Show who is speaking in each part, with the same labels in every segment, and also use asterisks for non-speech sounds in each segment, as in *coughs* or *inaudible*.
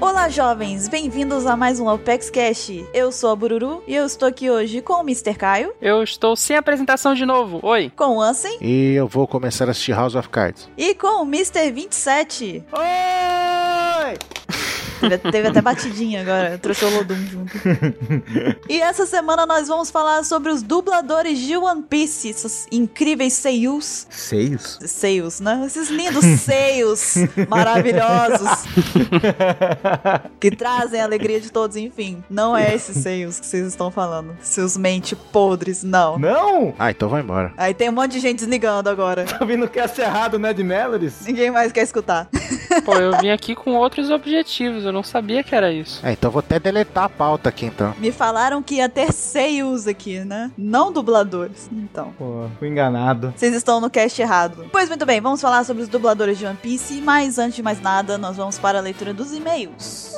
Speaker 1: Olá, jovens! Bem-vindos a mais um Alpex Cash. Eu sou a Bururu e eu estou aqui hoje com o Mr. Caio,
Speaker 2: Eu estou sem apresentação de novo. Oi.
Speaker 1: com o Ansem
Speaker 3: E eu vou começar a assistir House of Cards.
Speaker 1: e com o Mr. 27.
Speaker 2: Oi!
Speaker 1: Teve, teve até batidinha agora, *laughs* trouxe o Lodum junto. e essa semana nós vamos falar sobre os dubladores de One Piece, esses incríveis seiyus.
Speaker 4: Seios?
Speaker 1: Seios, né? Esses lindos seios maravilhosos que trazem a alegria de todos, enfim. Não é esses seios que vocês estão falando. Seus mente podres, não.
Speaker 4: Não!
Speaker 3: Ah, então vai embora.
Speaker 1: Aí tem um monte de gente desligando agora.
Speaker 4: Tá vindo que é errado, né, de Melodies?
Speaker 1: Ninguém mais quer escutar.
Speaker 2: Pô, eu vim aqui com outros objetivos, eu não sabia que era isso.
Speaker 3: Ah, então vou até deletar a pauta aqui então.
Speaker 1: Me falaram que ia ter seios aqui, né? Não dubladores. Então.
Speaker 4: Pô, fui enganado.
Speaker 1: Vocês estão no cast errado. Pois muito bem, vamos falar sobre os dubladores de One Piece, mas antes de mais nada, nós vamos para a leitura dos e-mails.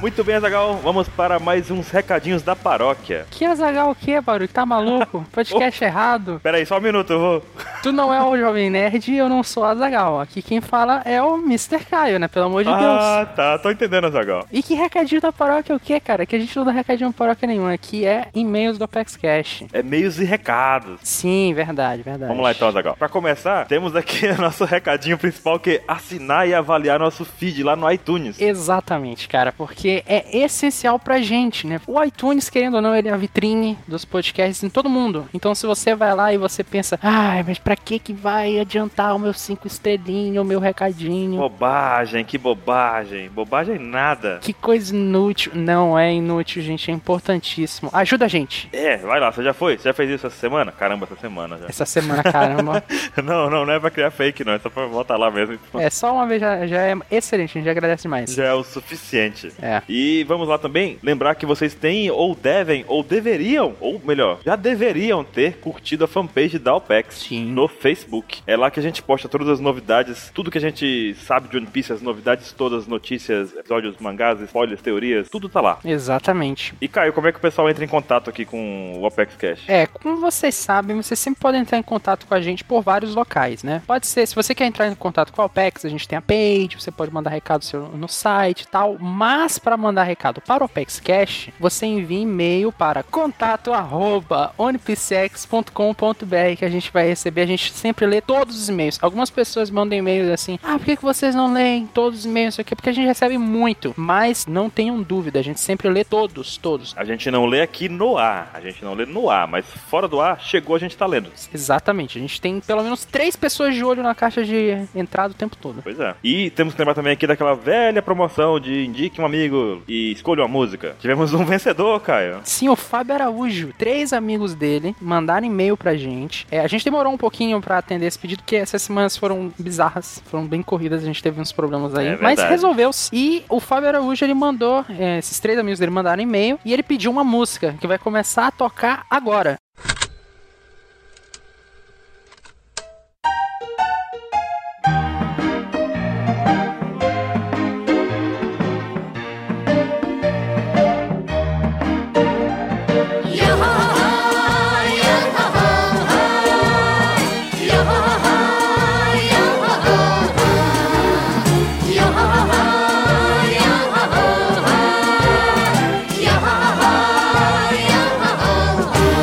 Speaker 5: Muito bem, Azagal, vamos para mais uns recadinhos da paróquia.
Speaker 2: Que azagal o que, Barulho? Tá
Speaker 5: *laughs*
Speaker 2: maluco? Podcast errado?
Speaker 5: Pera aí, só um minuto, eu vou.
Speaker 2: Tu não é o Jovem Nerd e eu não sou azagal. Aqui quem fala é o Mr. Caio, né? Pelo amor de Deus.
Speaker 5: ah, tá, tô entendendo, Azagal.
Speaker 2: E que recadinho da paróquia é o quê, cara? Que a gente não dá recadinho da paróquia nenhuma. Aqui é e-mails do Apex Cash.
Speaker 5: É meios e recados.
Speaker 2: Sim, verdade, verdade.
Speaker 5: Vamos lá então, Azagal. Pra começar, temos aqui *laughs* o nosso recadinho principal que é assinar e avaliar nosso feed lá no iTunes.
Speaker 2: Exatamente, cara, porque é essencial pra gente, né? O iTunes, querendo ou não, ele é a vitrine dos podcasts em todo mundo. Então, se você vai lá e você pensa, ai, mas pra que que vai adiantar o meu cinco estrelinho, o meu recadinho?
Speaker 5: Bobagem, que bobagem. Bobagem nada.
Speaker 2: Que coisa inútil. Não é inútil, gente, é importantíssimo. Ajuda a gente.
Speaker 5: É, vai lá, você já foi? Você já fez isso essa semana? Caramba, essa semana já.
Speaker 2: Essa semana, caramba.
Speaker 5: *laughs* Não, não, não é pra criar fake, não. É só pra voltar lá mesmo. *laughs*
Speaker 2: é, só uma vez já, já é excelente, a gente agradece demais.
Speaker 5: Já é o suficiente.
Speaker 2: É.
Speaker 5: E vamos lá também lembrar que vocês têm, ou devem, ou deveriam, ou melhor, já deveriam ter curtido a fanpage da Alpex
Speaker 2: Sim.
Speaker 5: no Facebook. É lá que a gente posta todas as novidades, tudo que a gente sabe de One Piece, as novidades todas, notícias, episódios, mangás, spoilers, teorias, tudo tá lá.
Speaker 2: Exatamente.
Speaker 5: E Caio, como é que o pessoal entra em contato aqui com o Apex Cash?
Speaker 2: É, como vocês sabem, vocês sempre podem entrar em contato com a gente por vários locais, né? Pode ser, se você quer entrar em contato com a Alpex, a gente tem a page, você pode mandar recado seu no site e tal, mas para mandar recado para o Apex Cash, você envia e-mail para contato@onpsex.com.br que a gente vai receber, a gente sempre lê todos os e-mails. Algumas pessoas mandam e-mails assim: "Ah, por que, que vocês não leem todos os e-mails aqui?" Porque a gente recebe muito, mas não tenham dúvida, a gente sempre lê todos, todos.
Speaker 5: A gente não lê aqui no ar, a gente não lê no ar, mas fora do ar, chegou, a gente tá lendo.
Speaker 2: Exatamente, a gente tem pelo menos três pessoas de olho na caixa de entrada o tempo todo.
Speaker 5: Pois é. E temos que lembrar também aqui daquela velha promoção de indique um amigo e escolha uma música. Tivemos um *laughs* vencedor, Caio.
Speaker 2: Sim, o Fábio Araújo, três amigos dele mandaram e-mail pra gente. É, a gente demorou um pouquinho pra atender esse pedido, porque essas semanas foram bizarras, foram bem corridas, a gente teve uns problemas aí,
Speaker 5: É
Speaker 2: mas
Speaker 5: verdade.
Speaker 2: resolveu. E o Fábio Araújo, ele mandou, é, esses três amigos dele mandaram e-mail, e ele pediu uma música que vai começar a tocar agora.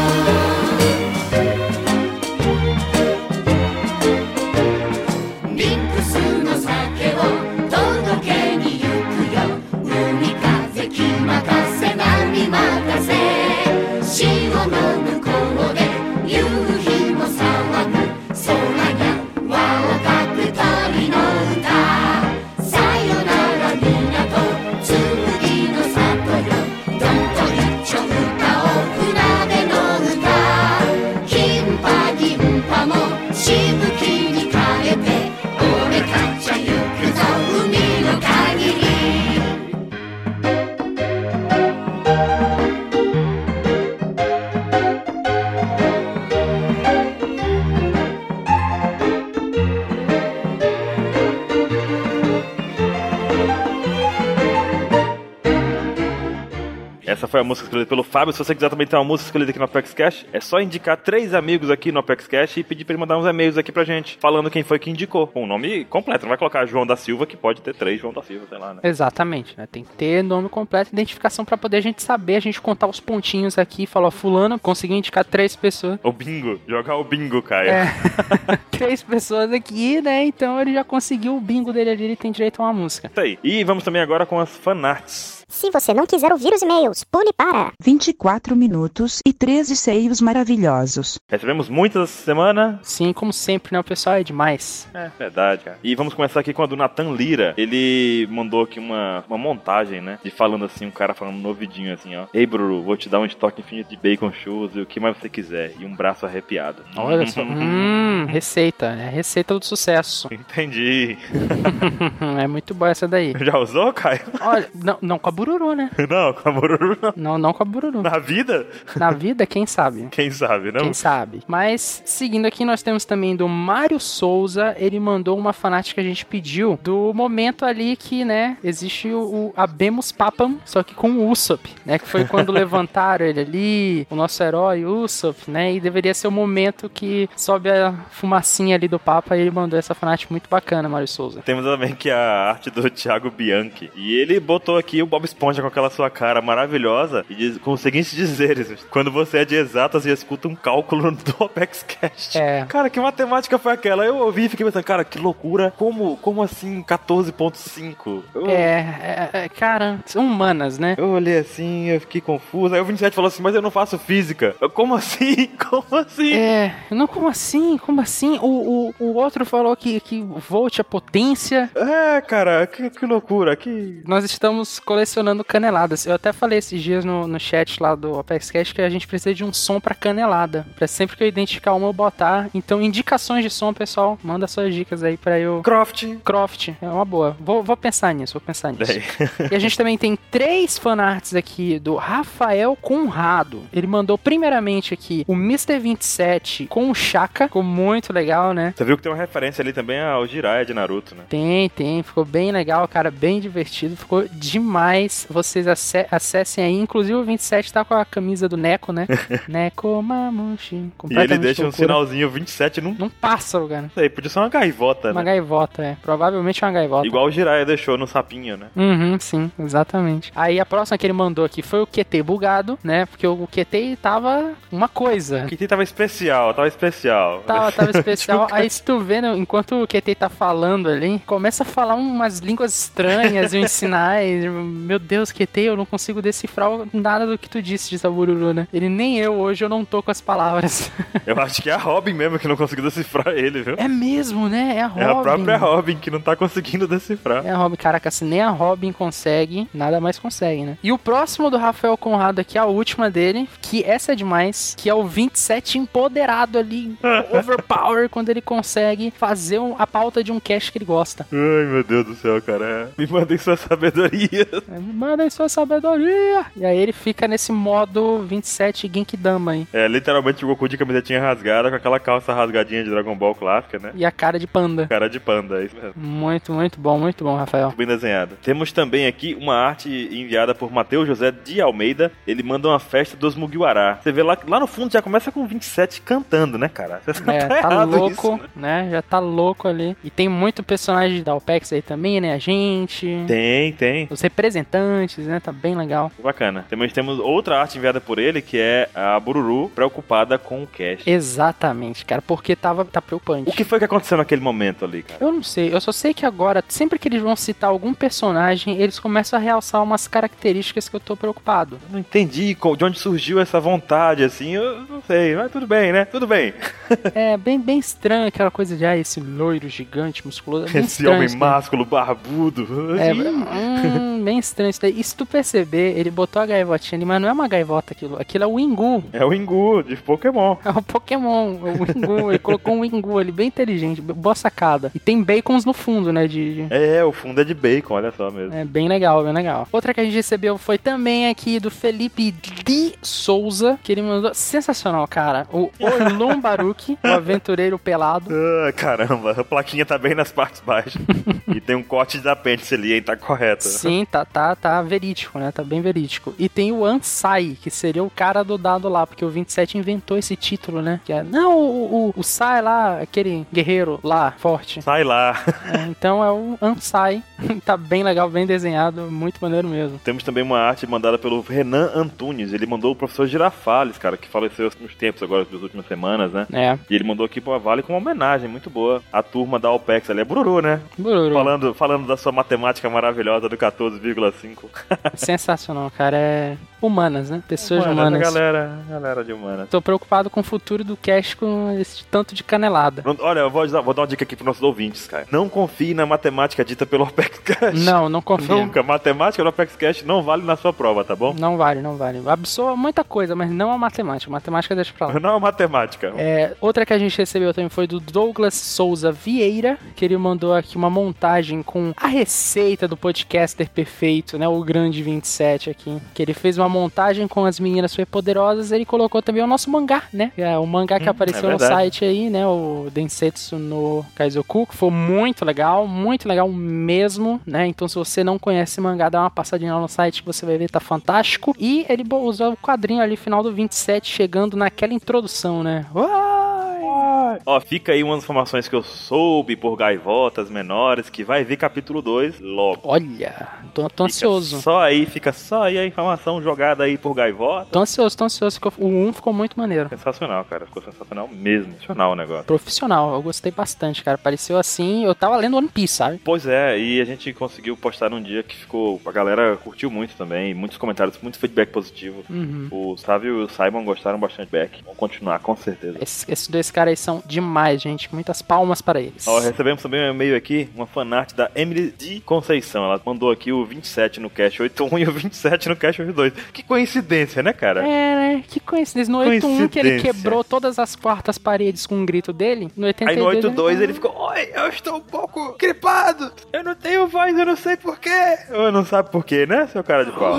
Speaker 6: Yeah.
Speaker 5: Essa foi a música escolhida pelo Fábio. Se você quiser também ter uma música escolhida aqui no Apex Cash, é só indicar três amigos aqui no Apex Cash e pedir pra ele mandar uns e-mails aqui pra gente, falando quem foi que indicou. Com o nome completo, não vai colocar João da Silva, que pode ter três João da Silva, sei lá, né?
Speaker 2: Exatamente, né? Tem que ter nome completo, identificação pra poder a gente saber, a gente contar os pontinhos aqui, falar, ó, fulano, consegui indicar três pessoas.
Speaker 5: O bingo. Jogar o bingo, Caio.
Speaker 2: É. três pessoas aqui, né? Então ele já conseguiu o bingo dele ali, ele tem direito a uma música.
Speaker 5: Isso aí. E vamos também agora com as fanarts.
Speaker 6: Se você não quiser ouvir os e-mails, pule para.
Speaker 7: 24 minutos e 13 seios maravilhosos.
Speaker 5: Recebemos muitas essa semana.
Speaker 2: Sim, como sempre, né? O pessoal é demais.
Speaker 5: É, verdade, cara. E vamos começar aqui com a do Nathan Lira. Ele mandou aqui uma, uma montagem, né? De falando assim, um cara falando no ouvidinho assim, ó. Ei, Bruno, vou te dar um estoque infinito de bacon shoes e o que mais você quiser. E um braço arrepiado.
Speaker 2: Olha só. *laughs* hum, receita. É a receita do sucesso. *laughs*
Speaker 5: *laughs* Entendi.
Speaker 2: é muito boa essa daí.
Speaker 5: Já usou, Caio? *laughs*
Speaker 2: Olha, não, não com a bururu, né?
Speaker 5: Não, com a Bururu não.
Speaker 2: Não, não com a bururu.
Speaker 5: Na vida?
Speaker 2: Na vida, quem sabe?
Speaker 5: Quem sabe, né?
Speaker 2: Quem sabe? Mas, seguindo aqui, nós temos também do Mário Souza. Ele mandou uma fanática que a gente pediu do momento ali que, né, existe o, o Abemos Papam, só que com o Usopp, né? Que foi quando levantaram ele ali, o nosso herói Usopp, né? E deveria ser o momento que sobe a fumacinha ali do Papa. E ele mandou essa fanática muito bacana, Mário Souza.
Speaker 5: Temos também aqui a arte do Thiago Bianchi. E ele botou aqui o Bob Esponja com aquela sua cara maravilhosa e diz, com os seguintes dizeres: Quando você é de exatas e escuta um cálculo do Apex Cast.
Speaker 2: É.
Speaker 5: Cara, que matemática foi aquela? Eu ouvi e fiquei pensando, cara, que loucura. Como, como assim 14.5? Eu,
Speaker 2: É, é, é, cara, são humanas, né?
Speaker 5: Hum. eu olhei assim, eu fiquei confuso. Aí o 27 falou assim, mas eu não faço física. Eu, como assim? *laughs* Como assim?
Speaker 2: É, não, como assim? Como assim? O, o, o outro falou que, que volt é potência.
Speaker 5: É, cara, que, que loucura. Que...
Speaker 2: Nós estamos colecionando caneladas. Eu até falei esses dias no, no chat lá do Apex Cash que a gente precisa de um som pra canelada. Pra sempre que eu identificar uma, eu botar. Então, indicações de som, pessoal, manda suas dicas aí pra eu.
Speaker 5: Croft.
Speaker 2: Croft, é uma boa. Vou, vou pensar nisso, vou pensar nisso.
Speaker 5: Daí.
Speaker 2: E a gente também tem três fanarts aqui do Rafael Conrado. Ele mandou primeiramente aqui o Mr. 27 com o Chaka. Ficou muito legal, né?
Speaker 5: Você viu que tem uma referência ali também ao Jiraiya de Naruto, né?
Speaker 2: Tem, tem. Ficou bem legal, cara. Bem divertido. Ficou demais. Vocês ace- acessem aí. Inclusive o 27 tá com a camisa do Neko,
Speaker 5: *laughs*
Speaker 2: né? Neko Mamushi.
Speaker 5: E ele deixa um
Speaker 2: loucura.
Speaker 5: sinalzinho 27 num.
Speaker 2: Num pássaro, cara.
Speaker 5: Não sei, podia ser uma gaivota,
Speaker 2: Uma
Speaker 5: né?
Speaker 2: gaivota, é. Provavelmente uma gaivota.
Speaker 5: Igual o Jiraiya deixou no sapinho, né?
Speaker 2: Uhum, sim, exatamente. Aí a próxima que ele mandou aqui foi o QT bugado, né? Porque o QT tava uma coisa.
Speaker 5: O Kitty tava especial, tava especial.
Speaker 2: Tava, Tá, tava especial. Aí se tu vendo, enquanto o QT tá falando ali, começa a falar umas línguas estranhas e uns sinais. Meu Deus, QT, eu não consigo decifrar nada do que tu disse de Sabururu, né? Ele nem eu, hoje eu não tô com as palavras.
Speaker 5: Eu acho que é a Robin mesmo que não conseguiu decifrar ele, viu?
Speaker 2: É mesmo, né? É a
Speaker 5: É
Speaker 2: Robin.
Speaker 5: a própria Robin que não tá conseguindo decifrar.
Speaker 2: É a Robin, caraca, se nem a Robin consegue, nada mais consegue, né? E o próximo do Rafael Conrado aqui, a última dele, que essa é demais, que é o 27 empoderado ali, overpower, quando ele consegue fazer um- a pauta de um cast que ele gosta.
Speaker 5: Ai, meu Deus do céu, cara. Me mandem sua sabedoria.
Speaker 2: É, Me manda aí sua sabedoria! E aí ele fica nesse modo 27 Genkidama aí.
Speaker 5: É, literalmente o Goku de camisetinha rasgada com aquela calça rasgadinha de Dragon Ball clássica, né?
Speaker 2: E a cara de panda.
Speaker 5: Cara de panda, é isso mesmo.
Speaker 2: Muito, muito bom, muito bom,
Speaker 5: *laughs*
Speaker 2: Rafael.
Speaker 5: Bem desenhado. Temos também aqui uma arte enviada por Matheus José de Almeida. Ele manda uma festa dos Mugiwara. Você vê lá, lá no fundo já começa com 27 cantando, né, cara? Você
Speaker 2: É, tá,
Speaker 5: errado
Speaker 2: louco,
Speaker 5: isso,
Speaker 2: né? Já tá louco ali. E tem muito personagem da OPEX aí também, né? A gente.
Speaker 5: Tem, tem.
Speaker 2: os representantes, né? Tá bem legal.
Speaker 5: Bacana. Também temos outra arte enviada por ele, que é a Bururu preocupada com o cash.
Speaker 2: Exatamente, cara, porque tava, tá preocupante.
Speaker 5: O que foi que aconteceu naquele momento ali, cara?
Speaker 2: Eu não sei, eu só sei que agora, sempre que eles vão citar algum personagem, eles começam a realçar umas características que eu tô preocupado.
Speaker 5: Eu Não entendi co- de onde surgiu essa vontade, assim, eu não sei, mas tudo bem, né? Tudo bem.
Speaker 2: é bem, bem estranho aquela coisa de, ah, esse loiro gigante, musculoso. é Bem
Speaker 5: Esse
Speaker 2: estranho,
Speaker 5: homem
Speaker 2: isso daí.
Speaker 5: másculo, barbudo.
Speaker 2: É,
Speaker 5: Ih,
Speaker 2: hum, bem estranho isso daí. E se tu perceber, ele botou a gaivotinha ali, mas não é uma gaivota aquilo. Aquilo é o Ingu.
Speaker 5: é o Ingu de Pokémon.
Speaker 2: É o Pokémon, é o Ingu.
Speaker 5: *laughs*
Speaker 2: Ele colocou um Ingu ali, bem inteligente, boa sacada. E tem bacons no fundo, né? de- de,
Speaker 5: É, o fundo é de bacon, olha só mesmo.
Speaker 2: É bem legal, bem legal. Outra que a gente recebeu foi também aqui do Felipe de Souza, que ele mandou sensacional, cara. O Orlon Baruque, o aventureiro pelado.
Speaker 5: Ah, caramba, a plaquinha tá bem nas partes baixas. e tem um corte de apêndice ali, hein? Tá correto.
Speaker 2: Sim, tá, tá tá, tá verídico, né? Tá bem verídico. E tem o Ansai, que seria o cara do dado lá, porque o 27 inventou esse título, né? Que é, não, o, o, o Sai lá, aquele guerreiro lá, forte.
Speaker 5: Sai lá.
Speaker 2: É, então é o Ansai. *laughs* tá bem legal, bem desenhado, muito maneiro mesmo.
Speaker 5: Temos também uma arte mandada pelo Renan Antunes. Ele mandou o professor Girafales, cara, que faleceu há uns tempos agora, nas últimas semanas, né?
Speaker 2: É,
Speaker 5: E ele mandou aqui pra Vale com uma homenagem muito boa. A turma da OPEX ali é Bururu, né?
Speaker 2: Bururu.
Speaker 5: Falando, falando da sua matemática maravilhosa do 14,5.
Speaker 2: Sensacional, cara. É humanas, né? Pessoas
Speaker 5: Mano,
Speaker 2: humanas.
Speaker 5: essa galera, galera de humanas.
Speaker 2: Tô preocupado com o futuro do cast com esse tanto de canelada.
Speaker 5: Pronto, Olha, eu vou, dar- vou dar uma dica aqui pros nossos ouvintes, cara. Não confie na matemática dita pelo OPEX Cash.
Speaker 2: Não, não confio.
Speaker 5: Nunca. Matemática do OPEX Cash não vale na sua prova, tá bom?
Speaker 2: Não vale, não vale. Absorva muita coisa, mas não a matemática. Matemática deixa pra lá.
Speaker 5: Não é matemática.
Speaker 2: É, outra que a gente recebeu também foi do Douglas Souza Vieira, que ele mandou aqui uma montagem com a receita do podcaster perfeito, né? O grande 27 aqui. Que ele fez uma montagem com as meninas superpoderosas, ele colocou também o nosso mangá, né? É, o mangá que
Speaker 5: Hum,
Speaker 2: apareceu
Speaker 5: é
Speaker 2: no
Speaker 5: verdade.
Speaker 2: site aí, né? O Densetsu no Kaizoku, que foi muito legal, muito legal mesmo, né? Então se você não conhece esse mangá, dá uma passadinha lá no site que você vai ver, tá fantástico. E ele bo- usou o quadrinho ali, final do 27, chegando naquela introdução, né?
Speaker 5: Ó, fica aí umas informações que eu soube por gaivotas menores, que vai vir capítulo 2 logo.
Speaker 2: Olha, tô, tô
Speaker 5: Fica
Speaker 2: ansioso.
Speaker 5: Só aí, fica só aí a informação jogada aí por gaivota.
Speaker 2: Tô ansioso, tô ansioso. ficou- O 1 ficou muito maneiro.
Speaker 5: Sensacional, cara. Ficou sensacional mesmo. Sensacional o negócio.
Speaker 2: Profissional, eu gostei bastante, cara. Pareceu assim, eu tava lendo One Piece, sabe?
Speaker 5: Pois é, e a gente conseguiu postar um dia que ficou. A galera curtiu muito também, muitos comentários, muito feedback positivo.
Speaker 2: Uhum.
Speaker 5: O Sávio e o Simon gostaram bastante do feedback. Vão continuar, com certeza.
Speaker 2: Esse- Esses dois caras aí são demais, gente. Muitas palmas pra eles.
Speaker 5: Ó, recebemos também um e-mail aqui, uma fanart da Emily de Conceição. Ela mandou aqui o 27 no Cash 81 e o 27 no Cash 82. Que coincidência, né, cara?
Speaker 2: É, né? Que coincidência. No 81 que ele
Speaker 5: Coincidência.
Speaker 2: quebrou todas as quartas paredes com um grito dele, no 82.
Speaker 5: Aí no 82
Speaker 1: né?
Speaker 5: ele
Speaker 2: Ah,
Speaker 5: ficou, oi, eu estou um pouco gripado, eu não tenho voz, eu não sei porquê. Eu não sabe porquê, né, seu cara de pau?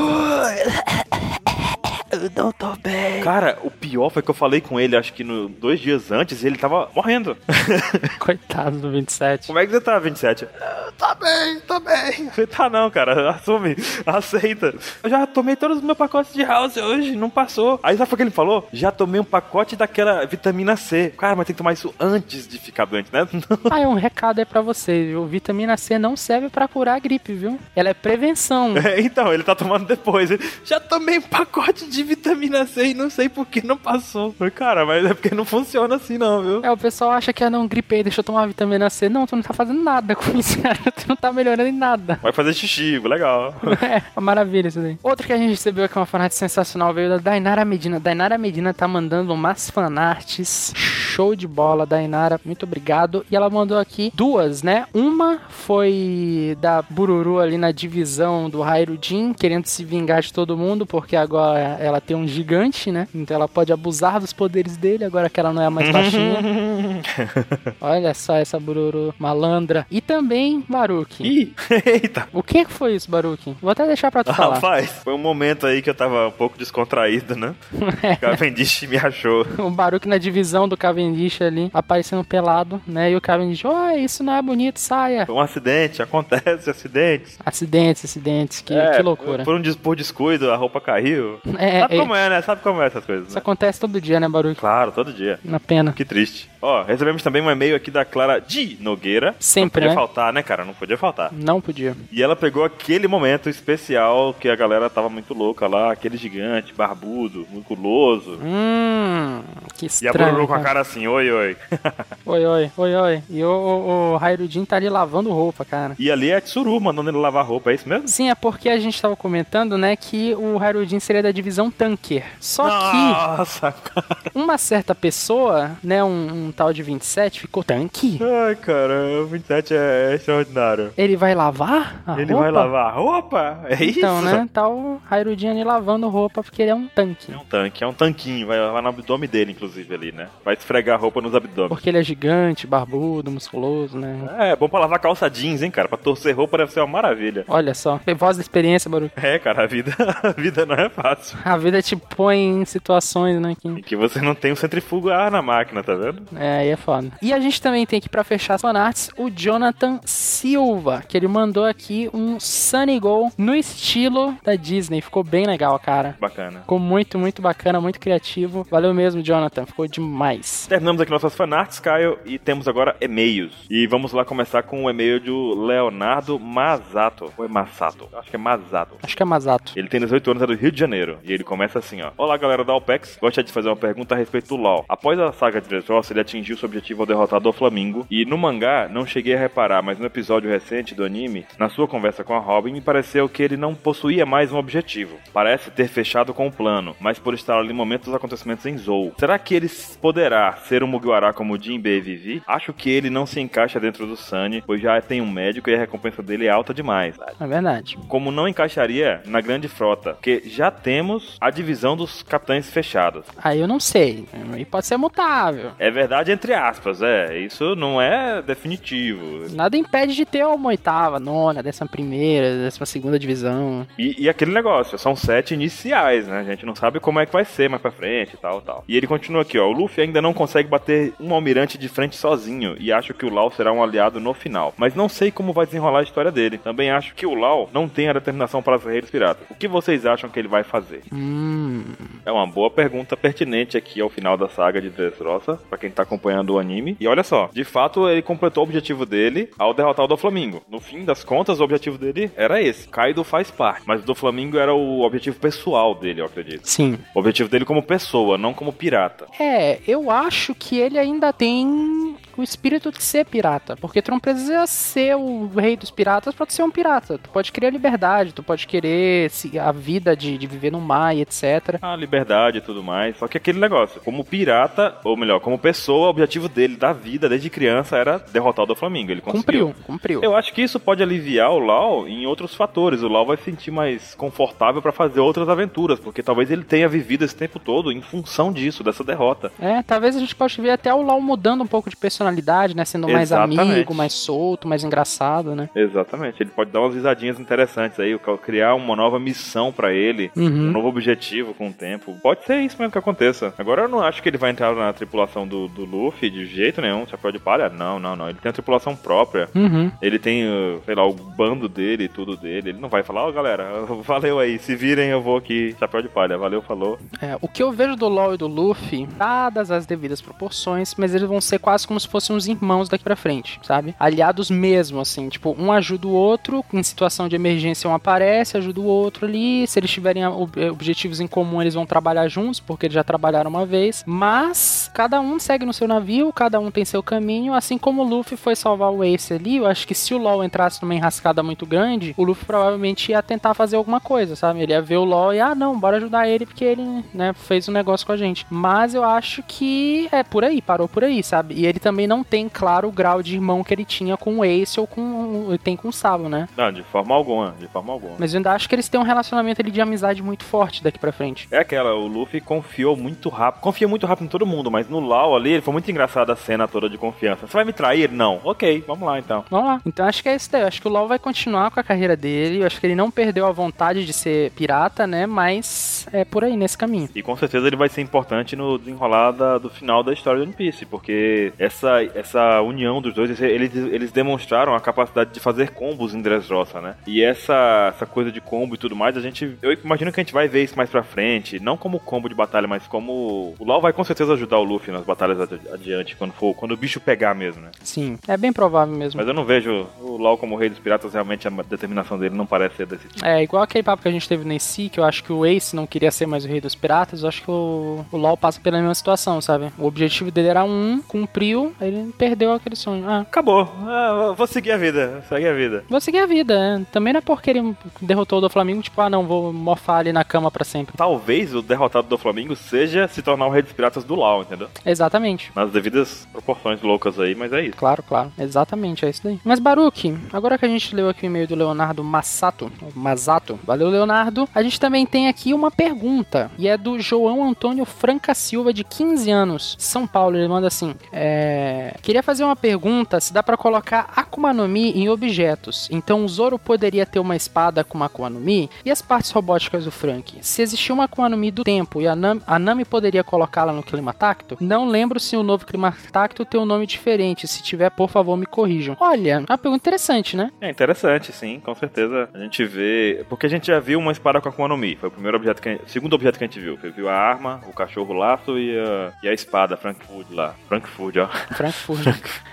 Speaker 1: Eu não tô bem.
Speaker 5: Cara, o pior foi que eu falei com ele, acho que no, dois dias antes, e ele tava morrendo.
Speaker 2: *laughs* Coitado do 27.
Speaker 5: Como é que você tá, 27? "Ah, Tá bem, tá bem. Você tá não, cara. Assume, aceita. Eu já tomei todos os meus pacotes de house hoje, não passou. Aí sabe o que ele falou? Já tomei um pacote daquela vitamina C. Cara, mas tem que tomar isso antes de ficar doente, né? *laughs*
Speaker 2: Ah, é um recado aí pra vocês, viu? Vitamina C não serve pra curar a gripe, viu? Ela é prevenção.
Speaker 5: É, então, ele tá tomando depois. Ele, já tomei um pacote de vitamina C e não sei por que não passou. Falei, cara, mas é porque não funciona assim não, viu?
Speaker 2: É, o pessoal acha que, ah, não, gripei, deixa eu tomar vitamina C. Não, tu não tá fazendo nada com isso, cara. Tu não tá melhorando em nada.
Speaker 5: Vai fazer xixi, legal.
Speaker 2: *laughs* É, uma maravilha isso daí. Outra que a gente recebeu aqui, uma fanart sensacional, veio da Dainara Medina. Dainara Medina tá mandando umas fanarts. Show de bola, Dainara. Muito obrigado. E ela mandou aqui duas, né? Uma foi da Bururu ali na divisão do Hairudin, querendo se vingar de todo mundo, porque agora ela tem um gigante, né? Então ela pode abusar dos poderes dele, agora que ela não é *laughs* mais baixinha. Olha só essa Bururu malandra. E também Baruki.
Speaker 5: Ih, *laughs* eita.
Speaker 2: O que que foi isso, Baruki? Vou até deixar pra tu falar.
Speaker 5: Rapaz, foi um momento aí que eu tava um pouco descontraído,
Speaker 2: *laughs*
Speaker 5: né? O Cavendish me achou.
Speaker 2: O Baruki na divisão do Cavendish ali, aparecendo pelado, né? E o Cavendish, ó, isso não é bonito, saia.
Speaker 5: Foi um acidente, acontece acidentes.
Speaker 2: Acidentes, acidentes, que,
Speaker 5: É,
Speaker 2: que loucura.
Speaker 5: Por um des- por descuido, a roupa caiu.
Speaker 2: É,
Speaker 5: Sabe
Speaker 2: é,
Speaker 5: como é, né? Sabe como é essas coisas,
Speaker 2: isso
Speaker 5: né?
Speaker 2: acontece todo dia, né, Baruki?
Speaker 5: Claro, todo dia.
Speaker 2: Na pena.
Speaker 5: Que triste. Ó, recebemos também um e-mail aqui da Clara de Nogueira.
Speaker 2: Sempre,
Speaker 5: Podia
Speaker 2: né?
Speaker 5: faltar, né, cara? Não podia faltar.
Speaker 2: Não podia.
Speaker 5: E ela pegou aquele momento especial que a galera tava muito louca lá, aquele gigante, barbudo, musculoso.
Speaker 2: Hum, que
Speaker 5: E a
Speaker 2: estranho. né?
Speaker 5: Bururu com a
Speaker 2: cara.
Speaker 5: cara assim, oi, oi. *laughs*
Speaker 2: Oi, oi, oi, oi. E o, o, o Hairudin tá ali lavando roupa, cara.
Speaker 5: E ali é a Tsuru mandando ele lavar roupa, é isso mesmo?
Speaker 2: Sim, é porque a gente tava comentando, né, que o Hairudin seria da divisão tanker. Só
Speaker 5: Ah,
Speaker 2: que...
Speaker 5: Nossa,
Speaker 2: Uma certa pessoa, né, um, um tal de 27, ficou tanque.
Speaker 5: Ai, cara, o 27 é, é extraordinário.
Speaker 2: Ele vai lavar? a
Speaker 5: ele vai
Speaker 2: roupa?
Speaker 5: lavar a roupa? É isso?
Speaker 2: Então, né, tá o Hairudini lavando roupa porque ele é um tanque.
Speaker 5: É um tanque, é um tanquinho, vai lavar no abdômen dele, inclusive, ali, né? Vai esfregar a roupa nos abdômen.
Speaker 2: Porque ele é gigante, barbudo, musculoso, né.
Speaker 5: É, é bom pra lavar calça jeans, hein, cara? Pra torcer roupa deve ser uma maravilha.
Speaker 2: Olha só, tem voz da experiência, Baruch.
Speaker 5: É, cara, a vida, *laughs* a vida não é fácil.
Speaker 2: A vida te põe em situações, né, que...
Speaker 5: Em que você não tem um centrifugo a ar na máquina, tá vendo?
Speaker 2: É, aí é foda. E a gente também tem aqui pra fechar as fanarts o Jonathan Silva, que ele mandou aqui um Sunny Go no estilo da Disney. Ficou bem legal, cara.
Speaker 5: Bacana.
Speaker 2: Ficou muito, muito bacana, muito criativo. Valeu mesmo, Jonathan. Ficou demais.
Speaker 5: Terminamos aqui nossas fanarts, Caio, e temos agora e-mails. E vamos lá começar com o e-mail do Leonardo Masato. Ou é Masato? Acho que é Masato.
Speaker 2: Acho que é Masato.
Speaker 5: Ele tem 18 anos, é do Rio de Janeiro. E ele começa assim, ó. Olá, galera da Alpex. Gostaria de fazer uma pergunta a respeito do LoL. Após a saga de Dressrosa, ele atingiu seu objetivo ao derrotar do Flamingo. E no mangá, não cheguei a reparar, mas no episódio recente do anime, na sua conversa com a Robin, me pareceu que ele não possuía mais um objetivo. Parece ter fechado com o plano, mas por estar ali no momento dos acontecimentos em Zou. Será que ele poderá ser um Mugiwara como Jinbei e Vivi? Acho que ele não se encaixa dentro do Sunny, pois já tem um médico e a recompensa dele é alta demais
Speaker 2: É verdade.
Speaker 5: como não encaixaria na grande frota, porque já temos a divisão dos capitães fechados.
Speaker 2: Aí eu não sei. Aí pode ser mutável.
Speaker 5: É verdade entre aspas, é, isso não é definitivo.
Speaker 2: Nada impede de ter uma oitava, nona, décima primeira, décima segunda divisão.
Speaker 5: E, e aquele negócio, são sete iniciais, né? A gente não sabe como é que vai ser mais pra frente e tal, tal. E ele continua aqui, ó. O Luffy ainda não consegue bater um almirante de frente sozinho e acho que o Lau será um aliado no final. Mas não sei como vai desenrolar a história dele. Também acho que o Lau não tem a determinação para os Guerreiros Piratas. O que vocês acham que ele vai fazer?
Speaker 2: Hum.
Speaker 5: É uma boa pergunta pertinente aqui ao final da saga de Dressrosa, pra quem tá acompanhando o anime. E olha só, de fato ele completou o objetivo dele ao derrotar o do Flamingo. No fim das contas, o objetivo dele era esse. Kaido faz parte, mas o do Flamingo era o objetivo pessoal dele, eu acredito.
Speaker 2: Sim.
Speaker 5: O objetivo dele como pessoa, não como pirata.
Speaker 2: É, eu acho que ele ainda tem o espírito de ser pirata. Porque tu não precisa ser o rei dos piratas pra tu ser um pirata. Tu pode querer liberdade, tu pode querer se- a vida de, de viver no mar e etc.
Speaker 5: A liberdade e tudo mais. Só que aquele negócio, como pirata, ou melhor, como pessoa, o objetivo dele da vida desde criança era derrotar o do Flamingo. Ele conseguiu.
Speaker 2: Cumpriu, cumpriu.
Speaker 5: Eu acho que isso pode aliviar o Lau em outros fatores. O Lau vai se sentir mais confortável pra fazer outras aventuras, porque talvez ele tenha vivido esse tempo todo em função disso, dessa derrota.
Speaker 2: É, talvez a gente possa ver até o Lau mudando um pouco de personalidade, né? Sendo mais
Speaker 5: Exatamente.
Speaker 2: amigo, mais solto, mais engraçado, né?
Speaker 5: Exatamente. Ele pode dar umas risadinhas interessantes aí, criar uma nova missão pra ele, um
Speaker 2: Uhum.
Speaker 5: novo objetivo com o tempo. Pode ser isso mesmo que aconteça. Agora eu não acho que ele vai entrar na tripulação do, do Luffy de jeito nenhum, chapéu de palha. Não, não, não. Ele tem a tripulação própria.
Speaker 2: Uhum.
Speaker 5: Ele tem, uh, sei lá, o bando dele e tudo dele. Ele não vai falar, ó galera, *laughs* valeu aí, se virem eu vou aqui, chapéu de palha, valeu, falou.
Speaker 2: É, o que eu vejo do LoL e do Luffy, dadas as devidas proporções, mas eles vão ser quase como se fossem uns irmãos daqui pra frente, sabe? Aliados mesmo, assim, tipo, um ajuda o outro, em situação de emergência um aparece, ajuda o outro ali, se eles tiverem ob- eh, objetivos em comum, eles vão trabalhar juntos, porque eles já trabalharam uma vez, mas cada um segue no seu navio, cada um tem seu caminho, assim como o Luffy foi salvar o Ace ali, eu acho que se o LoL entrasse numa enrascada muito grande, o Luffy provavelmente ia tentar fazer alguma coisa, sabe? Ele ia ver o LoL e, ah, não, bora ajudar ele, porque ele, né, fez um negócio com a gente. Mas eu acho que é por aí, parou por aí, sabe? E ele também não tem, claro, o grau de irmão que ele tinha com o Ace ou com ele tem com o Sabo, né?
Speaker 5: Não, de forma alguma, de forma alguma.
Speaker 2: Mas eu ainda acho que eles têm um relacionamento ali de amizade muito forte daqui pra frente.
Speaker 5: É aquela, o Luffy confiou muito rápido. Confia muito rápido em todo mundo, mas no Lau ali, ele foi muito engraçado a cena toda de confiança. Você vai me trair? Não. Ok, vamos lá então.
Speaker 2: Vamos lá. Então acho que é isso daí. Eu acho que o LoL vai continuar com a carreira dele. Eu acho que ele não perdeu a vontade de ser pirata, né? Mas é por aí, nesse caminho.
Speaker 5: E com certeza ele vai ser importante no desenrolar da- do final da história de One Piece, porque essa, essa união dos dois, esse- eles, eles demonstraram a capacidade de fazer combos em Dressrosa, né? E essa, essa coisa de combo e tudo mais, a gente. Eu imagino que a gente vai ver isso mais pra frente, não como combo de batalha, mas como. O Lau vai com certeza ajudar o Luffy nas batalhas adi- adiante, quando for, quando o bicho pegar mesmo, né?
Speaker 2: Sim. É bem provável mesmo.
Speaker 5: Mas eu não vejo o Lau como rei dos piratas, realmente a determinação dele não parece ser desse tipo.
Speaker 2: É, igual aquele papo que a gente teve no si, que eu acho que o Ace não queria ser mais o rei dos piratas, eu acho que o, o LoL passa pela mesma situação, sabe? O objetivo dele era um, cumpriu, aí ele perdeu aquele sonho. Ah,
Speaker 5: Acabou. Ah, vou seguir a vida. Segue a vida.
Speaker 2: vou seguir a vida, né? Também não é porque ele derrotou o do Flamengo, tipo, ah não, vou mofar ali na cama pra sempre.
Speaker 5: Talvez o derrotado do Flamengo seja se tornar o rei dos piratas do Lau, entendeu?
Speaker 2: Exatamente.
Speaker 5: Nas devidas proporções loucas aí, mas é isso.
Speaker 2: Claro, claro. Exatamente, é isso daí. Mas Baruque, agora que a gente leu aqui o e-mail do Leonardo Massato, ou Masato, valeu Leonardo, a gente também tem aqui uma pergunta, e é do João Antônio Franca Silva, de 15 anos, São Paulo. Ele manda assim, é, É, Queria fazer uma pergunta se dá pra colocar Akuma no Mi em objetos. Então o Zoro poderia ter uma espada com uma Akuma no Mi e as partes robóticas do Frank. Se existia uma Akuma no Mi do tempo e a Nami, a Nami poderia colocá-la no clima tacto, não lembro se o novo clima tacto tem um nome diferente. Se tiver, por favor, me corrijam. Olha, é uma pergunta interessante, né?
Speaker 5: É interessante, sim, com certeza. A gente vê. Porque a gente já viu uma espada com a Akuma no Mi. Foi o primeiro objeto que a gente... segundo objeto que a gente viu. Foi viu a arma, o cachorro laço e a, e a espada, Frankfurt lá. Frankfurt, ó. *laughs*
Speaker 2: Frankfurt.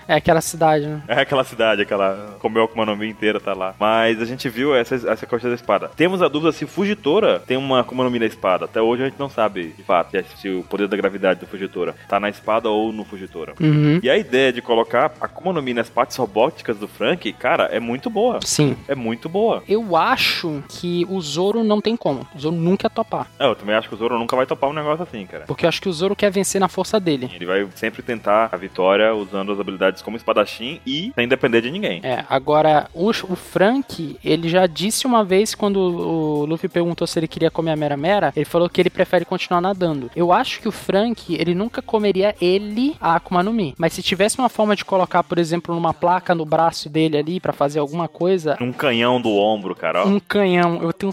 Speaker 2: é aquela cidade, né?
Speaker 5: É aquela cidade, aquela. Comeu a Akuma no Mi inteira, tá lá. Mas a gente viu essa, essa coisa da espada. Temos a dúvida se Fugitora tem uma Akuma no Mi na espada. Até hoje a gente não sabe, de fato, se o poder da gravidade do Fugitora tá na espada ou no Fugitora.
Speaker 2: Uhum.
Speaker 5: *laughs* E a ideia de colocar a Akuma no Mi nas partes robóticas do Frank, cara, é muito boa.
Speaker 2: Sim.
Speaker 5: É muito boa.
Speaker 2: Eu acho que o Zoro não tem como. O Zoro nunca ia topar.
Speaker 5: É, eu também acho que o Zoro nunca vai topar um negócio assim, cara.
Speaker 2: Porque eu acho que o Zoro quer vencer na força dele.
Speaker 5: Ele vai sempre tentar a vitória usando as habilidades como espadachim e sem depender de ninguém.
Speaker 2: É, agora, o, o Frank, ele já disse uma vez quando o Luffy perguntou se ele queria comer a Mera Mera, ele falou que ele prefere continuar nadando. Eu acho que o Frank, ele nunca comeria ele, a Akuma no Mi. Mas se tivesse uma forma de colocar, por exemplo, numa placa no braço dele ali pra fazer alguma coisa,
Speaker 5: Um canhão do ombro, cara, ó.
Speaker 2: um canhão, eu tenho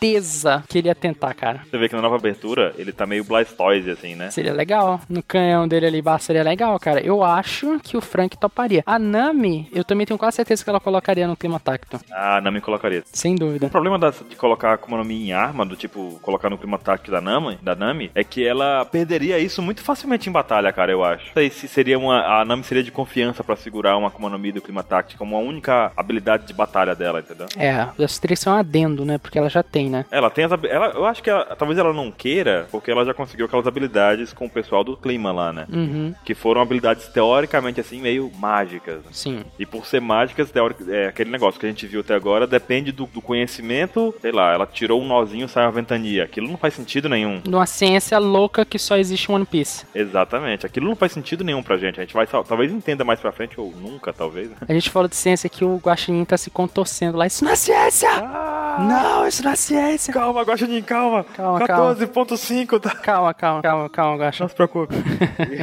Speaker 2: certeza que ele ia tentar, cara.
Speaker 5: Você vê que na nova abertura ele tá meio Blastoise, assim, né?
Speaker 2: Seria legal. No canhão dele ali, bah, seria legal, cara. Eu acho que o Frank toparia. A Nami, eu também tenho quase certeza que ela colocaria no clima tacto.
Speaker 5: Ah, não me colocaria.
Speaker 2: Sem
Speaker 5: O
Speaker 2: dúvida.
Speaker 5: problema das- de colocar a Akuma no Mi em arma, do tipo, colocar no clima tático da Nami, da Nami, é que ela perderia isso muito facilmente em batalha, cara, eu acho. Não sei se seria uma. A Nami seria de confiança pra segurar uma Akuma no Mi do clima tático como a única habilidade de batalha dela, entendeu?
Speaker 2: É, as três são adendo, né? Porque ela já tem, né?
Speaker 5: Ela tem as habi- ela Eu acho que ela, talvez ela não queira, porque ela já conseguiu aquelas habilidades com o pessoal do clima lá, né?
Speaker 2: Uhum,
Speaker 5: Que foram habilidades teoricamente assim, meio mágicas.
Speaker 2: sim.
Speaker 5: E por ser mágicas, teórica, é aquele negócio que a gente viu até agora, depende do, do conhecimento. Sei lá, ela tirou um nozinho, saiu uma ventania. Aquilo não faz sentido nenhum.
Speaker 2: Numa ciência louca que só existe em One Piece.
Speaker 5: Exatamente. Aquilo não faz sentido nenhum pra gente. A gente vai só- talvez entenda mais pra frente, ou nunca, talvez.
Speaker 2: A gente falou de ciência que o Guaxinim tá se contorcendo lá. Isso não é ciência!
Speaker 5: Ah,
Speaker 2: Não, isso não é ciência!
Speaker 5: *laughs* calma, Guaxinim, calma.
Speaker 2: Calma,
Speaker 5: 14.5, tá?
Speaker 2: Calma, calma, calma, calma, Guaxa.
Speaker 5: Não se preocupe. *laughs*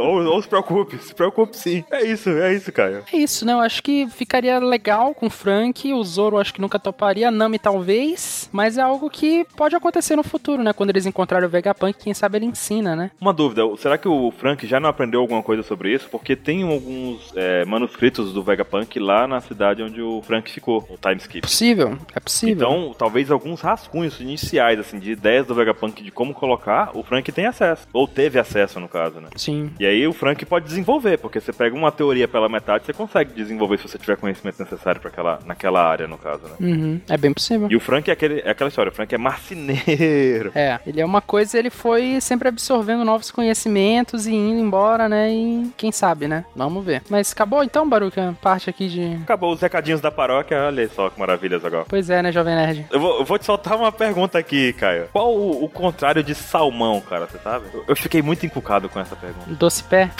Speaker 5: ou, ou se preocupe, se preocupe sim. É isso, é isso, Caio.
Speaker 2: É isso, né? Eu acho que ficaria legal com o Frank, o Zoro eu acho que nunca toparia, a Nami talvez, mas é algo que pode acontecer no futuro, né? Quando eles encontrarem o Vegapunk, quem sabe ele ensina, né?
Speaker 5: Uma dúvida, será que o Frank já não aprendeu alguma coisa sobre isso? Porque tem alguns é, manuscritos do Vegapunk lá na cidade onde o Frank ficou, o Time Skip.
Speaker 2: Possível, é possível.
Speaker 5: Então, talvez alguns rascunhos iniciais, assim, de ideias do Vegapunk de como colocar, o Frank tem acesso. Ou teve acesso, no caso, né?
Speaker 2: Sim.
Speaker 5: E aí o Frank pode desenvolver, porque você pega uma teoria pela metade, você consegue desenvolver se você tiver conhecimento necessário para aquela, naquela área, no caso, né?
Speaker 2: Uhum, é bem possível.
Speaker 5: E o Frank é, aquele, é aquela história, o Frank é marceneiro. *laughs*
Speaker 2: É, ele é uma coisa, ele foi sempre absorvendo novos conhecimentos e indo embora, né? E quem sabe, né? Vamos ver. Mas acabou então, Baruca, a parte aqui de.
Speaker 5: Acabou os recadinhos da paróquia, olha só que maravilhas agora.
Speaker 2: Pois é, né, Jovem Nerd?
Speaker 5: Eu vou, eu vou te soltar uma pergunta aqui, Caio. Qual o, o contrário de salmão, cara, você sabe? Eu, eu fiquei muito encucado com essa pergunta.
Speaker 2: Doce pé.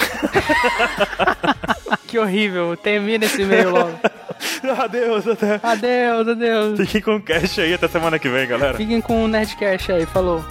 Speaker 2: *laughs* que horrível, termina esse e-mail logo.
Speaker 5: *laughs* Adeus, até...
Speaker 2: Adeus, adeus.
Speaker 5: Fiquem com o cash aí até semana que vem, galera.
Speaker 2: Fiquem com o Nerdcast aí, falou.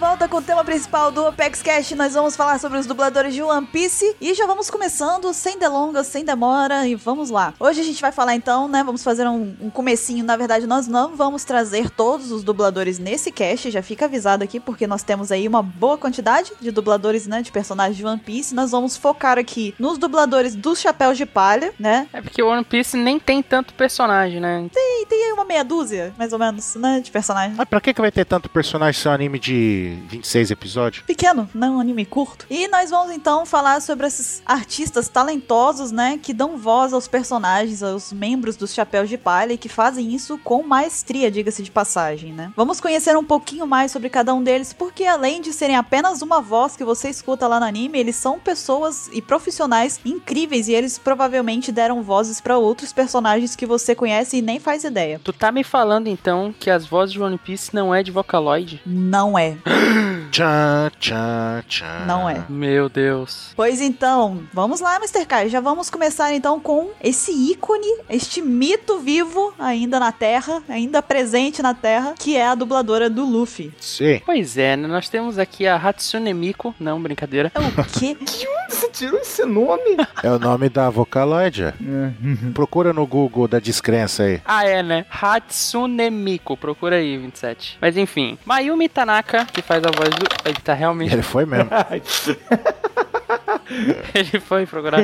Speaker 1: volta com o tema principal do Apex Cash. Nós vamos falar sobre os dubladores de One Piece e já vamos começando sem delongas, sem demora e vamos lá. Hoje a gente vai falar então, né? Vamos fazer um, um comecinho. Na verdade, nós não vamos trazer todos os dubladores nesse cast, já fica avisado aqui porque nós temos aí uma boa quantidade de dubladores, né, de personagens de One Piece. Nós vamos focar aqui nos dubladores dos chapéus de palha, né?
Speaker 2: É porque o One Piece nem tem tanto personagem, né?
Speaker 1: E tem aí uma meia dúzia, mais ou menos, né, de personagens.
Speaker 3: Mas pra que, que vai ter tanto personagem se é um anime de 26 episódios?
Speaker 1: pequeno, né? Um anime curto. E nós vamos então falar sobre esses artistas talentosos, né? Que dão voz aos personagens, aos membros dos Chapéus de Palha e que fazem isso com maestria, diga-se de passagem, né? Vamos conhecer um pouquinho mais sobre cada um deles, porque além de serem apenas uma voz que você escuta lá no anime, eles são pessoas e profissionais incríveis e eles provavelmente deram vozes pra outros personagens que você conhece e nem faz ideia.
Speaker 2: Tu tá me falando então que as vozes de One Piece não é de Vocaloid?
Speaker 1: Não é,
Speaker 3: Tchan, tchan, tchan.
Speaker 1: não é.
Speaker 2: Meu Deus.
Speaker 1: Pois então, vamos lá, Mr. Kai. Já vamos começar então com esse ícone, este mito vivo ainda na Terra, ainda presente na Terra, que é a dubladora do Luffy.
Speaker 3: Sim.
Speaker 2: Pois é, né? Nós temos aqui a Hatsune Miku. Não, brincadeira.
Speaker 1: É o quê?
Speaker 4: Você tirou esse nome?
Speaker 3: É o nome da Vocaloid. é.
Speaker 1: *laughs*
Speaker 4: É.
Speaker 3: Procura no Google da descrença aí.
Speaker 2: Ah, é, né? Hatsune Miku. Procura aí, 27. Mas enfim. Mayumi Tanaka, que faz a voz do... Ele tá realmente... *laughs*
Speaker 3: Ele
Speaker 1: *laughs*
Speaker 3: foi mesmo.
Speaker 2: Ele foi procurar.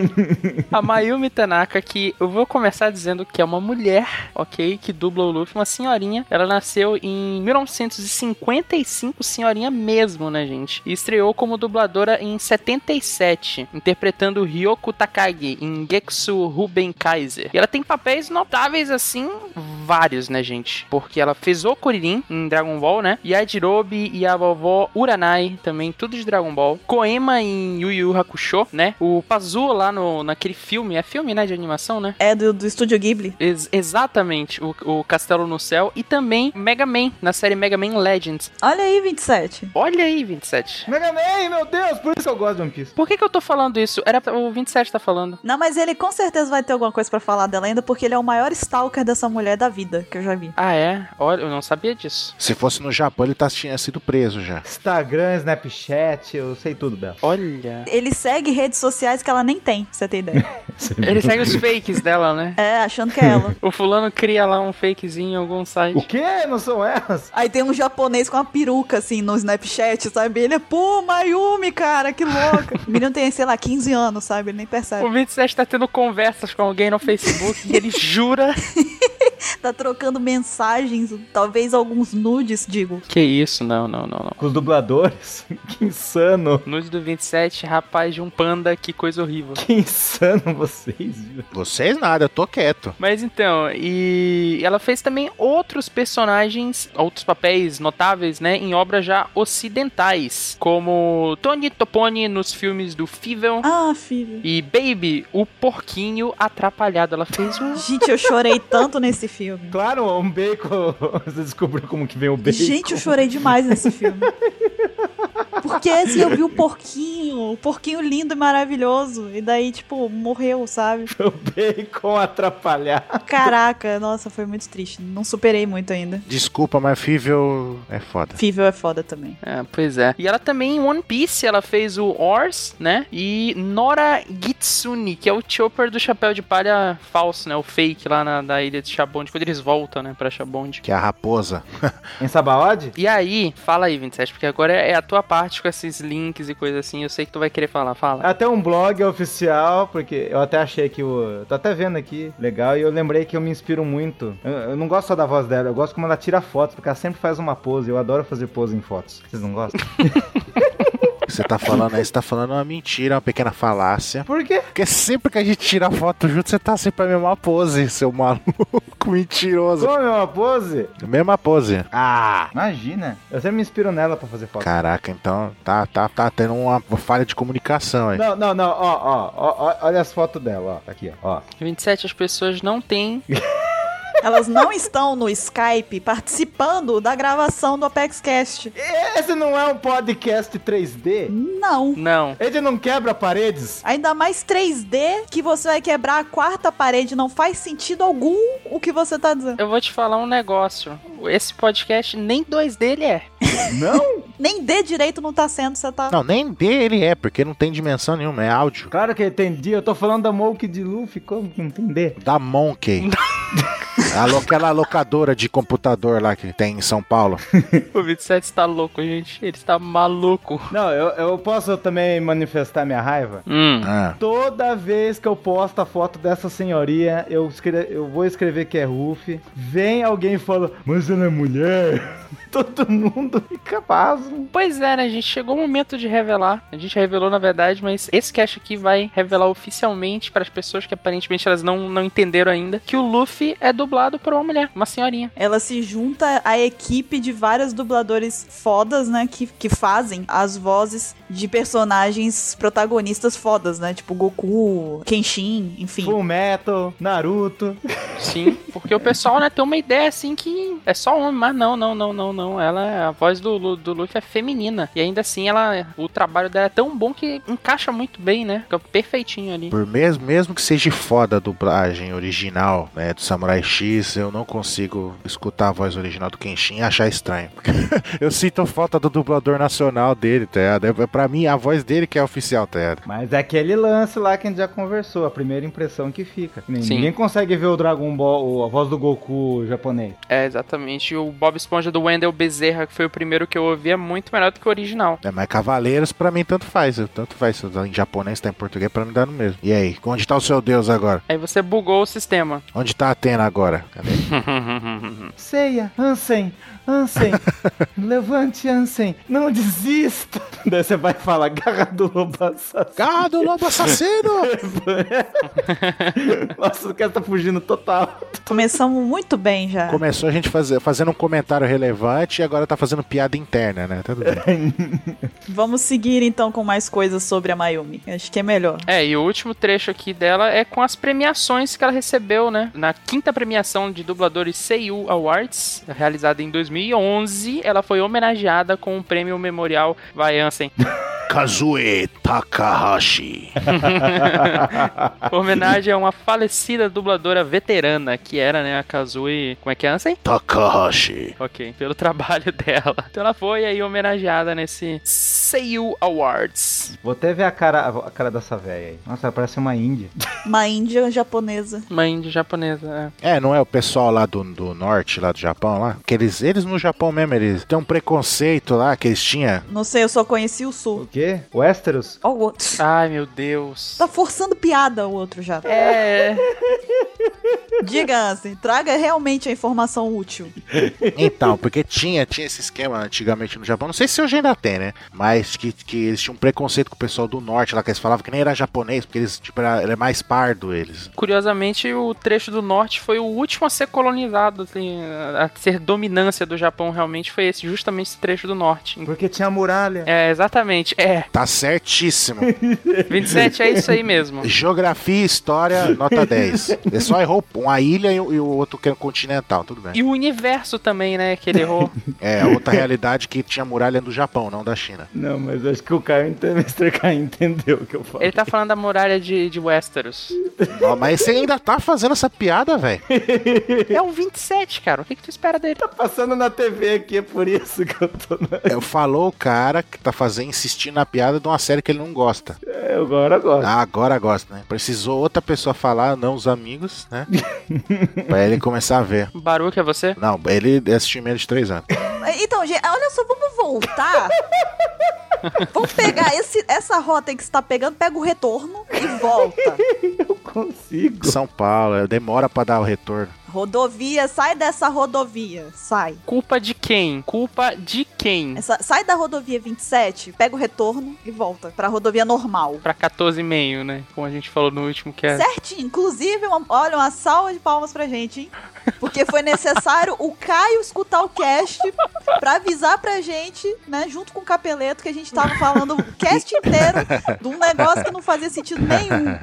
Speaker 2: A Mayumi Tanaka, que eu vou começar dizendo que é uma mulher, ok? Que dubla o Luffy, uma senhorinha. Ela nasceu em 1955, senhorinha mesmo, né, gente? E estreou como dubladora em 77, interpretando Ryoko Takagi em Geksu Ruben Kaiser. E ela tem papéis notáveis, assim, vários, né, gente? Porque ela fez o Kuririn em Dragon Ball, né? E a Jirobe e a vovó Uranai também, tudo de Dragon Ball. Koema em Yu Yu Hakusho, né? O Pazuo lá no, naquele filme, é filme, né, de animação, né?
Speaker 1: É do, do estúdio Ghibli.
Speaker 2: Ex- exatamente, o, o Castelo no Céu. E também Mega Man, na série Mega Man Legends.
Speaker 1: Olha aí, 27.
Speaker 2: Olha aí, 27.
Speaker 4: Mega Man, meu Deus, por isso eu gosto de One Piece.
Speaker 2: Por que, que eu tô falando isso? Era pra- o 27 tá falando.
Speaker 1: Não, mas ele com certeza vai ter alguma coisa pra falar dela ainda, porque ele é o maior stalker dessa mulher da vida que eu já vi.
Speaker 2: Ah, é? Olha, eu não sabia disso.
Speaker 3: Se fosse no Japão, ele tá- tinha sido preso já.
Speaker 4: Instagram, Snapchat, eu sei tudo dela.
Speaker 2: Olha.
Speaker 1: Ele segue redes sociais que ela nem tem, pra você ter ideia.
Speaker 2: Ele segue os fakes dela, né?
Speaker 1: É, achando que é ela.
Speaker 2: O fulano cria lá um fakezinho em algum site.
Speaker 4: O quê? Não são elas?
Speaker 1: Aí tem um japonês com uma peruca, assim, no Snapchat, sabe? Ele é, pô, Mayumi, cara, que louca. O menino tem, sei lá, 15 anos, sabe? Ele nem percebe.
Speaker 2: O 27 tá tendo conversas com alguém no Facebook e ele jura.
Speaker 1: Tá trocando mensagens, talvez alguns nudes, digo.
Speaker 2: Que isso, não, não, não, não.
Speaker 4: Com os dubladores? *laughs* Que insano.
Speaker 2: Nude do 27, rapaz de um panda, que coisa horrível.
Speaker 4: Que insano vocês, viu?
Speaker 3: Vocês nada, eu tô quieto.
Speaker 2: Mas então, e ela fez também outros personagens, outros papéis notáveis, né, em obras já ocidentais, como Tony Topone nos filmes do Fivel
Speaker 1: Ah, filho.
Speaker 2: e Baby, o porquinho atrapalhado. Ela
Speaker 1: *laughs*
Speaker 2: fez um
Speaker 1: Gente, eu chorei tanto nesse filme.
Speaker 4: Claro, um bacon. *laughs* Você descobriu como que vem o bacon.
Speaker 1: Gente, eu chorei demais nesse filme. Porque assim, eu vi o porquinho, o porquinho lindo e maravilhoso. E daí, tipo, morreu, sabe?
Speaker 4: *laughs* O bacon atrapalhado.
Speaker 1: Caraca, nossa, foi muito triste. Não superei muito ainda.
Speaker 3: Desculpa, mas Fivel é foda.
Speaker 1: Fível é foda também.
Speaker 2: É, pois é. E ela também em One Piece, ela fez o Ors, né? E Nora Gitsune, que é o Chopper do Chapéu de Palha falso, né? O fake lá na, da ilha de Shabond, quando eles voltam, né, pra Shabond.
Speaker 3: Que é a raposa. *laughs*
Speaker 4: Em Sabaody?
Speaker 2: E aí, fala aí, 27, porque agora é a tua parte com esses links e coisa assim, eu sei que tu vai querer falar, fala.
Speaker 4: Até um blog oficial, porque eu até achei que o. Tô até vendo aqui, legal, e eu lembrei que eu me inspiro muito. Eu, eu não gosto só da voz dela, eu gosto como ela tira fotos, porque ela sempre faz uma pose. Eu adoro fazer pose em fotos. Vocês não gostam?
Speaker 3: Você tá falando aí, você tá falando uma mentira, uma pequena falácia.
Speaker 4: *laughs* Por quê?
Speaker 3: Porque sempre que a gente tira foto junto, você tá sempre a mesma pose, seu maluco *laughs* mentiroso.
Speaker 4: Como é uma pose?
Speaker 3: Mesma pose.
Speaker 4: Ah! Imagina! Eu sempre me inspiro nela pra fazer foto.
Speaker 3: Caraca, então tá, tá, tá tendo uma falha de comunicação aí.
Speaker 4: Não, não, não, ó, ó, ó, ó, olha as fotos dela, ó, tá aqui, ó.
Speaker 2: 27, as pessoas não têm.
Speaker 1: Elas não estão no Skype participando da gravação do Apex Cast.
Speaker 4: Esse não é um podcast 3D?
Speaker 1: Não.
Speaker 2: Não.
Speaker 4: Ele não quebra paredes?
Speaker 1: Ainda mais 3D que você vai quebrar a quarta parede. Não faz sentido algum o que você tá dizendo.
Speaker 2: Eu vou te falar um negócio. Esse podcast nem 2 dele é.
Speaker 4: Não?
Speaker 1: Nem D direito não tá sendo, você tá.
Speaker 3: Não, nem D ele é, porque não tem dimensão nenhuma, é áudio.
Speaker 4: Claro que entendi, eu tô falando da Moke de Luffy, como que entender?
Speaker 3: Da Monkey. A lo- Aquela locadora de computador lá que tem em São Paulo.
Speaker 2: O 27 está tá louco, gente. Ele está maluco.
Speaker 4: Não, eu, eu posso também manifestar minha raiva?
Speaker 2: Hum.
Speaker 3: Ah,
Speaker 4: Toda vez que eu posto a foto dessa senhoria, eu, escre- eu vou escrever que é Ruffy. Vem alguém e fala, mas ela é mulher. *laughs* Todo mundo fica pasmo.
Speaker 2: Pois é, né, gente? Chegou o momento de revelar. A gente revelou, na verdade, mas esse cast aqui vai revelar oficialmente para as pessoas que aparentemente elas não, não entenderam ainda que o Luffy é dublado por uma mulher, uma senhorinha.
Speaker 1: Ela se junta à equipe de vários dubladores fodas, né? Que, que fazem as vozes de personagens protagonistas fodas, né? Tipo Goku, Kenshin, enfim.
Speaker 4: Full Metal, Naruto.
Speaker 2: Sim, porque o pessoal, né, tem uma ideia assim que é só homem, mas não, não, não, não, não. Ela, é, a voz do, Lu- do Luffy é feminina. E ainda assim, ela, o trabalho dela é tão bom que encaixa muito bem, né? Fica perfeitinho ali.
Speaker 3: por mesmo, mesmo que seja foda a dublagem original né, do Samurai X, eu não consigo escutar a voz original do Kenshin e achar estranho. *laughs* eu sinto falta do dublador nacional dele, tá ligado? É- Pra mim, a voz dele que é oficial, tá ligado?
Speaker 4: Mas é aquele lance lá que a gente já conversou, a primeira impressão que fica. Nem-
Speaker 2: Sim.
Speaker 4: Ninguém consegue ver o Dragon Ball, o- a voz do Goku japonês.
Speaker 2: É, exatamente. O Bob Esponja do Wendell Bezerra, que foi o primeiro que eu ouvi, é muito melhor do que o original.
Speaker 3: É, mas Cavaleiros, pra mim, tanto faz. eu- Tanto faz. Se tá em japonês, se tá em português, pra mim dá no mesmo. E aí, onde tá o seu Deus agora?
Speaker 2: Aí você bugou o sistema.
Speaker 3: Onde tá a Atena agora? Cadê?
Speaker 4: Seiya, Ansem, *laughs* Ansem, levante Ansem, não desista. *laughs* Daí você vai falar, garra do lobo *laughs* assassino.
Speaker 3: *laughs* Gado, lobo assassino!
Speaker 4: Nossa, o cara tá fugindo total.
Speaker 1: Começamos muito bem já.
Speaker 3: Começou a gente fazer, fazendo um comentário relevante e agora tá fazendo piada interna, né? Tudo bem.
Speaker 1: Vamos seguir então com mais coisas sobre a Mayumi. Acho que é melhor.
Speaker 2: É, e o último trecho aqui dela é com as premiações que ela recebeu, né? Na quinta premiação de dubladores Seiyu Awards, realizada em 2011, ela foi homenageada com o prêmio memorial Vaiansen.
Speaker 3: Kazue Takahashi.
Speaker 2: Homenagem a uma falecida dubladora veterana, que era, né, a Kazui... Como é que é, Ansem?
Speaker 3: Takahashi.
Speaker 2: Ok, pelo *laughs* trabalho dela. Então ela foi aí homenageada nesse Seiyu Awards.
Speaker 4: *laughs* Vou até ver a cara, a cara dessa véia aí. Nossa, ela parece uma índia.
Speaker 1: Uma índia japonesa.
Speaker 2: Mãe de japonesa, né?
Speaker 3: É, não é o pessoal lá do, do norte, lá do Japão, lá? Que eles, eles no Japão mesmo, eles têm um preconceito lá que eles tinham.
Speaker 1: Não sei, eu só conheci o sul.
Speaker 4: O Oh. quê? Westeros?
Speaker 1: Ó, o outro.
Speaker 2: é. Ai, meu Deus.
Speaker 1: Tá forçando piada o outro já.
Speaker 2: É,
Speaker 1: *laughs* Diga, assim, traga realmente a informação útil.
Speaker 3: Então, porque tinha, tinha esse esquema antigamente no Japão, não sei se hoje ainda tem, né? Mas que, que eles tinham um preconceito com o pessoal do norte lá, que eles falavam que nem era japonês, porque eles, tipo, era, era mais pardo eles.
Speaker 2: Curiosamente, o trecho do norte foi o último a ser colonizado, assim, a ser dominância do Japão realmente foi esse, justamente esse trecho do norte.
Speaker 4: Porque tinha muralha.
Speaker 2: É, exatamente. É,
Speaker 3: Tá certíssimo.
Speaker 2: 27 é isso aí
Speaker 3: *laughs*
Speaker 2: mesmo.
Speaker 3: Geografia e história, nota 10. Ele só errou uma ilha e o e o outro que é continental, tudo bem.
Speaker 2: E o universo também, né, que ele errou.
Speaker 3: É, outra realidade que tinha muralha do Japão, não da China.
Speaker 4: Não, mas acho que o Caio, ente- Mr. Caio entendeu o que eu falei.
Speaker 2: Ele tá falando da muralha de, de Westeros.
Speaker 3: Ó, mas você ainda tá fazendo essa piada, velho.
Speaker 2: É o 27, cara. O que, que tu espera dele?
Speaker 4: Tá passando na TV aqui, é por isso que eu tô... Na...
Speaker 3: É, Falou o cara que tá fazendo, insistindo na piada de uma série que ele não gosta.
Speaker 4: É, agora, agora.
Speaker 3: Ah, agora gosta, né? Precisou outra pessoa falar, não os amigos, né? pra ele começar a ver.
Speaker 2: Baruque, é você?
Speaker 3: Não, ele assistiu em menos de 3 anos.
Speaker 1: Então, gente, olha só, vamos voltar. Vamos pegar esse, essa rota aí que você tá pegando, pega o retorno e volta.
Speaker 4: Eu consigo.
Speaker 3: São Paulo, é, demora pra dar o retorno.
Speaker 1: Rodovia, sai dessa rodovia. Sai.
Speaker 2: Culpa de quem? Culpa de quem?
Speaker 1: Essa- sai da rodovia 27, pega o retorno e volta pra rodovia normal.
Speaker 2: Pra 14,5, né? Como a gente falou no último que é.
Speaker 1: Certinho. Inclusive, uma- olha, uma salva de palmas pra gente, hein? Porque foi necessário o Caio escutar o cast pra avisar pra gente, né, junto com o Capeleto, que a gente tava falando o cast inteiro de um negócio que não fazia sentido nenhum.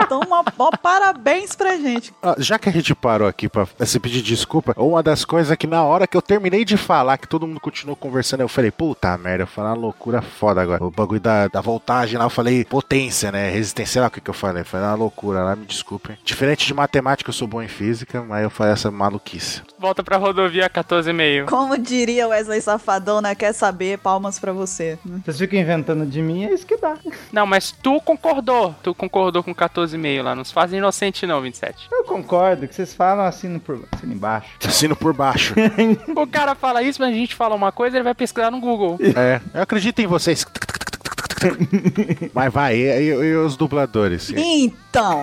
Speaker 1: Então, uma mó, mó parabéns pra gente.
Speaker 3: Ah, Já que a gente parou aqui pra pra se pedir desculpa, uma das coisas que na hora que eu terminei de falar, que todo mundo continuou conversando, eu falei, puta merda, eu falei uma loucura foda agora. O bagulho da, da voltagem lá, eu falei potência, né? Resistência, lá o que, que eu falei? Eu falei uma loucura lá, me desculpem. Diferente de matemática, eu sou bom em física, mas eu falei essa maluquice.
Speaker 8: Volta pra rodovia 14,5.
Speaker 1: Como diria Wesley Safadona, quer saber? Palmas pra você.
Speaker 4: Vocês ficam inventando de mim, é isso que dá.
Speaker 8: Não, mas tu concordou. Tu concordou com 14,5 lá. Não se faz inocente não,
Speaker 4: *laughs*
Speaker 8: 27.
Speaker 4: Eu concordo que vocês falam assim por assim embaixo.
Speaker 3: Assino por baixo.
Speaker 8: O cara fala isso, mas a gente fala uma coisa, ele vai pesquisar no Google.
Speaker 3: é, eu acredito em vocês. mas vai, e, e- e os dubladores?
Speaker 1: Então.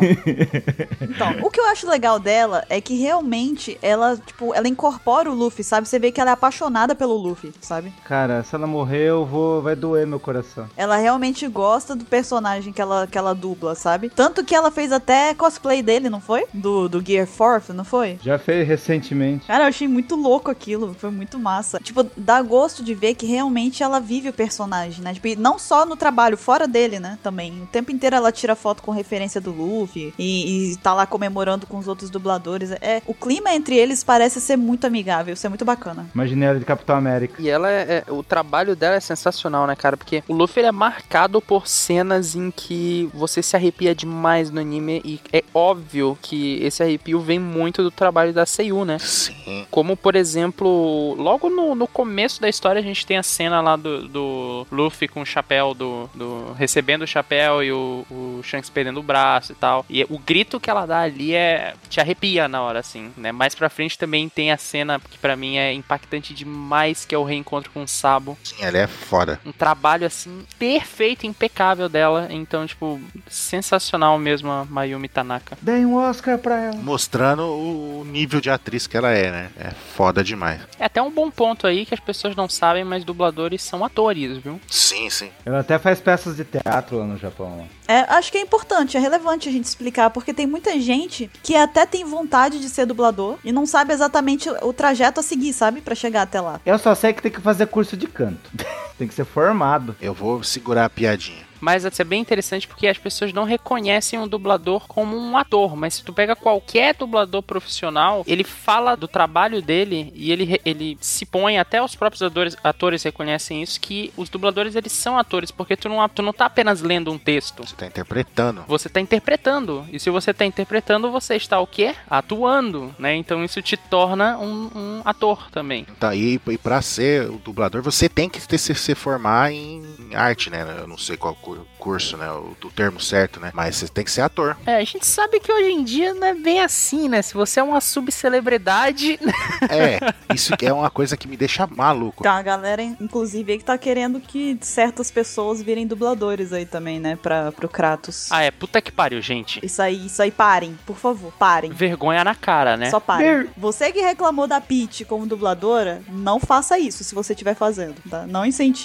Speaker 1: Então, o que eu acho legal dela é que realmente ela, tipo, ela incorpora o Luffy, sabe? Você vê que ela é apaixonada pelo Luffy, sabe?
Speaker 4: Cara, se ela morrer, eu vou. Vai doer meu coração.
Speaker 1: Ela realmente gosta do personagem que ela, que ela dubla, sabe? Tanto que ela fez até cosplay dele, não foi? Do, do Gear 4, não foi?
Speaker 4: Já fez recentemente.
Speaker 1: Cara, eu achei muito louco aquilo, foi muito massa. Tipo, dá gosto de ver que realmente ela vive o personagem, né? Tipo, e não só no trabalho, fora dele, né? Também. O tempo inteiro ela tira foto com referência do Luffy e, e tá lá comemorando com os outros dubladores. É, o clima entre eles parece ser muito amigável, isso é muito bacana.
Speaker 4: Imaginei ela de Capitão América.
Speaker 2: E ela é, é- o trabalho dela é sensacional, né, cara? Porque o Luffy ele é marcado por cenas em que você se arrepia demais no anime e é óbvio que esse arrepio vem muito do trabalho da Seiyu, né?
Speaker 3: Sim.
Speaker 2: Como, por exemplo, logo no, no começo da história a gente tem a cena lá do, do Luffy com o chapéu, do, do- recebendo o chapéu e o, o Shanks perdendo o braço e tal. E o grito que ela dá ali é. te arrepia na hora, assim, né? Mais pra frente também tem a cena que pra mim é impactante demais, que é o reencontro com o Sabo.
Speaker 3: Sim, ela é foda.
Speaker 2: Um trabalho, assim, perfeito, impecável dela. Então, tipo, sensacional mesmo a Mayumi Tanaka.
Speaker 4: Dei um Oscar pra ela.
Speaker 3: Mostrando o o nível de atriz que ela é, né? É foda demais.
Speaker 2: É até um bom ponto aí que as pessoas não sabem, mas dubladores são atores, viu?
Speaker 3: Sim, sim.
Speaker 4: Ela até faz peças de teatro lá no Japão. ó.
Speaker 1: É, acho que é importante, é relevante a gente explicar, porque tem muita gente que até tem vontade de ser dublador e não sabe exatamente o trajeto a seguir, sabe? Pra chegar até lá.
Speaker 4: Eu só sei que tem que fazer curso de canto. *laughs* tem que ser formado.
Speaker 3: Eu vou segurar a piadinha.
Speaker 2: Mas isso é bem interessante porque as pessoas não reconhecem o dublador como um ator. Mas se tu pega qualquer dublador profissional, ele fala do trabalho dele e ele, re- ele se põe, até os próprios atores, atores reconhecem isso, que os dubladores eles são atores, porque tu não, tu não tá apenas lendo um texto.
Speaker 3: Você tá interpretando.
Speaker 2: Você tá interpretando. E se você tá interpretando, você está o quê? Atuando, né? Então isso te torna um- um ator também.
Speaker 3: Tá aí, e pra ser o dublador, você tem que ter, se, se formar em em arte, né? Eu não sei qual cu- curso, né? O, o termo certo, né? Mas você tem que ser ator.
Speaker 2: É, a gente sabe que hoje em dia não é bem assim, né? Se você é uma subcelebridade. né?
Speaker 3: É, isso que é uma coisa que me deixa maluco.
Speaker 1: Tá, a galera, inclusive, aí que tá querendo que certas pessoas virem dubladores aí também, né? Pra, pro Kratos.
Speaker 2: Ah, é, puta que pariu, gente.
Speaker 1: Isso aí, isso aí, parem, por favor, parem.
Speaker 2: Vergonha na cara, né?
Speaker 1: Só parem. Você que reclamou da Peach como dubladora, não faça isso se você estiver fazendo, tá? Não incentive.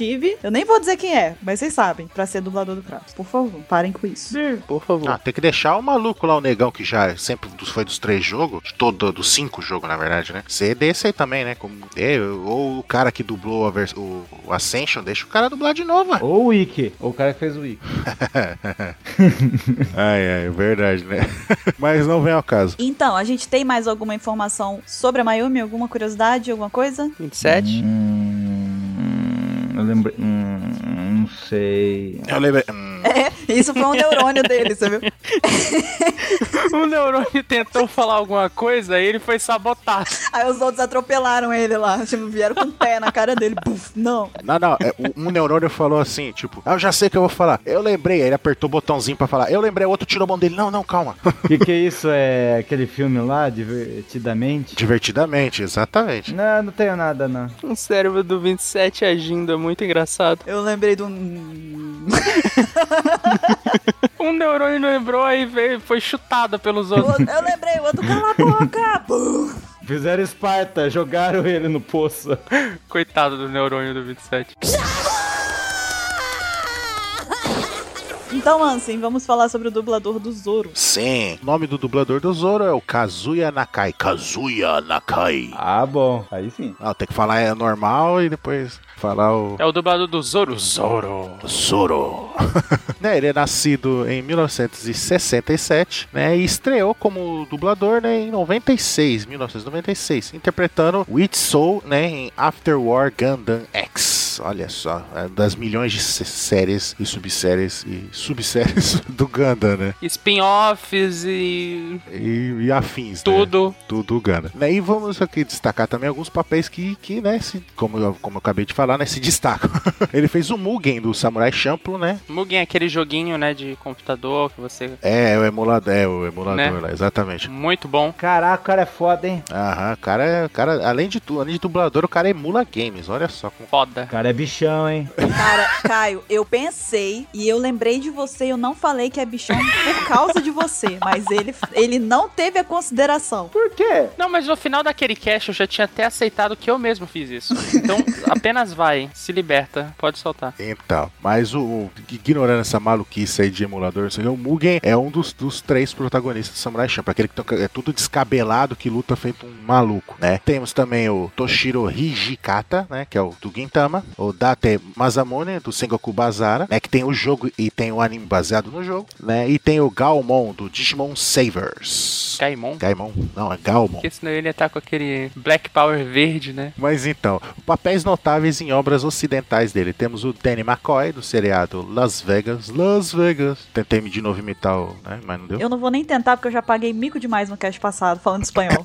Speaker 1: Eu nem vou dizer quem é, mas vocês sabem, pra ser dublador do Kratos. Por favor, parem com isso.
Speaker 2: Por favor.
Speaker 3: Ah, tem que deixar o maluco lá, o negão, que já sempre dos- foi dos três jogos, de todo, dos cinco jogos, na verdade, né? Você desse aí também, né? Como, é, ou o cara que dublou a vers- o, o Ascension, deixa o cara dublar de novo, ué.
Speaker 4: Ou o Wiki. Ou o cara que fez o Wiki.
Speaker 3: Ai, ai, verdade, né? *laughs* Mas não vem ao caso.
Speaker 1: Então, a gente tem mais alguma informação sobre a Mayumi? Alguma curiosidade, alguma coisa?
Speaker 2: 27.
Speaker 4: Hum, eu lembrei. Hum, não sei.
Speaker 3: Eu lembrei. hum,
Speaker 1: Isso foi um neurônio dele, você viu?
Speaker 2: o neurônio *laughs* tentou falar alguma coisa e ele foi sabotado.
Speaker 1: Aí os outros atropelaram ele lá. Tipo, vieram com o pé na cara dele. Buf, não.
Speaker 3: Não, não, é, o- um neurônio falou assim, tipo, ah, eu já sei o que eu vou falar. Eu lembrei, aí ele apertou o botãozinho pra falar. Eu lembrei, o outro tirou a mão dele. Não, não, calma. *laughs*
Speaker 4: Que que é isso? É aquele filme lá, divertidamente?
Speaker 3: Divertidamente, exatamente.
Speaker 4: Não, não tenho nada, não.
Speaker 2: O cérebro do 27 agindo é muito engraçado.
Speaker 1: Eu lembrei do. hum.
Speaker 2: Um neurônio não lembrou aí veio, foi chutado pelos
Speaker 1: O
Speaker 2: *laughs* outros.
Speaker 1: outro- Eu lembrei, o outro cala a boca! Bum.
Speaker 4: Fizeram Esparta, jogaram ele no poço.
Speaker 2: Coitado do neurônio do 27.
Speaker 1: Então, Ansem, vamos falar sobre o dublador do Zoro.
Speaker 3: Sim. O nome do dublador do Zoro é o Kazuya Nakai. Kazuya Nakai.
Speaker 4: Ah, bom. Aí sim.
Speaker 3: Ah, tem que falar é normal e depois falar o
Speaker 8: É o dublador do Zoro.
Speaker 3: Zoro. Zoro. *laughs* né, ele é nascido em 1967, né, e estreou como dublador, né, em 96, 1996, interpretando Witsou, né, em After War Gundam X. Olha só, é das milhões de sé- séries e subséries e subséries *laughs* do Gundam, né?
Speaker 8: Spin-offs e
Speaker 3: E, e afins, né?
Speaker 8: tudo.
Speaker 3: do, do Gana. Né, E vamos aqui destacar também alguns papéis que, que né, se- como, eu, como eu acabei de falar, né, se destacam. *laughs* Ele fez o Mugen do Samurai Champloo, né?
Speaker 8: Mugen é aquele joguinho, né, de computador que você...
Speaker 3: É, o emulador, é, o emulador
Speaker 8: Né?
Speaker 3: lá, exatamente.
Speaker 8: Muito bom.
Speaker 4: Caraca, o cara é foda, hein?
Speaker 3: Aham, o cara, é- o cara, além de tudo, além de dublador, o cara emula games, olha só. como-
Speaker 8: Foda.
Speaker 4: O cara é bichão, hein?
Speaker 1: Cara, Caio, eu pensei e eu lembrei de você. Eu não falei que é bichão por causa de você, mas ele, ele não teve a consideração.
Speaker 4: Por quê?
Speaker 8: Não, mas no final daquele cast eu já tinha até aceitado que eu mesmo fiz
Speaker 2: *laughs*
Speaker 8: isso. Então, apenas vai, se liberta, pode soltar.
Speaker 3: Então, mas o, o- ignorando essa maluquice aí de emulador, isso aí, o Mugen é um dos, dos três protagonistas do Samurai Champloo, aquele que toca- é tudo descabelado, que luta feito um maluco, né? Temos também o Toshiro Hijikata, né, que é o do Gintama, o Date Masamune, do Sengoku Bazara, né, que tem o jogo e tem o anime baseado no jogo, né? E tem o Galmon, do Digimon Savers.
Speaker 8: Gaimon.
Speaker 3: Gaimon? Não, é Galmon.
Speaker 8: Porque senão ele ia estar com aquele Black Power verde, né?
Speaker 3: Mas então, papéis notáveis em obras ocidentais dele. Temos o Danny McCoy, do seriado Las Vegas. Las Vegas. Tentei de novo imitar o, né? Mas não deu.
Speaker 1: Eu não vou nem tentar porque eu já paguei mico demais no cast passado falando espanhol.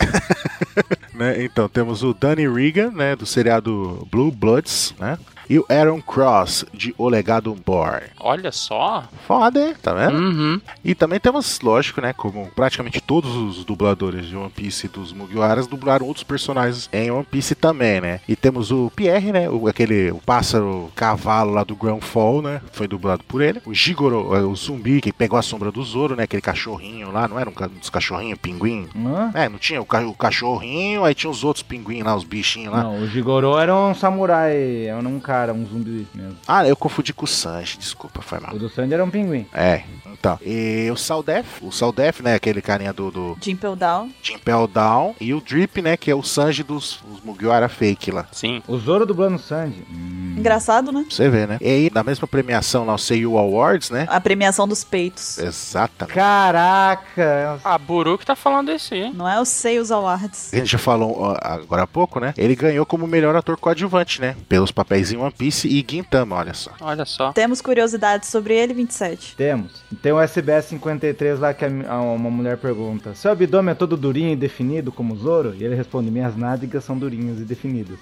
Speaker 3: Né, Então, temos o Danny Regan, né? Do seriado Blue Bloods, né? E o Aaron Cross, de O Legado Born.
Speaker 8: Olha só.
Speaker 3: Foda, hein? tá vendo?
Speaker 8: Uhum.
Speaker 3: E também temos, lógico, né? Como praticamente todos os dubladores de One Piece e dos Mugiwaras dublaram outros personagens em One Piece também, né? E temos o Pierre, né? O, aquele o pássaro cavalo lá do Grand Fall, né? Foi dublado por ele. O Jigoro, é, o zumbi que pegou a sombra do Zoro, né? Aquele cachorrinho lá, não era um, ca- um dos cachorrinhos, pinguim?
Speaker 4: Hã?
Speaker 3: É, não tinha o, ca- o cachorrinho, aí tinha os outros pinguim lá, os bichinhos lá.
Speaker 4: Não, o Jigoro era um samurai, era um cara, um zumbi mesmo.
Speaker 3: Ah, eu confundi com o Sanji, desculpa, foi mal.
Speaker 4: O do Sandy era um pinguim.
Speaker 3: É, então. E o Saldef, o Saldef, né? Aquele carinha do- do
Speaker 1: Jimple Down.
Speaker 3: Timpel Down e o Drip, né? Que é o Sanji dos os Mugiwara Fake lá.
Speaker 8: Sim.
Speaker 4: O Zoro dublando o Sandy. Hum.
Speaker 1: Engraçado, né?
Speaker 3: Pra você ver, né? E aí, na mesma premiação lá, o Seiyu Awards, né?
Speaker 1: A premiação dos peitos.
Speaker 3: É. Exatamente.
Speaker 4: Caraca!
Speaker 8: A Buru que tá falando isso aí, hein?
Speaker 1: Não é o Seios Awards.
Speaker 3: A gente já falou ó, agora há pouco, né? Ele ganhou como melhor ator coadjuvante, né? Pelos papéis em One Piece e Gintama, olha só.
Speaker 8: Olha só.
Speaker 1: Temos curiosidades sobre ele, 27.
Speaker 4: Temos. Tem o SBS 53 lá que a- a- uma mulher pergunta: Seu abdômen é todo durinho e definido como o Zoro? E ele responde: Minhas nádegas são durinhas e definidas.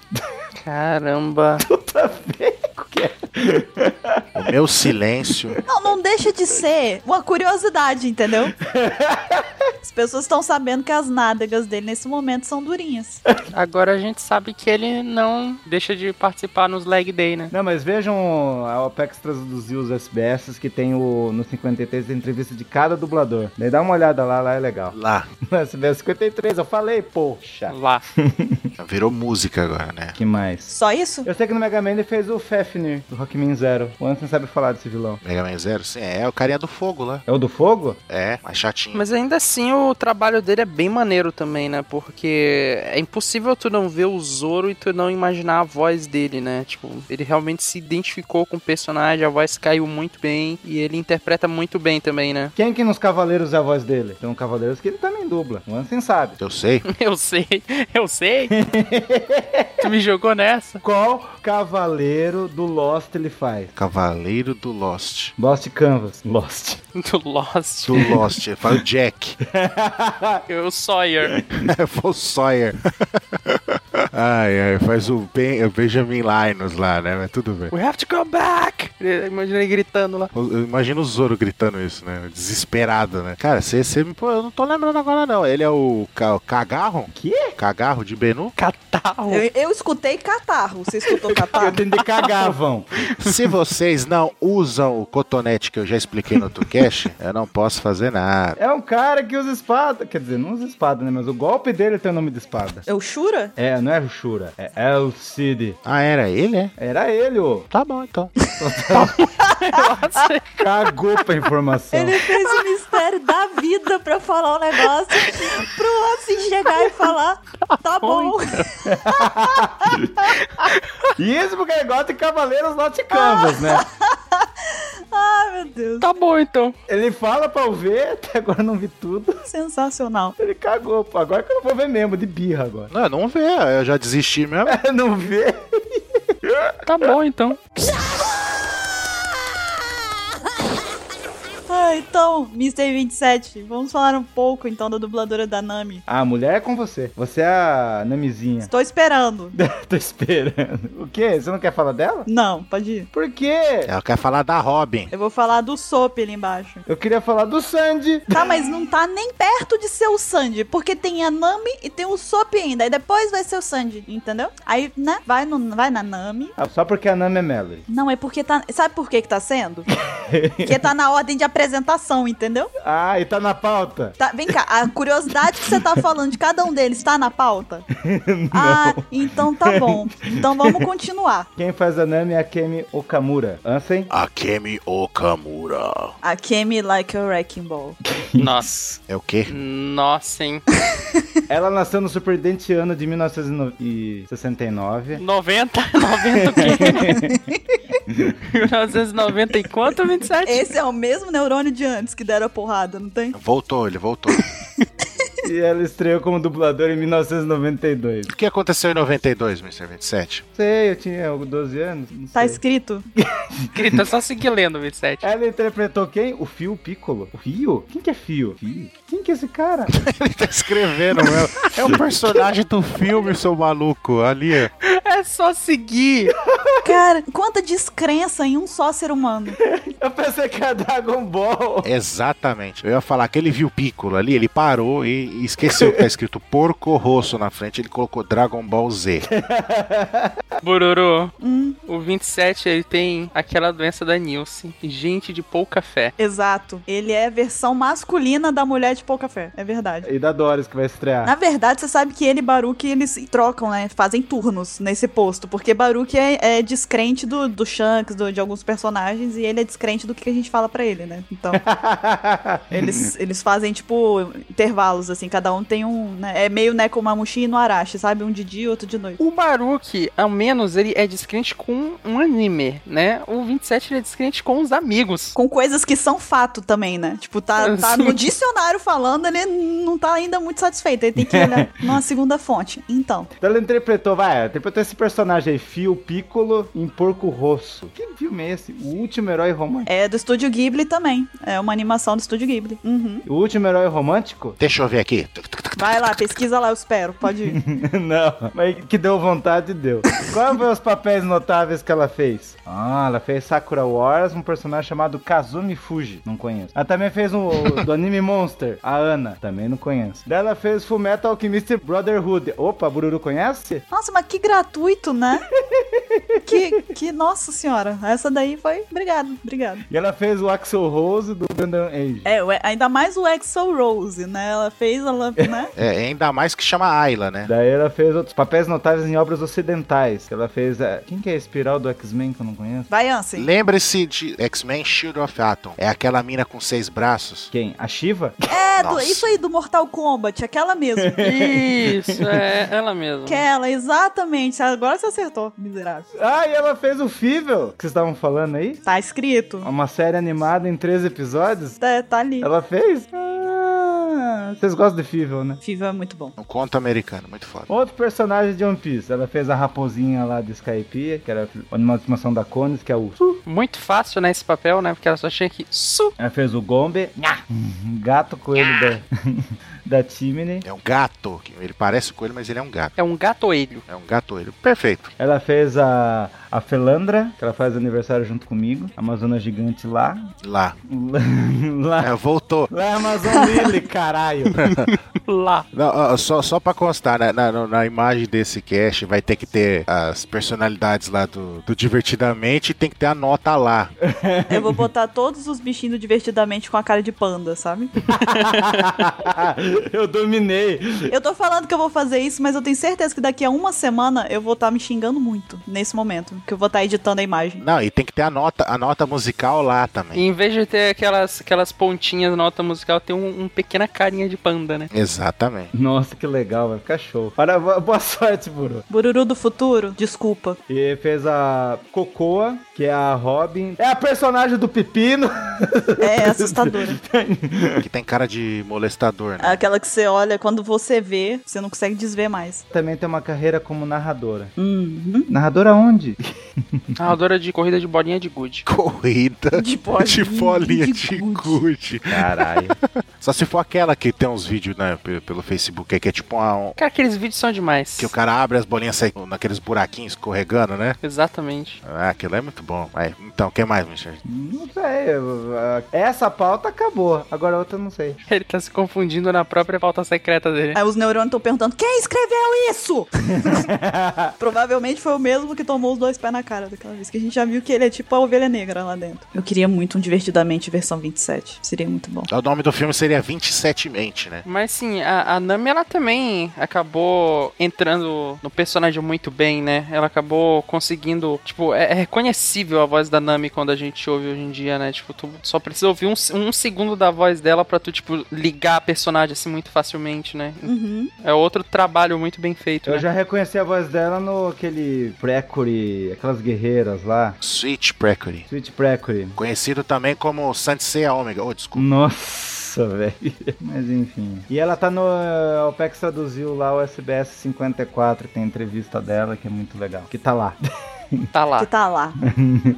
Speaker 8: Caramba.
Speaker 3: O meu silêncio.
Speaker 1: Não, não deixa de ser uma curiosidade, entendeu? As pessoas estão sabendo que as nádegas dele nesse momento são durinhas.
Speaker 8: Agora a gente sabe que ele não deixa de participar nos leg day, né?
Speaker 4: Não, mas vejam, a OPEX traduziu os SBS que tem o, no 53 a entrevista de cada dublador. Daí dá uma olhada lá, lá é legal. *laughs*
Speaker 3: Lá.
Speaker 4: No SBS 53, eu falei,
Speaker 2: Hum.
Speaker 4: poxa.
Speaker 8: Lá.
Speaker 3: Virou música agora, né?
Speaker 4: Que mais?
Speaker 1: Só isso?
Speaker 4: Eu sei que no Mega Man ele fez o Fafnir do Rockman Zero. O Anson sabe falar desse vilão.
Speaker 3: Mega Man Zero? Sim, é o carinha do fogo lá.
Speaker 4: É o do fogo?
Speaker 3: É, mais chatinho.
Speaker 2: Mas ainda assim o trabalho dele é bem maneiro também, né? Porque é impossível tu não ver o Zoro e tu não imaginar a voz dele, né? Tipo, ele realmente se identificou com o personagem, a voz caiu muito bem e ele interpreta muito bem também, né?
Speaker 4: Quem que nos Cavaleiros é a voz dele? Tem um Cavaleiros que ele também dubla. O Anson sabe.
Speaker 3: Eu sei.
Speaker 8: *laughs* Eu sei, eu *laughs* sei. tu me jogou nessa?
Speaker 4: Qual cavaleiro do Lost ele faz?
Speaker 3: Cavaleiro do Lost.
Speaker 4: Lost Canvas. Lost.
Speaker 8: Do Lost.
Speaker 3: Do Lost. Fala o Jack.
Speaker 8: Eu, Sawyer.
Speaker 3: *laughs* Foi o É, Sawyer. ai, ai, faz o, ben, o Benjamin Linus lá, né? Mas tudo bem.
Speaker 8: We have to go back! *laughs* Imagina ele gritando lá.
Speaker 3: Eu eu imagino o Zoro gritando isso, né? Desesperado, né? Cara, você me. Pô, eu não tô lembrando agora, não. Ele é o, ca, o Cagarro?
Speaker 4: Quê?
Speaker 3: Cagarro de Benu?
Speaker 8: Catarro.
Speaker 1: Eu, eu escutei catarro. Você escutou
Speaker 4: Eu *laughs*
Speaker 1: catarro?
Speaker 4: entendi cagavão.
Speaker 3: Se vocês não usam o cotonete que eu já expliquei no Tucast, eu não posso fazer nada.
Speaker 4: É um cara que usa espada. Quer dizer, não usa espada, né? Mas o golpe dele tem o nome de espada.
Speaker 1: É o Shura?
Speaker 4: É, não é bairro chora. É El Cid.
Speaker 3: Ah, era ele, é?
Speaker 4: Era ele, ô.
Speaker 3: Tá bom,
Speaker 4: *laughs*
Speaker 3: então.
Speaker 4: Cagou pra informação.
Speaker 1: Ele fez o mistério da vida pra falar um negócio pro assim chegar e falar, tá bom.
Speaker 4: Isso porque ele gosta de Cavaleiros Nauticanos, né?
Speaker 1: *laughs* Ai, meu Deus.
Speaker 2: Tá bom, então.
Speaker 4: Ele fala pra eu ver, até agora eu não vi tudo.
Speaker 1: Sensacional.
Speaker 4: Ele cagou, pô. Agora que eu não vou ver mesmo, de birra agora.
Speaker 3: Não,
Speaker 4: *laughs*
Speaker 3: não vê, eu já desisti mesmo.
Speaker 4: Não vê?
Speaker 2: Tá
Speaker 8: *laughs*
Speaker 2: bom, então.
Speaker 1: Ah, então, Mr. 27, vamos falar um pouco então da dubladora da Nami.
Speaker 4: Ah, a mulher é com você. Você é a Namizinha. *laughs*
Speaker 1: Estou esperando.
Speaker 4: Tô esperando. O quê? Você não quer falar dela?
Speaker 1: Não, pode ir.
Speaker 4: Por quê?
Speaker 3: Ela quer É, falar da Robin.
Speaker 1: Eu vou falar do Sop ali embaixo.
Speaker 4: Eu queria falar do Sandy.
Speaker 1: Tá, mas não tá nem perto de ser o Sandy, porque tem a Nami e tem o Sop ainda, aí depois vai ser o Sandy, entendeu? Aí, né, vai, no, vai na Nami.
Speaker 4: Ah, Só porque a Nami é Melody.
Speaker 1: Não, é porque tá... Sabe por que que tá sendo? porque tá na ordem de apresentação, entendeu?
Speaker 4: Ah, e tá na pauta.
Speaker 1: Tá, vem cá, a curiosidade que você tá falando de cada um deles tá na pauta? Ah, então tá bom. Então vamos continuar.
Speaker 4: Quem faz a Nami é a Kemi Okamura. Ansem?
Speaker 3: Akemi Okamura.
Speaker 1: A Kemi Like a Wrecking Ball.
Speaker 8: Nossa.
Speaker 3: É o quê?
Speaker 8: Nossa, hein?
Speaker 4: Ela nasceu no Super Dente ano de
Speaker 8: *laughs*
Speaker 4: 1969.
Speaker 8: 90, 90 o quê? *laughs* 1990 e quanto, 27?
Speaker 1: Esse é o mesmo neurônio de antes que deram a porrada, não tem?
Speaker 3: Voltou, ele voltou.
Speaker 4: E ela estreou como dubladora em 1992.
Speaker 3: o que aconteceu em 92, Mr. 27?
Speaker 4: Sei, eu tinha 12 anos. Não
Speaker 1: Tá
Speaker 4: sei.
Speaker 1: escrito?
Speaker 8: Grita, é só seguir lendo, 27.
Speaker 4: Ela interpretou quem? O Fio Piccolo. O Fio? Quem que é Fio? Fio? Quem que é esse cara?
Speaker 3: *laughs* Ele tá escrevendo, meu. É um personagem do filme, seu maluco. Ali, ó.
Speaker 8: É só seguir.
Speaker 1: Cara, quanta descrença em um só ser humano.
Speaker 4: *laughs* Eu pensei que era Dragon Ball.
Speaker 3: Exatamente. Eu ia falar que ele viu o Piccolo ali, ele parou e e esqueceu que tá escrito Porco Rosso na frente. Ele colocou Dragon Ball Z.
Speaker 8: Bururu, o 27, ele tem aquela doença da Nilce. Gente de pouca fé.
Speaker 1: Exato. Ele é a versão masculina da mulher de pouca fé. É verdade.
Speaker 4: E da Doris que vai estrear. *laughs*
Speaker 1: Na verdade, você sabe que ele e Baruque, eles se trocam, né? Fazem turnos nesse posto. Porque Baruque é, é descrente do, do Shanks, do- de alguns personagens, e ele é descrente do que a gente fala pra ele, né? Então, eles, eles fazem, tipo, intervalos, assim. Cada um tem um, né? É meio, né, como a e no Arashi, sabe? Um de dia e outro de noite.
Speaker 8: O Baruque, ao menos, ele é descrente com um anime, né? O 27, ele é descrente com os amigos.
Speaker 1: Com coisas que são fato também, né? Tipo, tá, tá no dicionário falando, ele não tá ainda muito satisfeito. Ele tem que olhar numa segunda fonte. Então,
Speaker 4: Então ela interpretou, vai, ela interpretou esse personagem aí, Fio Piccolo em Porco Rosso. Que filme é esse? O último herói romântico.
Speaker 1: é do Estúdio Ghibli também. É uma animação do Estúdio Ghibli. Uhum.
Speaker 4: O último herói romântico?
Speaker 3: Deixa eu ver aqui.
Speaker 1: Vai lá, pesquisa lá, eu espero. Pode ir.
Speaker 4: *laughs* Não. Mas que deu vontade, deu. Qual foi os papéis notáveis que ela fez? Ah, ela fez Sakura Wars, um personagem chamado Kazumi Fuji. Não conheço. Ela também fez um do anime Monster, a Ana. Também não conheço. Daí ela fez Fullmetal Alchemist Brotherhood. Opa, Bururu conhece?
Speaker 1: Nossa, mas que gratuito, né? Que, que, nossa senhora. Essa daí foi. Obrigado, obrigado.
Speaker 4: E ela fez o Axel Rose do Gundam Age.
Speaker 1: É, o- ainda mais o Exo Rose, né? Ela fez, ela, né?
Speaker 3: É, ainda mais que chama Ayla, né?
Speaker 4: Daí ela fez outros papéis notáveis em obras ocidentais. Que ela fez. é, Quem que é a espiral do X-Men que eu não conheço?
Speaker 1: Vai, Ansem.
Speaker 3: Lembre-se de X-Men Shield of Atom. É aquela mina com seis braços.
Speaker 4: Quem? A Shiva? *laughs*
Speaker 1: É, do-
Speaker 3: Nossa.
Speaker 1: isso aí do Mortal Kombat, aquela mesmo.
Speaker 8: Isso, *laughs* é ela mesma.
Speaker 1: Aquela, exatamente. Agora você acertou, miserável.
Speaker 4: Ah, e ela fez o Fível, que vocês estavam falando aí?
Speaker 1: Tá escrito.
Speaker 4: Uma série animada em três episódios?
Speaker 1: Tá, tá ali.
Speaker 4: Ela fez? Ah, vocês gostam de Fível, né?
Speaker 1: Fiva é muito bom.
Speaker 3: Um conto americano, muito foda.
Speaker 4: Outro personagem de One Piece, ela fez a raposinha lá de Skypiea, que era uma animação da Cones, que é o Su.
Speaker 8: Muito fácil, né, esse papel, né? Porque ela só tinha que... Su!
Speaker 4: Ela fez o Gombe, Nha. um gato coelho da, *laughs* da Chimney.
Speaker 3: É um gato. que Ele parece com ele, mas ele é um gato.
Speaker 8: É um gatoelho.
Speaker 3: É um gato ele. Perfeito.
Speaker 4: Ela fez a, a Felandra, que ela faz aniversário junto comigo, Amazona Gigante lá. *laughs*
Speaker 3: Lá.
Speaker 4: Lá,
Speaker 3: É, voltou.
Speaker 4: lá é Amazon Lily, caralho. *laughs*
Speaker 2: lá.
Speaker 3: Não, ó, só, só pra constar, né, na, na- na- na imagem desse cast vai ter que ter as personalidades lá do, do Divertidamente e tem que ter a nota lá.
Speaker 1: Eu vou botar todos os bichinhos divertidamente com a cara de panda, sabe?
Speaker 4: eu dominei.
Speaker 1: Eu tô falando que eu vou fazer isso, mas eu tenho certeza que daqui a uma semana eu vou estar me xingando muito nesse momento, que eu vou estar editando a imagem.
Speaker 3: Não, e tem que ter a nota, a nota musical lá
Speaker 8: E
Speaker 3: também.
Speaker 8: em vez de ter aquelas, aquelas pontinhas na nota musical, tem um, um pequena carinha de panda, né?
Speaker 3: Exatamente.
Speaker 4: Nossa, que legal, vai ficar show. Para, boa *laughs* sorte, Buru.
Speaker 1: Bururu do futuro, desculpa.
Speaker 4: E fez a Cocoa, que é a Robin. É a personagem do Pepino. *laughs*
Speaker 1: É assustadora.
Speaker 3: Que tem cara de molestador, né? *laughs*
Speaker 1: Aquela que você olha, quando você vê, você não consegue desver mais.
Speaker 4: Também tem uma carreira como narradora.
Speaker 1: Uhum.
Speaker 4: Narradora onde? *laughs*
Speaker 8: Narradora de corrida de bolinha de gude.
Speaker 3: Corrida
Speaker 1: De bolinha
Speaker 3: de bolinha
Speaker 1: de
Speaker 3: de gude.
Speaker 4: Caralho.
Speaker 3: Só se for aquela que tem uns vídeos né, pe- pelo Facebook, aí, que é tipo uma, um-
Speaker 8: Cara, aqueles vídeos são demais.
Speaker 3: que o cara abre as bolinhas sai naqueles buraquinhos escorregando, né?
Speaker 8: Exatamente. *laughs*
Speaker 3: Ah, aquilo é muito bom. Mas, então, o que mais, Michel?
Speaker 4: não sei. eu- a- Essa pauta acabou. Agora a outra eu não sei.
Speaker 8: Ele tá se confundindo na própria pauta secreta dele.
Speaker 1: Aí os neurônios estão perguntando: quem escreveu *laughs* isso? Provavelmente foi o mesmo que tomou os dois pés na cara daquela vez, que a gente já viu que ele é tipo a ovelha negra lá dentro. Eu queria muito um Divertidamente versão 27. Seria muito bom.
Speaker 3: O nome do filme seria 27 Mente, né?
Speaker 8: Mas sim, a, a Nami ela também acabou entrando no personagem muito bem, né? Ela acabou conseguindo. Tipo, é, é reconhecível a voz da Nami quando a gente ouve hoje em dia, né? Tipo, tu só precisa ouvir um, se- um segundo da voz dela pra tu, tipo, ligar a personagem assim muito facilmente, né?
Speaker 1: Uhum.
Speaker 8: É outro trabalho muito bem feito,
Speaker 4: Eu
Speaker 8: né?
Speaker 4: já reconheci a voz dela no aquele Precure, aquelas guerreiras lá.
Speaker 3: Switch Precure.
Speaker 4: Sweet Precure.
Speaker 3: Conhecido também como Sansei Omega. Oh, desculpa.
Speaker 4: Nossa, velho. Mas enfim. E ela tá no. O PEC traduziu lá o SBS 54, tem entrevista dela que é muito legal. Que tá *laughs* lá.
Speaker 8: Tá lá.
Speaker 1: Que tá lá.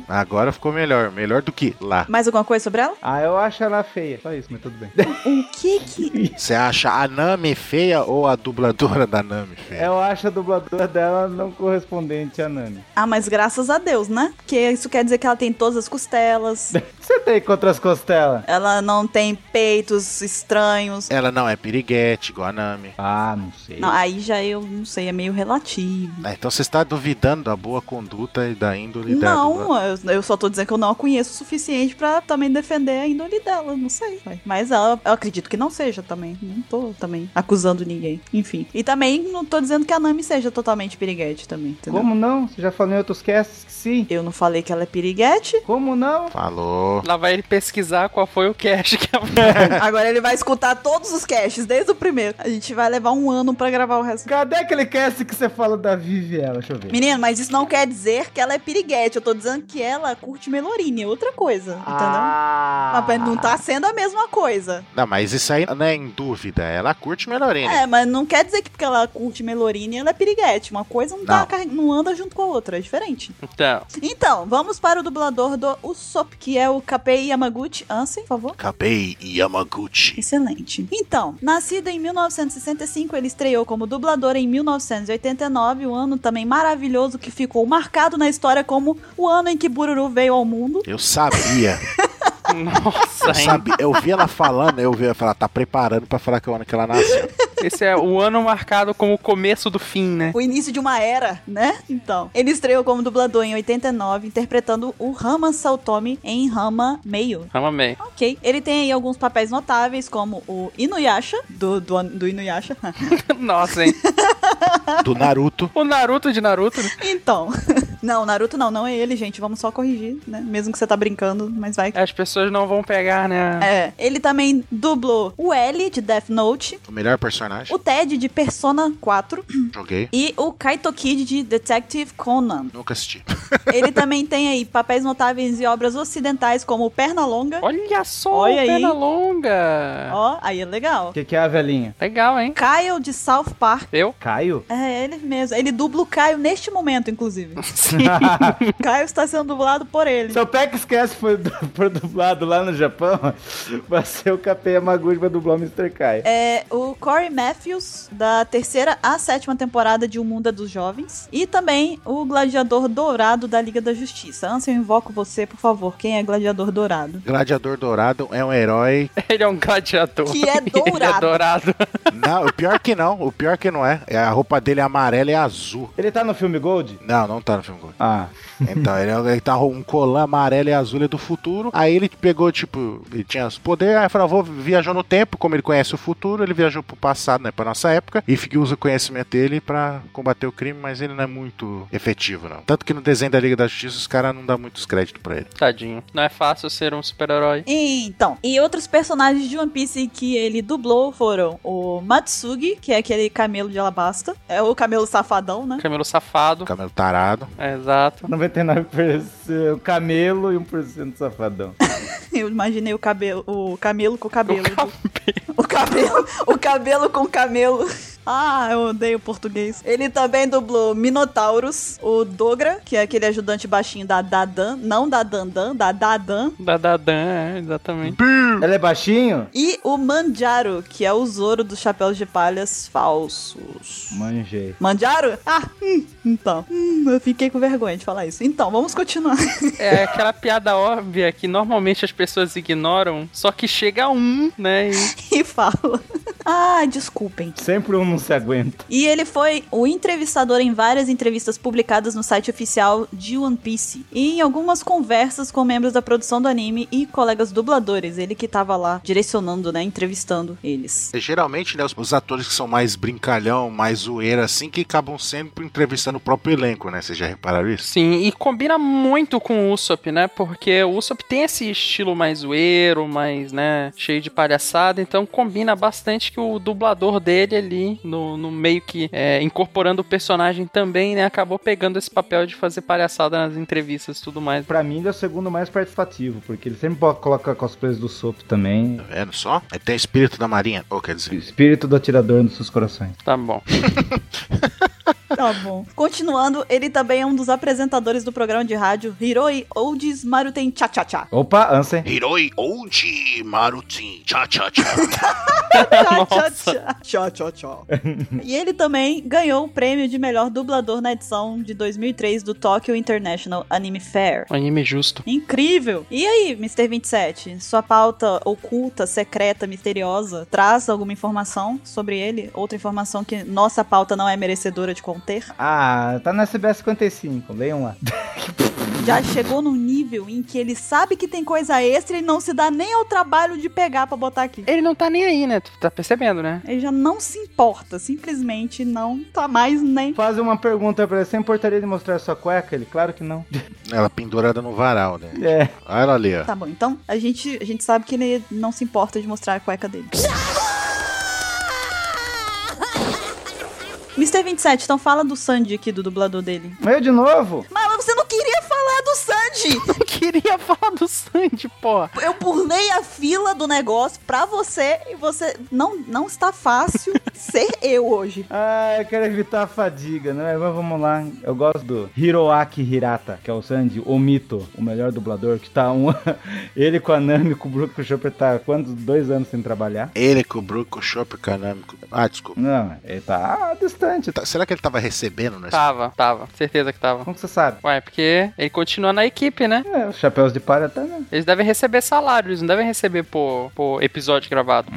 Speaker 3: Agora ficou melhor. Melhor do que lá.
Speaker 1: Mais alguma coisa sobre ela?
Speaker 4: Ah, eu acho ela feia. Só isso, mas tudo bem.
Speaker 1: O que que.
Speaker 3: Você acha a Nami feia ou a dubladora da Nami feia?
Speaker 4: *laughs* Eu acho a dubladora dela não correspondente à Nami.
Speaker 1: Ah, mas graças a Deus, né? Porque isso quer dizer que ela tem todas as costelas,
Speaker 4: Você tá tem contra as costelas?
Speaker 1: ela não tem peitos estranhos.
Speaker 3: Ela não é piriguete, igual a Nami.
Speaker 4: Ah, não sei.
Speaker 1: Não, aí já eu não sei, é meio relativo.
Speaker 3: Ah, então você está duvidando da boa conduta e da índole dela.
Speaker 1: Não, eu, eu só tô dizendo que eu não a conheço o suficiente pra também defender a índole dela, não sei. vai. Mas ela, eu acredito que não seja também. Não tô também acusando ninguém. Enfim. E também não tô dizendo que a Nami seja totalmente piriguete também, entendeu?
Speaker 4: Como não? Você já falou em outros casts que sim.
Speaker 1: Eu não falei que ela é
Speaker 4: *laughs*
Speaker 1: piriguete,
Speaker 4: Como não?
Speaker 3: Falou.
Speaker 8: Lá vai ele pesquisar qual foi o cast que a
Speaker 1: agora ele vai escutar todos os casts, desde o primeiro. A gente vai levar um ano pra gravar o resto.
Speaker 4: Cadê aquele cast que você fala da Vivi ela? Deixa eu ver.
Speaker 1: Menino, mas isso não quer dizer que ela é piriguete. Eu tô dizendo que ela curte melorinha, é outra coisa, entendeu?
Speaker 4: Ah,
Speaker 1: Mas não tá sendo a mesma coisa.
Speaker 3: Não, mas isso aí não é em dúvida. Ela curte melhorinha.
Speaker 1: É, mas não quer dizer que porque ela curte Melorina ela é piriguete. Uma coisa não, tá
Speaker 3: Não.
Speaker 1: carre- não anda junto com a outra, é diferente.
Speaker 8: *laughs* Então,
Speaker 1: Então, vamos para o dublador do Usopp, que é o Kapei Yamaguchi. Ansem, por favor.
Speaker 3: Kabei Yamaguchi.
Speaker 1: Excelente. Então, nascido em 1965, ele estreou como dublador em 1989, um ano também maravilhoso que ficou marcado na história como o ano em que Bururu veio ao mundo. *laughs*
Speaker 3: Eu sabia.
Speaker 8: nossa,
Speaker 1: Tá
Speaker 3: Eu
Speaker 8: hein?
Speaker 3: sabia. Eu vi ela falando, eu vi ela falar, tá preparando pra falar que é o ano que ela nasceu.
Speaker 8: Esse é o ano marcado como o começo do fim, né?
Speaker 1: O início de uma era, né? Então. Ele estreou como dublador em 89, interpretando o Rama Saltomi em Rama Meio.
Speaker 8: Amei.
Speaker 1: Ok. Ele tem aí alguns papéis notáveis, como o Inuyasha, do, do, do Inuyasha. *laughs*
Speaker 8: Nossa, hein?
Speaker 3: Do Naruto.
Speaker 8: O Naruto de Naruto, né?
Speaker 1: então. *laughs* Não, Naruto não, não é ele, gente. Vamos só corrigir, né? Mesmo que você tá brincando, mas vai.
Speaker 8: As pessoas não vão pegar, né?
Speaker 1: É. Ele também dublou o L de Death Note,
Speaker 3: O melhor personagem.
Speaker 1: o Ted de Persona 4
Speaker 3: Joguei.
Speaker 1: e o Kaito Kid de Detective Conan.
Speaker 3: Nunca assisti.
Speaker 1: Ele também tem aí papéis notáveis em obras ocidentais como Pernalonga.
Speaker 8: Olha só,
Speaker 1: Olha aí.
Speaker 8: perna longa.
Speaker 1: Ó, aí é legal.
Speaker 4: O que, que é a velhinha?
Speaker 8: Legal, hein?
Speaker 1: Kyle de South Park.
Speaker 8: Eu?
Speaker 4: Caio?
Speaker 1: É, ele mesmo. Ele dubla o Caio neste momento, inclusive. *laughs* Caio está sendo dublado por ele.
Speaker 4: Seu Peck esquece foi, du- *laughs* foi dublado lá no Japão. Vai ser o Capé Yamaguchi pra dublar o Mr. Kai.
Speaker 1: É o Corey Matthews, da terceira à sétima temporada de O Mundo é dos Jovens. E também o Gladiador Dourado Dourado da Liga da Justiça. Ansem, eu invoco você, por favor. Quem é Gladiador Dourado?
Speaker 3: Gladiador Dourado é um herói.
Speaker 2: *laughs* Ele é um gladiador.
Speaker 1: Que é dourado.
Speaker 2: *laughs* Ele é dourado.
Speaker 3: Não, o pior que não. O pior que não é. É, A roupa dele é amarela e azul.
Speaker 4: Ele tá no filme Gold?
Speaker 3: Não, não tá no filme Gold.
Speaker 4: Ah.
Speaker 3: Então, ele, é- ele tá com um colã amarelo e azul ele é do futuro. Aí ele pegou, tipo, ele tinha os poderes. Aí falou, "Ah, vou viajou no tempo. Como ele conhece o futuro, ele viajou pro passado, né? Pra nossa época. E fica- usa o conhecimento dele pra combater o crime, mas ele não é muito efetivo, não. Tanto que no desenho da Liga da Justiça, os caras não dão muitos créditos pra ele.
Speaker 2: Tadinho. Não é fácil ser um super-herói.
Speaker 1: Então, e outros personagens de One Piece que ele dublou foram o Matsugi, que é aquele camelo de alabasta. É o camelo safadão, né?
Speaker 2: Camelo safado.
Speaker 3: Camelo tarado.
Speaker 2: É, exato.
Speaker 4: 99% *laughs* camelo e 1% safadão.
Speaker 1: *laughs* Eu imaginei o cabelo, o camelo com o cabelo. O cabelo, o cabelo com camelo. Ah, eu odeio português. Ele também dublou Minotauros, o Dogra, que é aquele ajudante baixinho da Dadan, não da Dandan, da Dadan,
Speaker 2: *laughs* Da Dadan, é, exatamente.
Speaker 4: Ele é baixinho?
Speaker 1: e o Manjaro, que é o Zoro dos Chapéus de Palhas Falsos.
Speaker 4: Manjei.
Speaker 1: Manjaro? Ah, hum, então. Hum, eu fiquei com vergonha de falar isso. Então, vamos continuar. *laughs*
Speaker 2: É aquela piada óbvia que normalmente as pessoas ignoram, só que chega um, né? E
Speaker 1: e fala. Ah, desculpem.
Speaker 4: Sempre um não se aguenta.
Speaker 1: E ele foi o entrevistador em várias entrevistas publicadas no site oficial de One Piece e em algumas conversas com membros da produção do anime e colegas dubladores, ele que tava lá direcionando, né, entrevistando eles.
Speaker 3: É, Geralmente, né, os, os atores que são mais brincalhão, mais zoeira, assim, que acabam sempre entrevistando o próprio elenco, né? Vocês já repararam isso?
Speaker 2: sim, e combina muito com o Usopp, né? Porque o Usopp tem esse estilo mais zoeiro, mais, né, cheio de palhaçada, então combina bastante que o dublador dele ali, no, no meio que é, incorporando o personagem também, né, acabou pegando esse papel de fazer palhaçada nas entrevistas e tudo mais.
Speaker 4: Pra mim, ele é o segundo mais participativo, porque ele sempre bo- coloca cosplays do Sop também.
Speaker 3: Tá vendo só? É, Tem espírito da marinha. Ou quer dizer,
Speaker 4: Espírito do atirador nos seus corações.
Speaker 2: Tá bom.
Speaker 1: Tá bom. Continuando, ele também é um dos apresentadores do programa de rádio Hiroi Oldies Maruten Cha Cha *laughs* Cha.
Speaker 4: Opa, Ansem.
Speaker 3: Hiroi Ouji Marutin. Tchá, tchá, tchá.
Speaker 1: Tchá, tchá, tchá. Tchá, tchá, tchá. *laughs* E ele também ganhou o prêmio de melhor dublador na edição de 2003 do Tokyo International Anime Fair.
Speaker 2: Anime justo.
Speaker 1: Incrível! E aí, Mr. 27? Sua pauta oculta, secreta, misteriosa, traz alguma informação sobre ele? Outra informação que nossa pauta não é merecedora de conter?
Speaker 4: Ah, tá na SBS 55, leiam lá. *laughs*
Speaker 1: Já chegou num nível em que ele sabe que tem coisa extra e não se dá nem ao trabalho de pegar pra botar aqui.
Speaker 2: Ele não tá nem aí, né? Tu tá percebendo, né? *laughs*
Speaker 1: Ele já não se importa, simplesmente não tá mais nem.
Speaker 4: Faz uma pergunta pra ele, você importaria de mostrar sua cueca? Ele, claro que *laughs* não.
Speaker 3: Ela pendurada no varal, né?
Speaker 4: É,
Speaker 3: Olha ela ali, ó.
Speaker 1: Tá bom, então a gente, a gente sabe que ele não se importa de mostrar a cueca *laughs* dele. Mr. 27, então fala do Sandy aqui, do dublador dele.
Speaker 4: mas eu de novo?
Speaker 1: Mas você não queria falar do Sandy!
Speaker 2: queria falar do Sandy, porra.
Speaker 1: Eu pulei a fila do negócio pra você e você. Não, não está *laughs* fácil ser eu hoje.
Speaker 4: Ah, eu quero evitar a fadiga, né? Mas vamos lá. Eu gosto do Hiroaki Hirata, que é o Sandy, o mito, o melhor dublador, que tá um. *laughs* ele com a Nami, com o Brook, com o Chopper, tá há quantos? Dois anos sem trabalhar?
Speaker 3: Ele com o Brook, o Chopper, canâmico. Ah, desculpa.
Speaker 4: Não, ele tá distante.
Speaker 3: Tá- será que ele tava recebendo,
Speaker 1: Tá.
Speaker 3: né?
Speaker 2: Tava, tava. Certeza que tava.
Speaker 4: Como que você sabe?
Speaker 2: Ué, porque ele continua na equipe, né?
Speaker 4: É, os chapéus de palha tá, né?
Speaker 2: Eles devem receber salário, eles não devem receber por, por episódio gravado.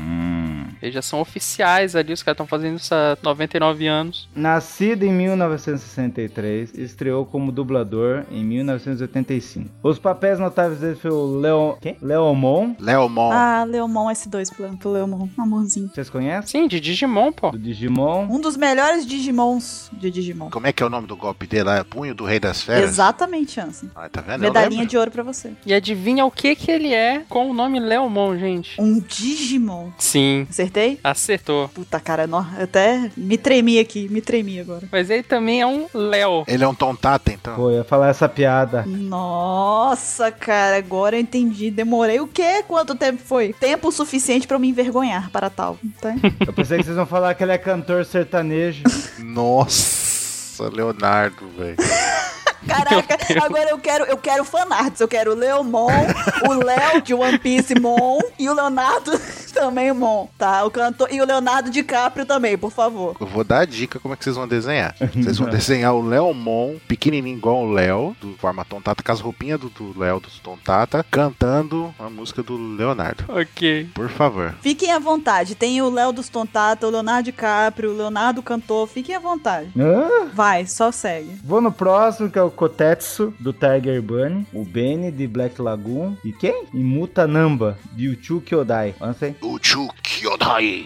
Speaker 2: Eles já são oficiais ali, os caras estão fazendo isso há 99 anos.
Speaker 4: Nascido em 1963, estreou como dublador em 1985. Os papéis notáveis dele foi o Leon... Quem? Leomon.
Speaker 3: Leomon.
Speaker 1: Ah, Leomon S2 pro- pro Leomon, amorzinho.
Speaker 4: Vocês conhecem?
Speaker 2: Sim, de Digimon, pô.
Speaker 4: Do Digimon.
Speaker 1: Um dos melhores Digimons de Digimon.
Speaker 3: Como é que é o nome do golpe dele? É punho do rei das feras?
Speaker 1: Exatamente, Ansem.
Speaker 3: Ah, tá vendo? Eu
Speaker 1: Medalhinha
Speaker 3: lembro.
Speaker 1: de ouro pra você.
Speaker 2: E adivinha o que que ele é com o nome Leomon, gente?
Speaker 1: Um Digimon.
Speaker 2: Sim,
Speaker 1: Acertei?
Speaker 2: acertou.
Speaker 1: Puta, cara, nó- eu até me tremi aqui, me tremi agora.
Speaker 2: Mas ele também é um Leo.
Speaker 3: Ele é um tontata, então.
Speaker 4: Pô, eu ia falar essa piada.
Speaker 1: Nossa, cara, agora eu entendi. Demorei o quê? Quanto tempo foi? Tempo suficiente pra eu me envergonhar para tal. tá?
Speaker 4: Eu pensei que vocês vão falar que ele é cantor sertanejo.
Speaker 3: Nossa, Leonardo, velho.
Speaker 1: Caraca, agora eu quero, eu quero fanarts. Eu quero o Leomon, o Léo de One Piece Mon e o Leonardo *laughs* também, Mon, tá? O cantor e o Leonardo DiCaprio também, por favor.
Speaker 3: Eu vou dar a dica como é que vocês vão desenhar. Vocês vão desenhar o Leomon, pequenininho igual o Léo, do forma Tontata, com as roupinhas do, do Léo dos Tontata, cantando a música do Leonardo.
Speaker 2: Ok.
Speaker 3: Por favor.
Speaker 1: Fiquem à vontade. Tem o Léo dos Tontata, o Leonardo DiCaprio, o Leonardo cantor. Fiquem à vontade.
Speaker 4: Hã?
Speaker 1: Vai, só segue.
Speaker 4: Vou no próximo, que é o Kotetsu, do Tiger Bunny. O Benny, de Black Lagoon. E quem? E Mutanamba, de Uchu Kyodai. Não sei.
Speaker 3: Uchu Kyodai.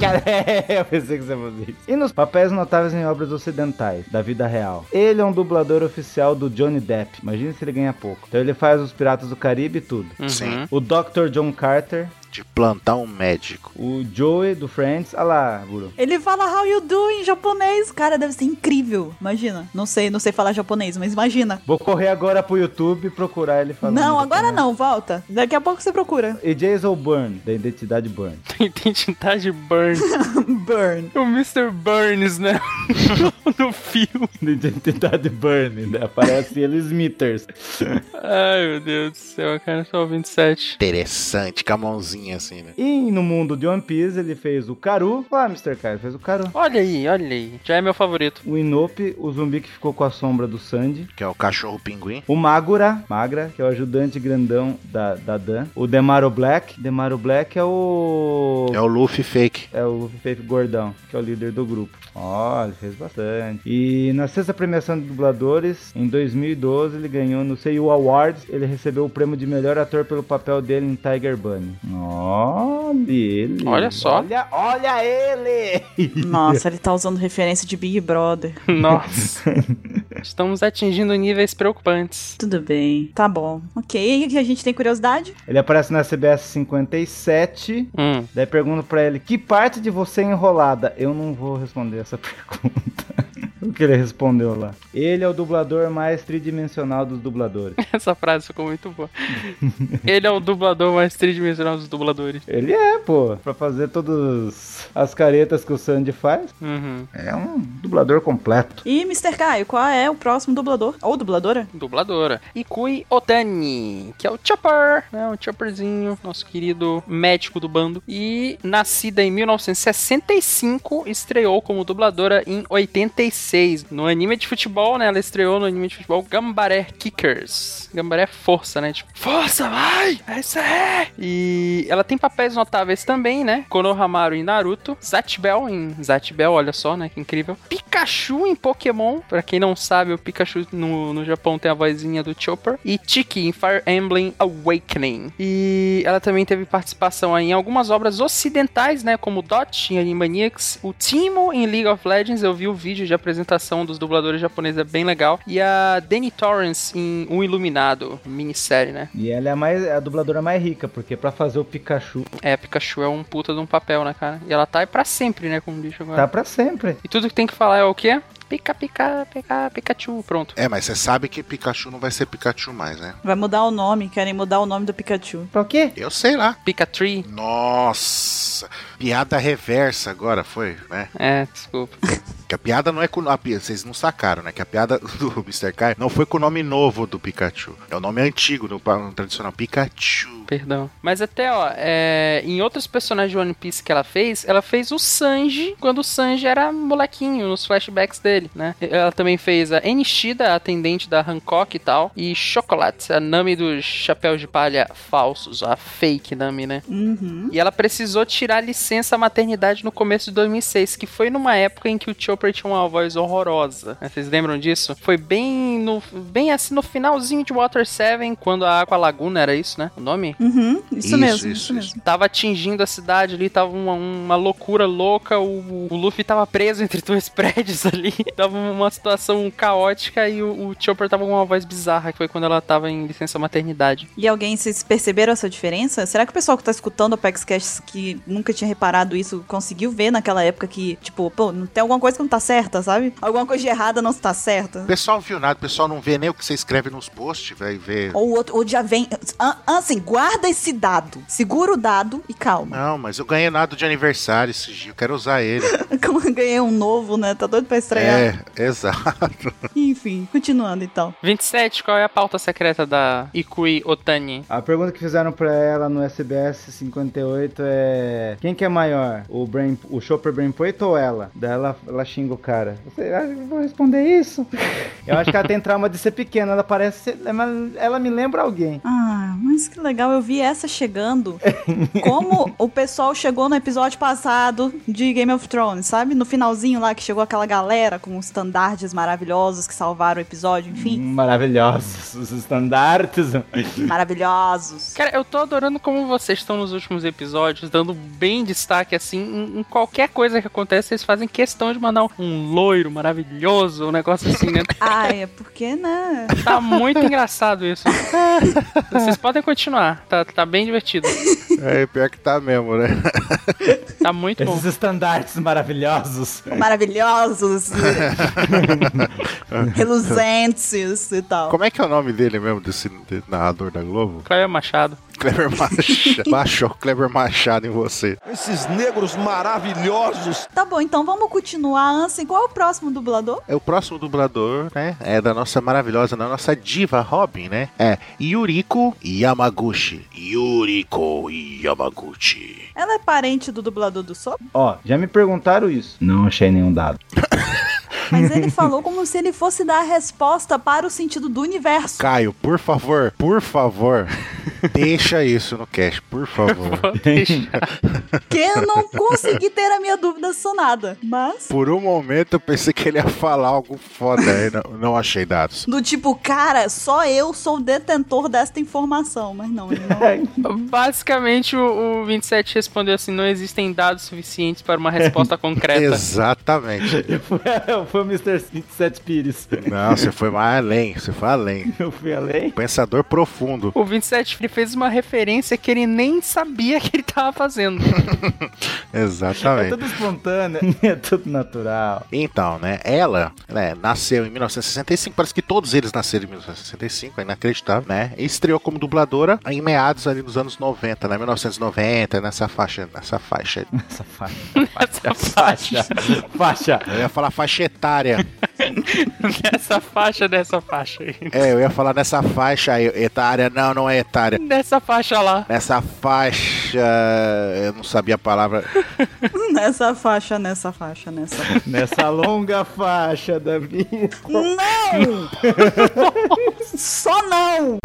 Speaker 4: Cara, *laughs* eu pensei que você fosse isso. E nos papéis notáveis em obras ocidentais, da vida real. Ele é um dublador oficial do Johnny Depp. Imagina se ele ganha pouco. Então ele faz os Piratas do Caribe e tudo.
Speaker 2: Uhum. *laughs*
Speaker 3: Sim.
Speaker 4: O Dr. John Carter,
Speaker 3: De plantar um médico.
Speaker 4: o Joey do Friends. Ah lá, Guru.
Speaker 1: Ele fala how you do em japonês. Cara, deve ser incrível. Imagina. Não sei, não sei falar japonês, mas imagina.
Speaker 4: Vou correr agora pro YouTube e procurar ele falando.
Speaker 1: não, agora
Speaker 4: japonês.
Speaker 1: não, volta. Daqui a pouco você procura. *laughs*
Speaker 4: E Jason Bourne, da Identidade Bourne. *laughs*
Speaker 2: Identidade Burns.
Speaker 1: Burn.
Speaker 2: o Mr. Burns, né? *laughs* no filme.
Speaker 4: da Identidade Bourne, né? Aparece ele Smithers.
Speaker 2: Ai, meu Deus do céu, cara, tá só o 27.
Speaker 3: Interessante, com a mãozinha assim, né?
Speaker 4: E no mundo de One Piece, ele fez o Karu. Ah, Mr. Karu, fez o Karu.
Speaker 2: Olha aí, olha aí. Já é meu favorito.
Speaker 4: O Inope, o zumbi que ficou com a sombra do Sandy.
Speaker 3: Que é o cachorro pinguim.
Speaker 4: O Magura, Magra, que é o ajudante grandão da, da Dan. O Demaro Black. Demaro Black é o.
Speaker 3: É o Luffy fake.
Speaker 4: É o Pepe Gordão, que é o líder do grupo. Ó, ele fez bastante. E na sexta premiação de dubladores, em 2012, ele ganhou no Seiyu Awards. Ele recebeu o prêmio de melhor ator pelo papel dele em Tiger Bunny. Olha ele.
Speaker 2: Olha só.
Speaker 4: Olha, olha ele. *laughs*
Speaker 1: Nossa, ele tá usando referência de Big Brother.
Speaker 2: *laughs* Nossa. Estamos atingindo níveis preocupantes.
Speaker 1: Tudo bem. Tá bom. Ok, e a gente tem curiosidade?
Speaker 4: Ele aparece na CBS 57.
Speaker 2: Hum.
Speaker 4: Daí pergunto pra ele, que parte de você é enrolada? Eu não vou responder essa *laughs* pergunta. o que ele respondeu lá? Ele é o dublador mais tridimensional dos dubladores.
Speaker 2: *laughs* Essa frase ficou muito boa. Ele é o dublador mais tridimensional dos dubladores.
Speaker 4: ele é, pô. Pra fazer todas as caretas que o Sandy faz.
Speaker 2: Uhum.
Speaker 4: É um dublador completo.
Speaker 1: E, Mr. Caio, qual é o próximo dublador? Ou dubladora?
Speaker 2: Dubladora. Ikui Otani, que é o Chopper, né? O Chopperzinho, nosso querido médico do bando. E nascida em 1965, estreou como dubladora em 86. No anime de futebol, né? Ela estreou no anime de futebol Gambaré Kickers. Gambaré é força, né? Tipo, força, vai! É isso aí! E ela tem papéis notáveis também, né? Konohamaru em Naruto, Zatch Bell em Zatch Bell, olha só, né? Que incrível. Pikachu em Pokémon, pra quem não sabe, o Pikachu no, no Japão tem a vozinha do Chopper. E Tiki em Fire Emblem Awakening. E ela também teve participação aí em algumas obras ocidentais, né? Como Dot em Animaniacs, o Timo em League of Legends, eu vi o vídeo de apresentação dos dubladores japoneses, é bem legal. E a Danny Torrance em O Iluminado, minissérie, né?
Speaker 4: E ela é a, mais, é a dubladora mais rica, porque pra fazer o Pikachu
Speaker 2: É, Pikachu é um puta de um papel, né, cara? E ela tá aí pra sempre, né, com o bicho agora.
Speaker 4: tá pra sempre.
Speaker 2: E tudo que tem que falar é o quê? Pica, pica, pica, Pikachu, pronto.
Speaker 3: É, mas você sabe que Pikachu não vai ser Pikachu mais, né?
Speaker 1: Vai mudar o nome, querem mudar o nome do Pikachu.
Speaker 4: Pra quê?
Speaker 3: Eu sei lá.
Speaker 2: Pikachu.
Speaker 3: Nossa, piada reversa agora foi, né?
Speaker 2: É, desculpa. *laughs*
Speaker 3: Que a piada não é com a pi- vocês não sacaram, né? Que a piada *laughs* do Mr. Kai não foi com o nome novo do Pikachu. É o nome antigo do pa- um tradicional Pikachu.
Speaker 2: Perdão. Mas até, ó, é, em outros personagens de One Piece que ela fez, ela fez o Sanji quando o Sanji era molequinho, nos flashbacks dele, né? Ela também fez a Enishida, a atendente da Hancock e tal, e Chocolate, a Nami dos chapéus de palha falsos, a fake Nami, né?
Speaker 1: Uhum.
Speaker 2: E ela precisou tirar a licença maternidade no começo de 2006, que foi numa época em que o Chopper tinha uma voz horrorosa. né? Vocês lembram disso? Foi bem no bem assim no finalzinho de Water 7, quando a Aqua Laguna era isso, né? O nome?
Speaker 1: Uhum, isso,
Speaker 3: Isso,
Speaker 1: mesmo, isso,
Speaker 3: isso, isso.
Speaker 1: mesmo.
Speaker 2: Tava atingindo a cidade ali, tava uma, uma loucura louca. O, o Luffy tava preso entre dois *laughs* prédios ali. Tava uma situação caótica e o, o Chopper tava com uma voz bizarra, que foi quando ela tava em licença maternidade.
Speaker 1: E alguém, vocês perceberam essa diferença? Será que o pessoal que tá escutando o Apex Cash que nunca tinha reparado isso conseguiu ver naquela época que, tipo, pô, não tem alguma coisa que não tá certa, sabe? Alguma coisa de errada não tá certa?
Speaker 3: O pessoal não viu nada, o pessoal não vê nem o que você escreve nos posts, vai ver.
Speaker 1: Ou o outro, ou já vem. ah, ah, Assim, Guarda esse dado. Segura o dado e calma. *laughs*
Speaker 3: Não, mas eu ganhei nada de aniversário esse dia. Eu quero usar ele.
Speaker 1: Como eu ganhei um novo, né? Tá doido pra estrear.
Speaker 3: é, exato.
Speaker 1: Enfim, continuando então.
Speaker 8: 27, qual é a pauta secreta da Ikui Otani?
Speaker 4: A pergunta que fizeram pra ela no SBS 58 é: Quem que é maior? O, Brain, o Chopper Brainpoint ou ela? Daí ela, ela xinga o cara. Você acha que eu vou responder isso? Eu acho que ela tem trauma de ser pequena. Ela parece. ser- Ela, ela me lembra alguém.
Speaker 1: Ah, mas que legal, eu vi essa chegando. Como o pessoal chegou no episódio passado de Game of Thrones, sabe? No finalzinho lá que chegou aquela galera com os estandardes maravilhosos que salvaram o episódio, enfim.
Speaker 4: Maravilhosos os estandartes.
Speaker 1: Maravilhosos.
Speaker 8: Cara, eu tô adorando como vocês estão nos últimos episódios, dando bem destaque, assim, em, em qualquer coisa que acontece, vocês fazem questão de mandar um loiro maravilhoso, um negócio assim, né?
Speaker 1: Ai, é porque, né?
Speaker 8: Tá muito engraçado isso. Vocês podem continuar, tá, tá bem divertido.
Speaker 3: *laughs* É, pior que tá mesmo, né?
Speaker 8: Tá muito bom.
Speaker 4: Esses estandartes maravilhosos. *laughs*
Speaker 1: Maravilhosos. reluzentes e tal.
Speaker 3: *laughs* Como é que é o nome dele mesmo, desse desse narrador da Globo?
Speaker 8: Cléber Machado.
Speaker 3: Kleber *laughs* Machado. Baixou o Kleber Machado em você.
Speaker 9: Esses negros maravilhosos.
Speaker 1: Tá bom, então vamos continuar. Ansem, qual é o próximo dublador?
Speaker 3: É o próximo dublador, né? É da nossa maravilhosa, da nossa diva Robin, né? É Yuriko Yamaguchi. Yuriko Yamaguchi.
Speaker 1: Ela é parente do dublador do Sop,
Speaker 4: Ó, já me perguntaram isso. Não achei nenhum dado.
Speaker 1: mas ele falou como se ele fosse dar a resposta para o sentido do universo.
Speaker 3: Caio, por favor, por favor, *laughs* deixa isso no cast, por favor.
Speaker 4: *laughs*
Speaker 1: que eu não consegui ter a minha dúvida sanada. Mas,
Speaker 3: Por um momento eu pensei que ele ia falar algo foda, aí não, não achei dados.
Speaker 1: do tipo, cara, só eu sou o detentor desta informação. Mas não, ele não.
Speaker 8: Basicamente, o, o 27 respondeu assim: não existem dados suficientes para uma resposta concreta.
Speaker 3: Exatamente.
Speaker 4: Foi o Mr. 27 Pires.
Speaker 3: Não, você foi mais além, você foi além.
Speaker 4: Eu fui além.
Speaker 3: Pensador profundo.
Speaker 8: O 27 ele fez uma referência que ele nem sabia que ele tava fazendo.
Speaker 4: É
Speaker 3: Exatamente.
Speaker 4: tudo espontâneo. *laughs* É tudo natural.
Speaker 3: Então, né, ela né, nasceu em 1965, parece que todos eles nasceram em 1965, é inacreditável, né? E estreou como dubladora em meados ali dos anos 90, né? 1990, nessa faixa, nessa faixa.
Speaker 4: Essa faixa.
Speaker 8: Essa
Speaker 4: Faixa.
Speaker 8: faixa.
Speaker 4: Faixa.
Speaker 3: Eu ia falar faixa etária.
Speaker 8: Nessa faixa, nessa faixa aí.
Speaker 3: é, eu ia falar nessa faixa aí, etária, não, não é etária.
Speaker 8: Nessa faixa lá.
Speaker 3: Nessa faixa, eu não sabia a palavra.
Speaker 1: *laughs* nessa faixa, nessa faixa, nessa faixa.
Speaker 4: Nessa longa faixa da vida.
Speaker 1: Não! *laughs* só não!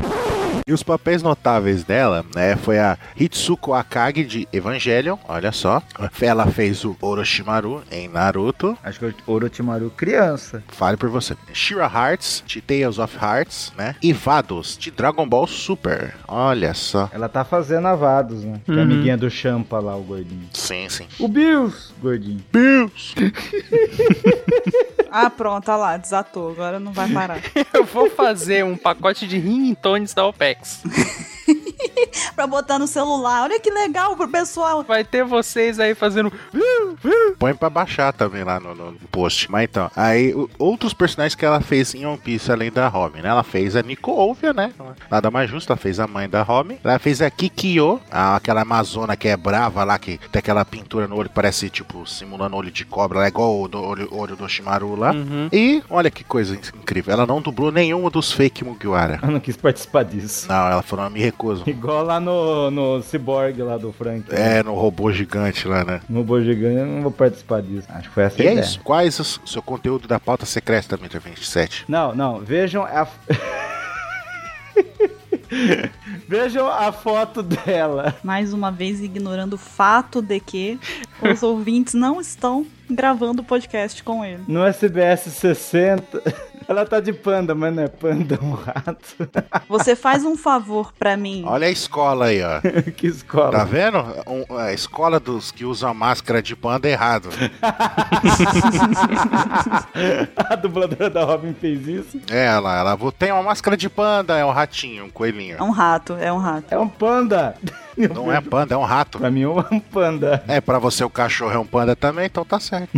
Speaker 3: E os papéis notáveis dela, né, foi a Hitsuko Akagi de Evangelion, olha só. Ela fez o Orochimaru em Naruto.
Speaker 4: Acho que o Orochimaru é criança.
Speaker 3: Fale por você. Shira Hearts, de Tales of Hearts, né? E Vados, de Dragon Ball Super. Olha só.
Speaker 4: Ela tá fazendo avados, né? Que é amiguinha do Champa lá, o gordinho.
Speaker 3: Sim, sim.
Speaker 4: O Bills, gordinho.
Speaker 1: Ah, pronto, olha lá, desatou. Agora não vai parar.
Speaker 8: *laughs* Eu vou fazer um pacote de ringtones da OPEX.
Speaker 1: pra botar no celular. Olha que legal pro pessoal.
Speaker 8: Vai ter vocês aí fazendo. "Hum?"
Speaker 3: Põe pra baixar também lá no, no post. Mas então, aí o- outros personagens que ela fez em One Piece além da Robin, né? Ela fez a Nico Olvia, né? Nada mais justo, ela fez a mãe da Robin. Ela fez a Kikyo, a- aquela amazona que é brava lá, que tem aquela pintura no olho que parece, tipo, simulando olho de cobra. Ela é igual o do, olho, olho do Shimaru lá. E olha que coisa in- incrível. Ela não dublou nenhuma dos fake Mugiwara.
Speaker 4: Eu não quis participar disso. *laughs*
Speaker 3: Não, ela falou, "Eu me recuso.
Speaker 4: Igual lá no, no Cyborg lá do Frank.
Speaker 3: É, no robô gigante lá, né?
Speaker 4: No Bojiganga, eu não vou participar disso. Acho que foi essa a
Speaker 3: E é
Speaker 4: ideia.
Speaker 3: isso. Quais o seu conteúdo da pauta secreta da Mitra 27?
Speaker 4: Não, não. Vejam a.
Speaker 3: *laughs*
Speaker 4: Vejam a foto dela.
Speaker 1: Mais uma vez, ignorando o fato de que os ouvintes não estão gravando o podcast com ele.
Speaker 4: No SBS 60. *laughs* Ela tá de panda, mas não é panda, é um rato. *laughs*
Speaker 1: Você faz um favor pra mim.
Speaker 3: Olha a escola aí, ó.
Speaker 4: que escola.
Speaker 3: Tá vendo? Um- a escola dos que usam máscara de panda é errado.
Speaker 4: *laughs* A dubladora da Robin fez isso.
Speaker 3: É, ela, ela tem uma máscara de panda, é um ratinho, um
Speaker 1: É
Speaker 3: coelhinho.
Speaker 1: um rato, é um rato.
Speaker 4: É um panda. *laughs*
Speaker 3: Não é panda, é um rato.
Speaker 4: Pra mim é um panda.
Speaker 3: É, pra você o cachorro é um panda também, então tá certo.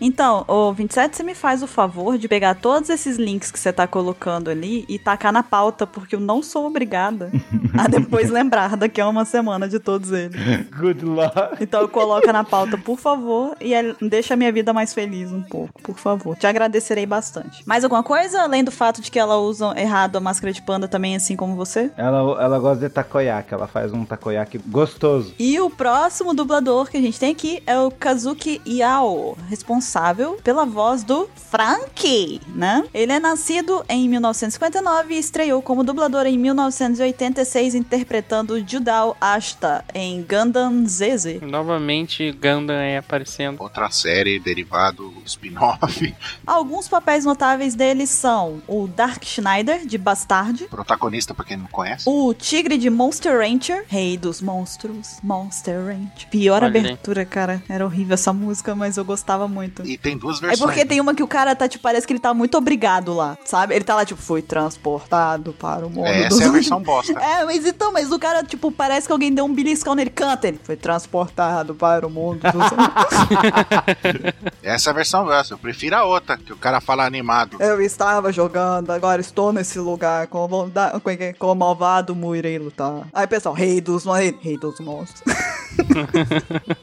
Speaker 1: Então, ô 27, você me faz o favor de pegar todos esses links que você tá colocando ali e tacar na pauta, porque eu não sou obrigada a depois lembrar daqui a uma semana de todos eles.
Speaker 4: Good luck.
Speaker 1: Então coloca na pauta, por favor, e é- deixa a minha vida mais feliz um pouco, por favor. Te agradecerei bastante. Mais alguma coisa, além do fato de que ela usa errado a máscara de panda também, assim como você?
Speaker 4: Ela, ela gosta de takoyaki, ela faz um takoyaki gostoso.
Speaker 1: E o próximo dublador que a gente tem aqui é o Kazuki Yao, responsável pela voz do Frank, né? Ele é nascido em 1959 e estreou como dublador em 1986, interpretando Judal Ashta em Gundam ZZ.
Speaker 8: Novamente, Gundam aí aparecendo.
Speaker 3: Outra série, derivado, spin-off,
Speaker 1: Alguns papéis notáveis dele são o Dark Schneider, de Bastard,
Speaker 3: protagonista pra quem não conhece.
Speaker 1: o Tigre de Monster Rancher, Rei dos Monstros, Monster Rancher. Pior
Speaker 8: Olha aí.
Speaker 1: abertura, cara. Era horrível essa música, mas eu gostava muito.
Speaker 3: E tem duas
Speaker 1: É
Speaker 3: versões.
Speaker 1: porque tem uma que o cara tá, tipo, parece que ele tá muito obrigado lá, sabe? Ele tá lá, tipo, foi transportado para o mundo
Speaker 3: É,
Speaker 1: dos
Speaker 3: essa
Speaker 1: *laughs*
Speaker 3: é a versão bosta.
Speaker 1: É, mas então, mas o cara, tipo, parece que alguém deu um beliscão nele, canta ele. Foi transportado para o mundo *laughs* dos...
Speaker 3: Essa é a versão bosta. Eu prefiro a outra, que o cara fala animado.
Speaker 1: Eu estava jogando, agora estou nesse lugar, com, vonda- com, com o malvado Muirei lutar. Aí, pessoal, rei dos, mon- rei dos monstros. *laughs*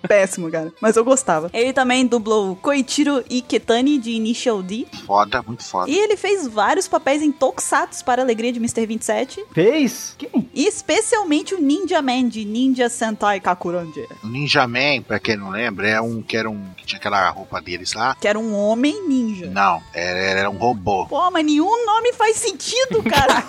Speaker 1: Péssimo, cara. Mas eu gostava. Ele também dublou Koichiro Iketani de Initial D.
Speaker 3: Foda, muito foda.
Speaker 1: E ele fez vários papéis em Tokusatsu para a alegria de Mr. 27,
Speaker 4: Fez? Quem? *laughs*
Speaker 1: e especialmente o Ninja Man de Ninja Sentai Kakuranje,
Speaker 3: O Ninja Man, pra quem não lembra, é um que era um. que tinha aquela roupa deles lá.
Speaker 1: que era um homem ninja.
Speaker 3: Não, era, era um robô.
Speaker 1: Pô, mas nenhum nome faz sentido, cara.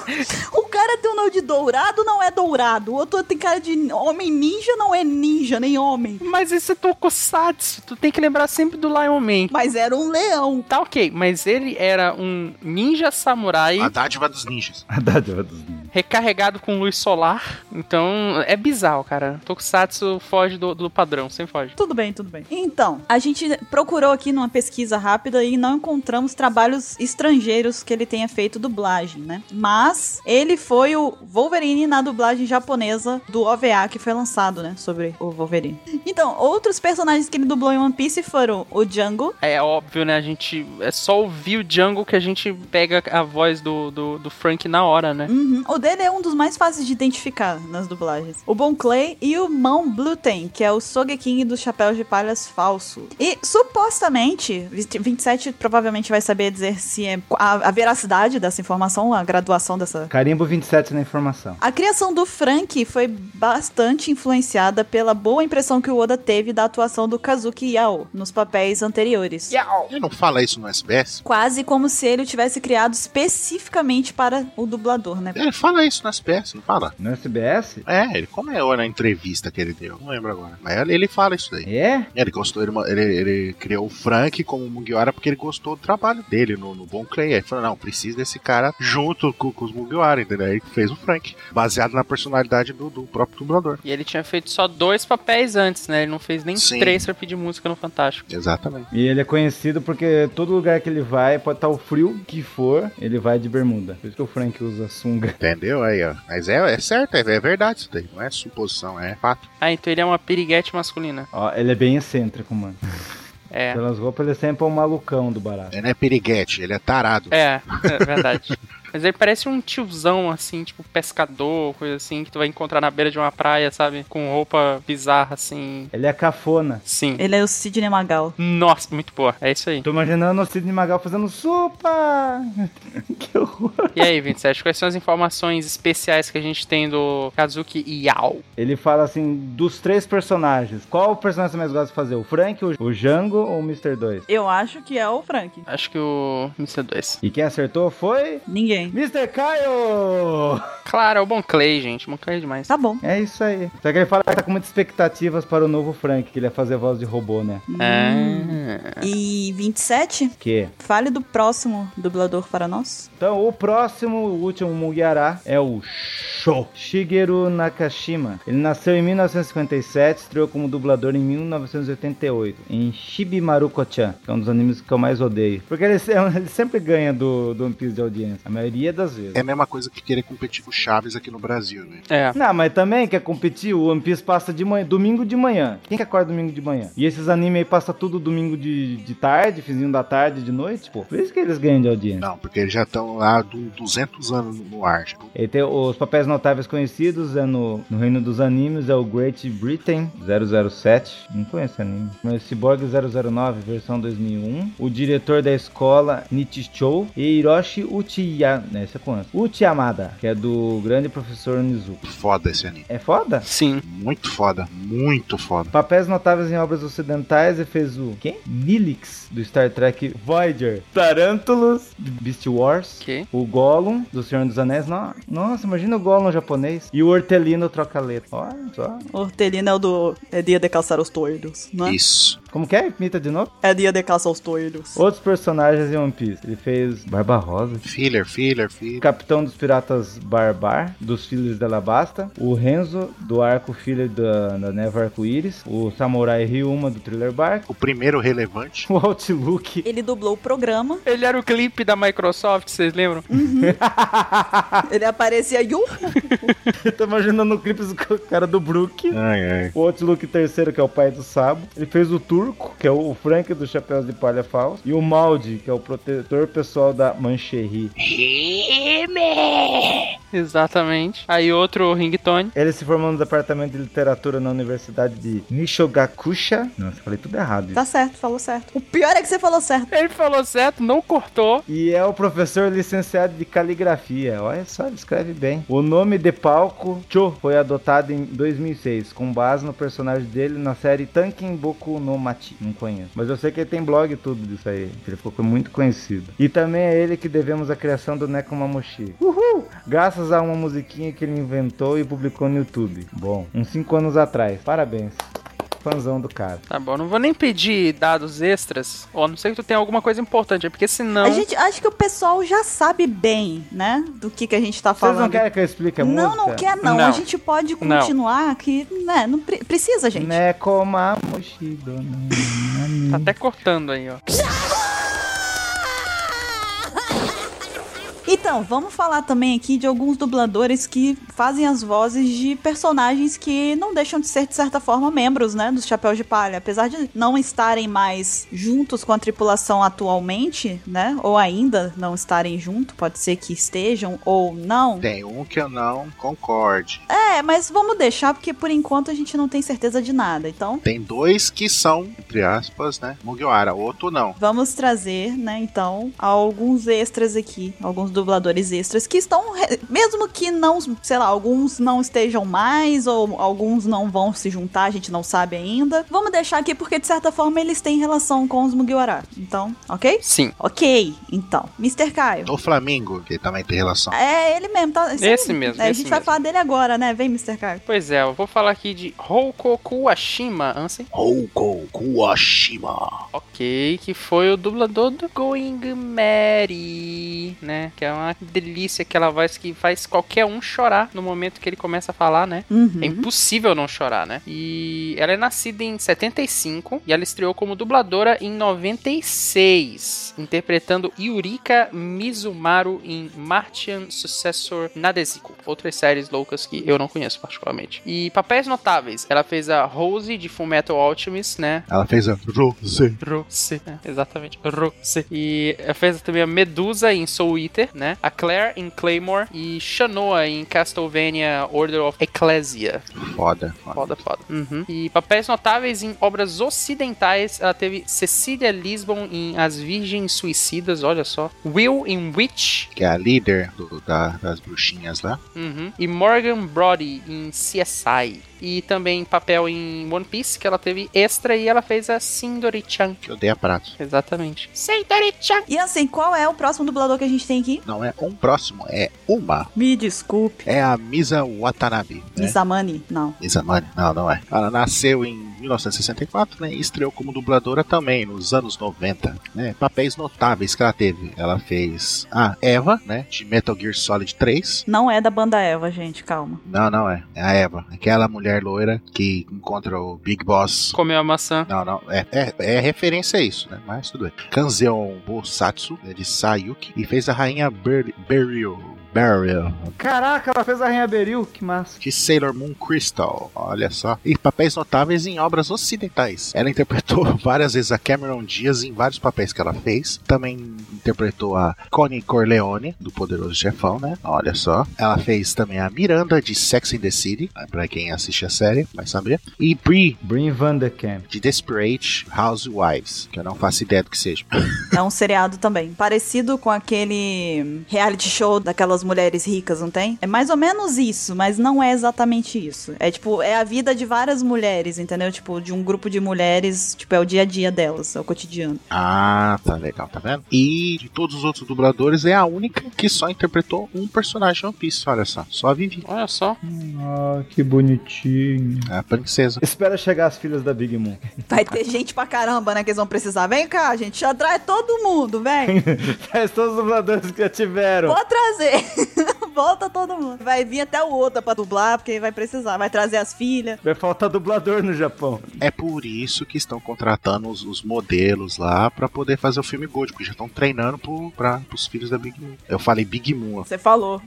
Speaker 1: o cara tem um nome de dourado, não é dourado. O outro tem cara de homem ninja, não é ninja, nem homem.
Speaker 2: Mas esse Tokusatsu, tu tem que lembrar sempre do Lion Man.
Speaker 1: Mas era um leão.
Speaker 2: Tá ok, mas ele era um ninja samurai
Speaker 3: A dádiva dos ninjas.
Speaker 4: A dádiva dos ninjas.
Speaker 2: recarregado com luz solar. Então, é bizarro, cara. Tokusatsu foge do, do padrão, sempre foge.
Speaker 1: Tudo bem, tudo bem. Então, a gente procurou aqui numa pesquisa rápida e não encontramos trabalhos estrangeiros que ele tenha feito dublagem, né? Mas ele foi o Wolverine na dublagem japonesa do OVA que foi lançado, né? Sobre o Wolverine. Então, outros personagens que ele dublou em One Piece foram o Django,
Speaker 2: É óbvio, né? A gente. É só ouvir o Django que a gente pega a voz do, do, do Frank na hora, né?
Speaker 1: Uhum. O dele é um dos mais fáceis de identificar nas dublagens. O Bon Clay e o Mão Bluten, que é o Sogeking dos chapéus de palhas falso. E supostamente, 20 27 provavelmente vai saber dizer se é a, a veracidade dessa informação, a graduação dessa.
Speaker 4: Carimbo 27 na informação.
Speaker 1: A criação do Frank foi bastante influenciada pela boa impressão que o Oda teve da atuação do Kazuki Yao nos papéis anteriores.
Speaker 3: Ele não fala isso no SBS?
Speaker 1: Quase como se ele o tivesse criado especificamente para o dublador, né?
Speaker 3: Ele fala isso no SBS, não fala?
Speaker 4: No SBS?
Speaker 3: É, ele comeu na entrevista que ele deu. Não lembro agora. Mas ele- ele fala isso daí.
Speaker 4: É?
Speaker 3: Ele gostou, ele, ma- ele, ele criou o Frank como Mugiwara porque ele gostou do trabalho dele no, no Bon Clay. Aí ele falou: não, precisa desse cara junto com, com os Mugiwara, entendeu? Aí ele fez o Frank, baseado na personalidade do, do próprio dublador.
Speaker 8: E ele tinha feito só dois papéis antes, né? Ele não fez nem
Speaker 3: Sim.
Speaker 8: três pra pedir música no Fantástico.
Speaker 3: Exatamente.
Speaker 4: E ele é conhecido porque todo lugar que ele vai, pode estar o frio que for, ele vai de bermuda. Por isso que o Frank usa sunga. *laughs*
Speaker 3: Entendeu? Aí, ó. Mas é, é certo, é, é verdade isso daí. Não é suposição, é fato.
Speaker 8: Ah, então ele é uma piriguete masculina.
Speaker 4: Ó, ele é bem excêntrico, mano.
Speaker 8: É.
Speaker 4: Pelas roupas, ele sempre é um malucão do barato.
Speaker 3: Ele não é piriguete, ele é tarado.
Speaker 8: É, é verdade. Mas ele parece um tiozão, assim, tipo pescador, coisa assim, que tu vai encontrar na beira de uma praia, sabe? Com roupa bizarra, assim.
Speaker 4: Ele é cafona.
Speaker 8: Sim.
Speaker 1: Ele é o Sidney Magal.
Speaker 8: Nossa, muito boa. É isso aí.
Speaker 4: Tô imaginando o Sidney Magal fazendo sopa! *laughs* que horror!
Speaker 8: E aí, 27, quais são as informações especiais que a gente tem do Kazuki Yao?
Speaker 4: Ele fala assim, dos três personagens, qual o personagem você mais gosta de fazer? O Frank, o, o Django ou o Mr. 2?
Speaker 1: Eu acho que é o Frank.
Speaker 8: Acho que o Mr. 2.
Speaker 4: E quem acertou foi...
Speaker 1: Ninguém.
Speaker 4: Mr. Caio!
Speaker 8: Claro, é o Bon Clay, gente. Bon Clay é demais.
Speaker 1: Tá bom.
Speaker 4: É isso aí. Só que ele fala que tá com muitas expectativas para o novo Frank, que ele ia fazer a voz de robô, né?
Speaker 1: É.
Speaker 8: Ah.
Speaker 4: É.
Speaker 1: E 27,
Speaker 4: Que?
Speaker 1: fale do próximo dublador para nós.
Speaker 4: Então, o próximo, o último Mugiará é o Sho Shigeru Nakashima. Ele nasceu em 1957, estreou como dublador em 1988, em *laughs* Shibimaru Kochan, que é um dos animes que eu mais odeio. Porque ele, se- ele sempre ganha do, do One Piece de audiência, a maioria maioria das vezes.
Speaker 3: É a mesma coisa que querer competir com o Chaves aqui no Brasil, né? velho.
Speaker 2: É.
Speaker 4: Não, mas também quer competir, o One Piece passa de manhã, domingo de manhã. Quem que acorda domingo de manhã? E esses anime aí passa tudo domingo de, de tarde, finzinho da tarde, de noite, pô. Por isso que eles ganham de audiência.
Speaker 3: Não, porque eles já estão lá do 200 anos no ar. Tipo,
Speaker 4: E tem os papéis notáveis conhecidos, é no, no Reino dos Animes, é o Great Britain 007, não conheço anime, mas Cyborg 009, versão 2001, o diretor da escola Nichichou e Hiroshi Uchiya, né, esse é conheço, Uchiyamada, que é do grande professor Nizuki.
Speaker 3: foda esse anime.
Speaker 4: É foda?
Speaker 2: Sim.
Speaker 3: Muito foda, muito foda.
Speaker 4: Papéis notáveis em obras ocidentais, ele fez o quem? Nilix, do Star Trek Voyager, Tarantulus, de Beast Wars,
Speaker 2: Ok.
Speaker 4: o Gollum, do Senhor dos Anéis, no- nossa, imagina o Gollum japonês, e o Hortelino Trocaleta, ó, só.
Speaker 1: Hortelina é o do. É dia de caçar os toiros, não é?
Speaker 3: Isso.
Speaker 4: Como que é? Imita de novo?
Speaker 1: É dia de caçar os toiros.
Speaker 4: Outros personagens em One Piece. Ele fez Barba Rosa,
Speaker 3: Filler, filler, filler.
Speaker 4: Capitão dos Piratas Barbar, dos Filhos da Alabasta, o Renzo, do Arco Filho da, da Neva Arco-Íris, o Samurai Ryuma, do Thriller Bark, *laughs*
Speaker 3: O primeiro relevante.
Speaker 4: o Outlook,
Speaker 1: Ele dublou o programa,
Speaker 2: Ele era o clipe da Microsoft, vocês lembram?
Speaker 4: Ah.
Speaker 1: ele aparecia uh, e
Speaker 4: eu tô imaginando o clipe do *laughs* cara do Brook,
Speaker 3: Ai, ai.
Speaker 4: o Outlook terceiro, que é o pai do Sabo, ele fez o Turco, que é o Frank do Chapéus de Palha Falso, e o Maldi, que é o protetor pessoal da Mancherry.
Speaker 2: Exatamente. Aí outro ringtone.
Speaker 4: Ele se formou no departamento de literatura na Universidade de Nishogakusha. Nossa, falei tudo errado.
Speaker 1: Tá certo, falou certo. O pior é que você falou certo.
Speaker 2: Ele falou certo, não cortou.
Speaker 4: E é o professor licenciado de caligrafia. Olha só, ele escreve bem. O nome de palco Cho foi adotado em 2006, com base no personagem dele na série Tanken Boku no Machi. Não conheço. Mas eu sei que ele tem blog e tudo disso aí. que Ele ficou muito conhecido. E também é ele que devemos a criação do Nekomamushi. Uhul! Graças a uma musiquinha que ele inventou e publicou no YouTube. Bom, uns 5 anos atrás. Parabéns. Fãzão do cara.
Speaker 2: Tá bom, não vou nem pedir dados extras. Ó, não sei que tu tem alguma coisa importante, é porque senão.
Speaker 1: A gente acho que o pessoal já sabe bem, né? Do que, que a gente tá
Speaker 4: Vocês não
Speaker 1: falando.
Speaker 4: querem que eu explique a
Speaker 1: não,
Speaker 4: música?
Speaker 1: não quer, não.
Speaker 2: Não.
Speaker 1: A gente pode continuar que, né? Não pre- precisa, gente.
Speaker 4: Né? Nekomamushi. Donami.
Speaker 2: Tá até cortando aí, ó.
Speaker 1: Então, vamos falar também aqui de alguns dubladores que fazem as vozes de personagens que não deixam de ser, de certa forma, membros, né, dos Chapéus de Palha. Apesar de não estarem mais juntos com a tripulação atualmente, né, ou ainda não estarem junto, pode ser que estejam ou não.
Speaker 3: Tem um que eu não concorde.
Speaker 1: É, mas vamos deixar, porque por enquanto a gente não tem certeza de nada. Então,
Speaker 3: Tem dois que são, entre aspas, né? Mugiwara, outro não.
Speaker 1: Vamos trazer, né, então, alguns extras aqui, alguns dubladores extras que estão, re- mesmo que não, sei lá, alguns não estejam mais ou alguns não vão se juntar, a gente não sabe ainda. Vamos deixar aqui porque de certa forma eles têm relação com os Mugiwara. Então, OK?
Speaker 2: Sim.
Speaker 1: OK, então. Mr. Caio.
Speaker 3: O Flamingo, que também tem relação.
Speaker 1: É ele mesmo, tá?
Speaker 2: Esse mesmo,
Speaker 1: É, a
Speaker 2: esse
Speaker 1: gente vai
Speaker 2: mesmo.
Speaker 1: falar dele agora, né? Vem, Mr. Caio.
Speaker 2: Pois é, eu vou falar aqui de Houko Kuwashima, Ansem.
Speaker 3: Rouko Kuwashima.
Speaker 2: Ok, que foi o dublador do Going Mary, né? Que é uma delícia, aquela voz que faz qualquer um chorar no momento que ele começa a falar, né? É
Speaker 1: Uhum.
Speaker 2: impossível não chorar, né? E ela é nascida em 75 e ela estreou como dubladora em 96, interpretando Yurika Mizumaru em Martian Successor Nadeziko, outras séries loucas que eu não conheço particularmente. E papéis notáveis, ela fez a Rose de Fullmetal Alchemist, né?
Speaker 3: Ela fez a Rose.
Speaker 2: Rose, né? exatamente, Rose. E ela fez também a Medusa em Soul Eater, né? A Claire em Claymore e Shanoa em Castlevania Order of Ecclesia.
Speaker 3: Foda,
Speaker 2: Foda,
Speaker 3: foda.
Speaker 2: foda. E papéis notáveis em obras ocidentais, ela teve Cecília Lisbon em As Virgens Suicidas, olha só. Will em Witch.
Speaker 3: Que é a líder do- da- das bruxinhas lá.
Speaker 2: uhum, E Morgan Brody em CSI. E também papel em One Piece, que ela teve extra e ela fez a Sindori-chan.
Speaker 3: Que odeia pratos.
Speaker 2: Exatamente.
Speaker 1: E assim, qual é o próximo dublador que a gente tem aqui?
Speaker 3: Não é um próximo, é uma.
Speaker 1: Me desculpe,
Speaker 3: É a Misa Watanabe, né?
Speaker 1: Isamani. Não.
Speaker 3: Isamani. Não, não é. Ela nasceu em 1964, né? E estreou como dubladora também nos anos 90, né? Papéis notáveis que ela teve. Ela fez a Eva, né? De Metal Gear Solid 3.
Speaker 1: Não é da banda Eva, gente, calma.
Speaker 3: Não, não é. É a Eva. Aquela mulher loira que encontra o Big Boss.
Speaker 2: Comeu a maçã.
Speaker 3: Não, não, é, é, é referência a isso, né? Mas tudo bem. Kanzeon Bosatsu, né, de Sayuki, e fez a rainha Ber Beryl. Beryl,
Speaker 4: Caraca, ela fez a Rainha Beril, que massa.
Speaker 3: de Sailor Moon Crystal, olha só. E papéis notáveis em obras ocidentais. Ela interpretou *laughs* várias vezes a Cameron Diaz em vários papéis que ela fez. Também interpretou a Connie Corleone, do Poderoso Chefão, né? Olha só. Ela fez também a Miranda, de Sex and the City, pra quem assiste a série vai saber. E Bree,
Speaker 4: Brim Van de Camp.
Speaker 3: de Desperate Housewives, que eu não faço ideia do que seja. *coughs*
Speaker 1: É um seriado também. Parecido com aquele reality show daquelas mulheres ricas, não tem? É mais ou menos isso, mas não é exatamente isso. É tipo, é a vida de várias mulheres, entendeu? Tipo, de um grupo de mulheres, tipo, é o dia a dia delas, é o cotidiano.
Speaker 3: Ah, tá legal, tá vendo? E de todos os outros dubladores, é a única que só interpretou um personagem de One Piece, olha só. Só a Vivi,
Speaker 2: Olha só.
Speaker 4: Ah, que bonitinho.
Speaker 3: a princesa.
Speaker 4: Espera chegar as filhas da Big Moon. *laughs*
Speaker 1: Vai ter gente pra caramba, né? Que eles vão precisar. Vem cá, gente, já traz todo mundo, velho.
Speaker 4: Faz todos os dubladores que já tiveram.
Speaker 1: Vou trazer. *laughs* Volta todo mundo. Vai vir até o outro pra dublar, porque vai precisar. Vai trazer as filhas.
Speaker 4: Vai faltar dublador no Japão.
Speaker 3: É por isso que estão contratando os, os modelos lá pra poder fazer o filme Gold, porque já estão treinando pro, pra, pros filhos da Big Moon. Eu falei Big Moon,
Speaker 1: Você falou.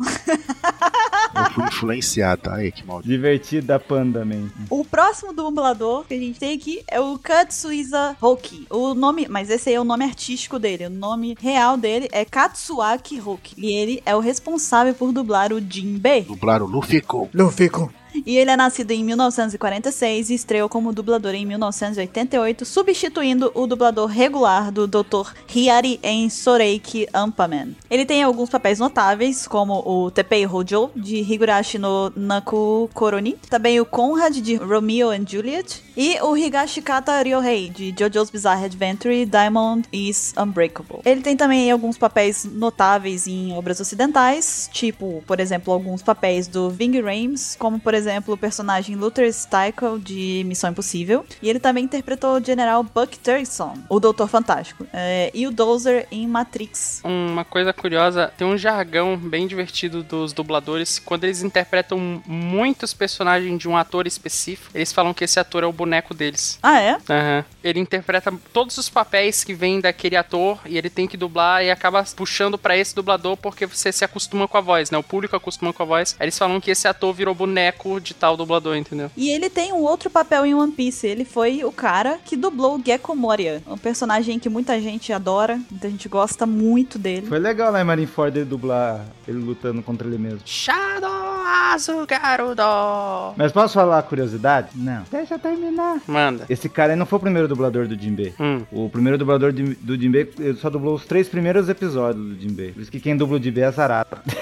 Speaker 3: eu fui influenciado, tá? Aí, que maldito.
Speaker 4: Divertida Panda Man.
Speaker 1: O próximo dublador que a gente tem aqui é o Katsuiza Hoki. O nome, mas esse aí é o nome artístico dele. O nome real dele é Katsuaki Hoki. E ele é o responsável por dublar o Jinbei.
Speaker 3: Dublaram o Luffy com
Speaker 1: E ele é nascido em 1946 e estreou como dublador em 1988, substituindo o dublador regular do Dr. Hiari em Soreiki Ampaman. Ele tem alguns papéis notáveis, como o Tepei Hojo, de Higurashi no Naku Koroni, também o Conrad, de Romeo and Juliet, e o Higashikata Ryohei, de JoJo's Bizarre Adventure Diamond is Unbreakable. Ele tem também alguns papéis notáveis em obras ocidentais, tipo, por exemplo, alguns papéis do Ving Rhames, como por exemplo o personagem Luther Stickle de Missão Impossível. E ele também interpretou o General Buck Thurston, o Doutor Fantástico, é, e o Dozer em Matrix.
Speaker 2: Uma coisa curiosa, tem um jargão bem divertido dos dubladores. Quando eles interpretam muitos personagens de um ator específico, eles falam que esse ator é o boneco deles.
Speaker 1: Ah, é?
Speaker 2: Aham. Ele interpreta todos os papéis que vêm daquele ator e ele tem que dublar e acaba puxando pra esse dublador porque você se acostuma com a voz, né? O público acostuma com a voz. Aí eles falam que esse ator virou boneco de tal dublador, entendeu?
Speaker 1: E ele tem um outro papel em One Piece. Ele foi o cara que dublou o Gecko Moria, um personagem que muita gente adora, muita gente gosta muito dele.
Speaker 4: Foi legal lá em Marineford ele dublar ele lutando contra ele mesmo.
Speaker 2: Shadow Azugarudo!
Speaker 4: Mas posso falar a curiosidade? Não. Deixa eu terminar.
Speaker 2: Manda.
Speaker 4: Esse cara aí não foi o primeiro dublador do Jinbei.
Speaker 2: Hum.
Speaker 4: O primeiro dublador de- do Jinbei ele só dublou os três primeiros episódios do Jinbei. Por isso que quem dubla o Jinbei é Zarata. *laughs*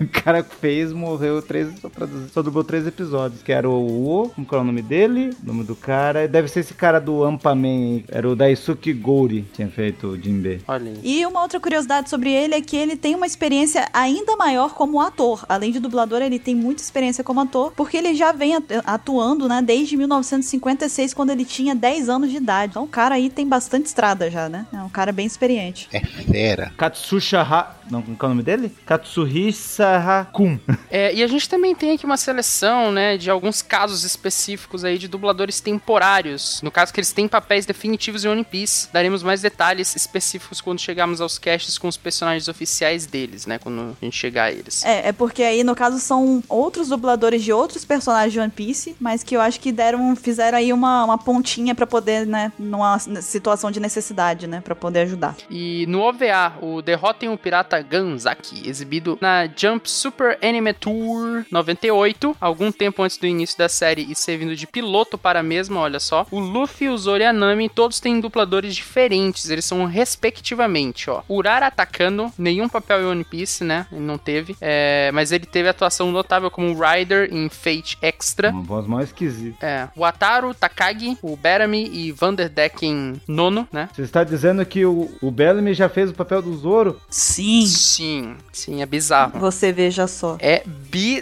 Speaker 4: O cara que fez, morreu três, só, traduzi- só dublou três episódios. Que era o. Como que é o nome dele? O nome do cara. Deve ser esse cara do Ampaman. aí. Era o Daisuke Gori. que Tinha feito o Jinbei.
Speaker 2: Olha aí.
Speaker 1: E uma outra curiosidade sobre ele é que ele tem uma experiência ainda maior como ator. Além de dublador, ele tem muita experiência como ator, porque ele já vem atu- atuando, né, desde 1956, quando ele tinha 10 anos de idade. Então o cara aí tem bastante estrada já, né? É um cara bem experiente.
Speaker 3: é fera.
Speaker 4: Katsushaha. Não, como que é o nome dele? Katsuhishaha Kun.
Speaker 2: É, e a gente também tem aqui uma seleção, né, de alguns casos específicos aí de dubladores temporários. No caso que eles têm papéis definitivos em One Piece, daremos mais detalhes específicos quando chegarmos aos casts com os personagens oficiais deles, né, quando a gente chegar a eles.
Speaker 1: É, é porque aí, no caso, são outros dubladores de outros personagens de One Piece, mas que eu acho que deram, fizeram aí uma, uma pontinha pra poder, né, numa situação de necessidade, né, Pra poder ajudar.
Speaker 2: E no OVA, o Derrotem o Pirata Ganzaki, exibido na Jump Super Anime Tour 98, algum tempo antes do início da série e servindo de piloto para a mesma, olha só. O Luffy e o Zoro e a Nami, todos têm dubladores diferentes, eles são respectivamente, ó. Urara Takano, nenhum papel em One Piece, né? Ele não teve, é, mas ele teve atuação notável como Rider em Fate Extra.
Speaker 4: Uma voz mal esquisita.
Speaker 2: É, Wataru Takagi, o Berami e Vanderdecken Nono, né?
Speaker 4: Você está dizendo que o, o Bellamy já fez o papel do Zoro?
Speaker 1: Sim.
Speaker 2: Sim, sim, é bizarro.
Speaker 1: Você cerveja só.
Speaker 8: É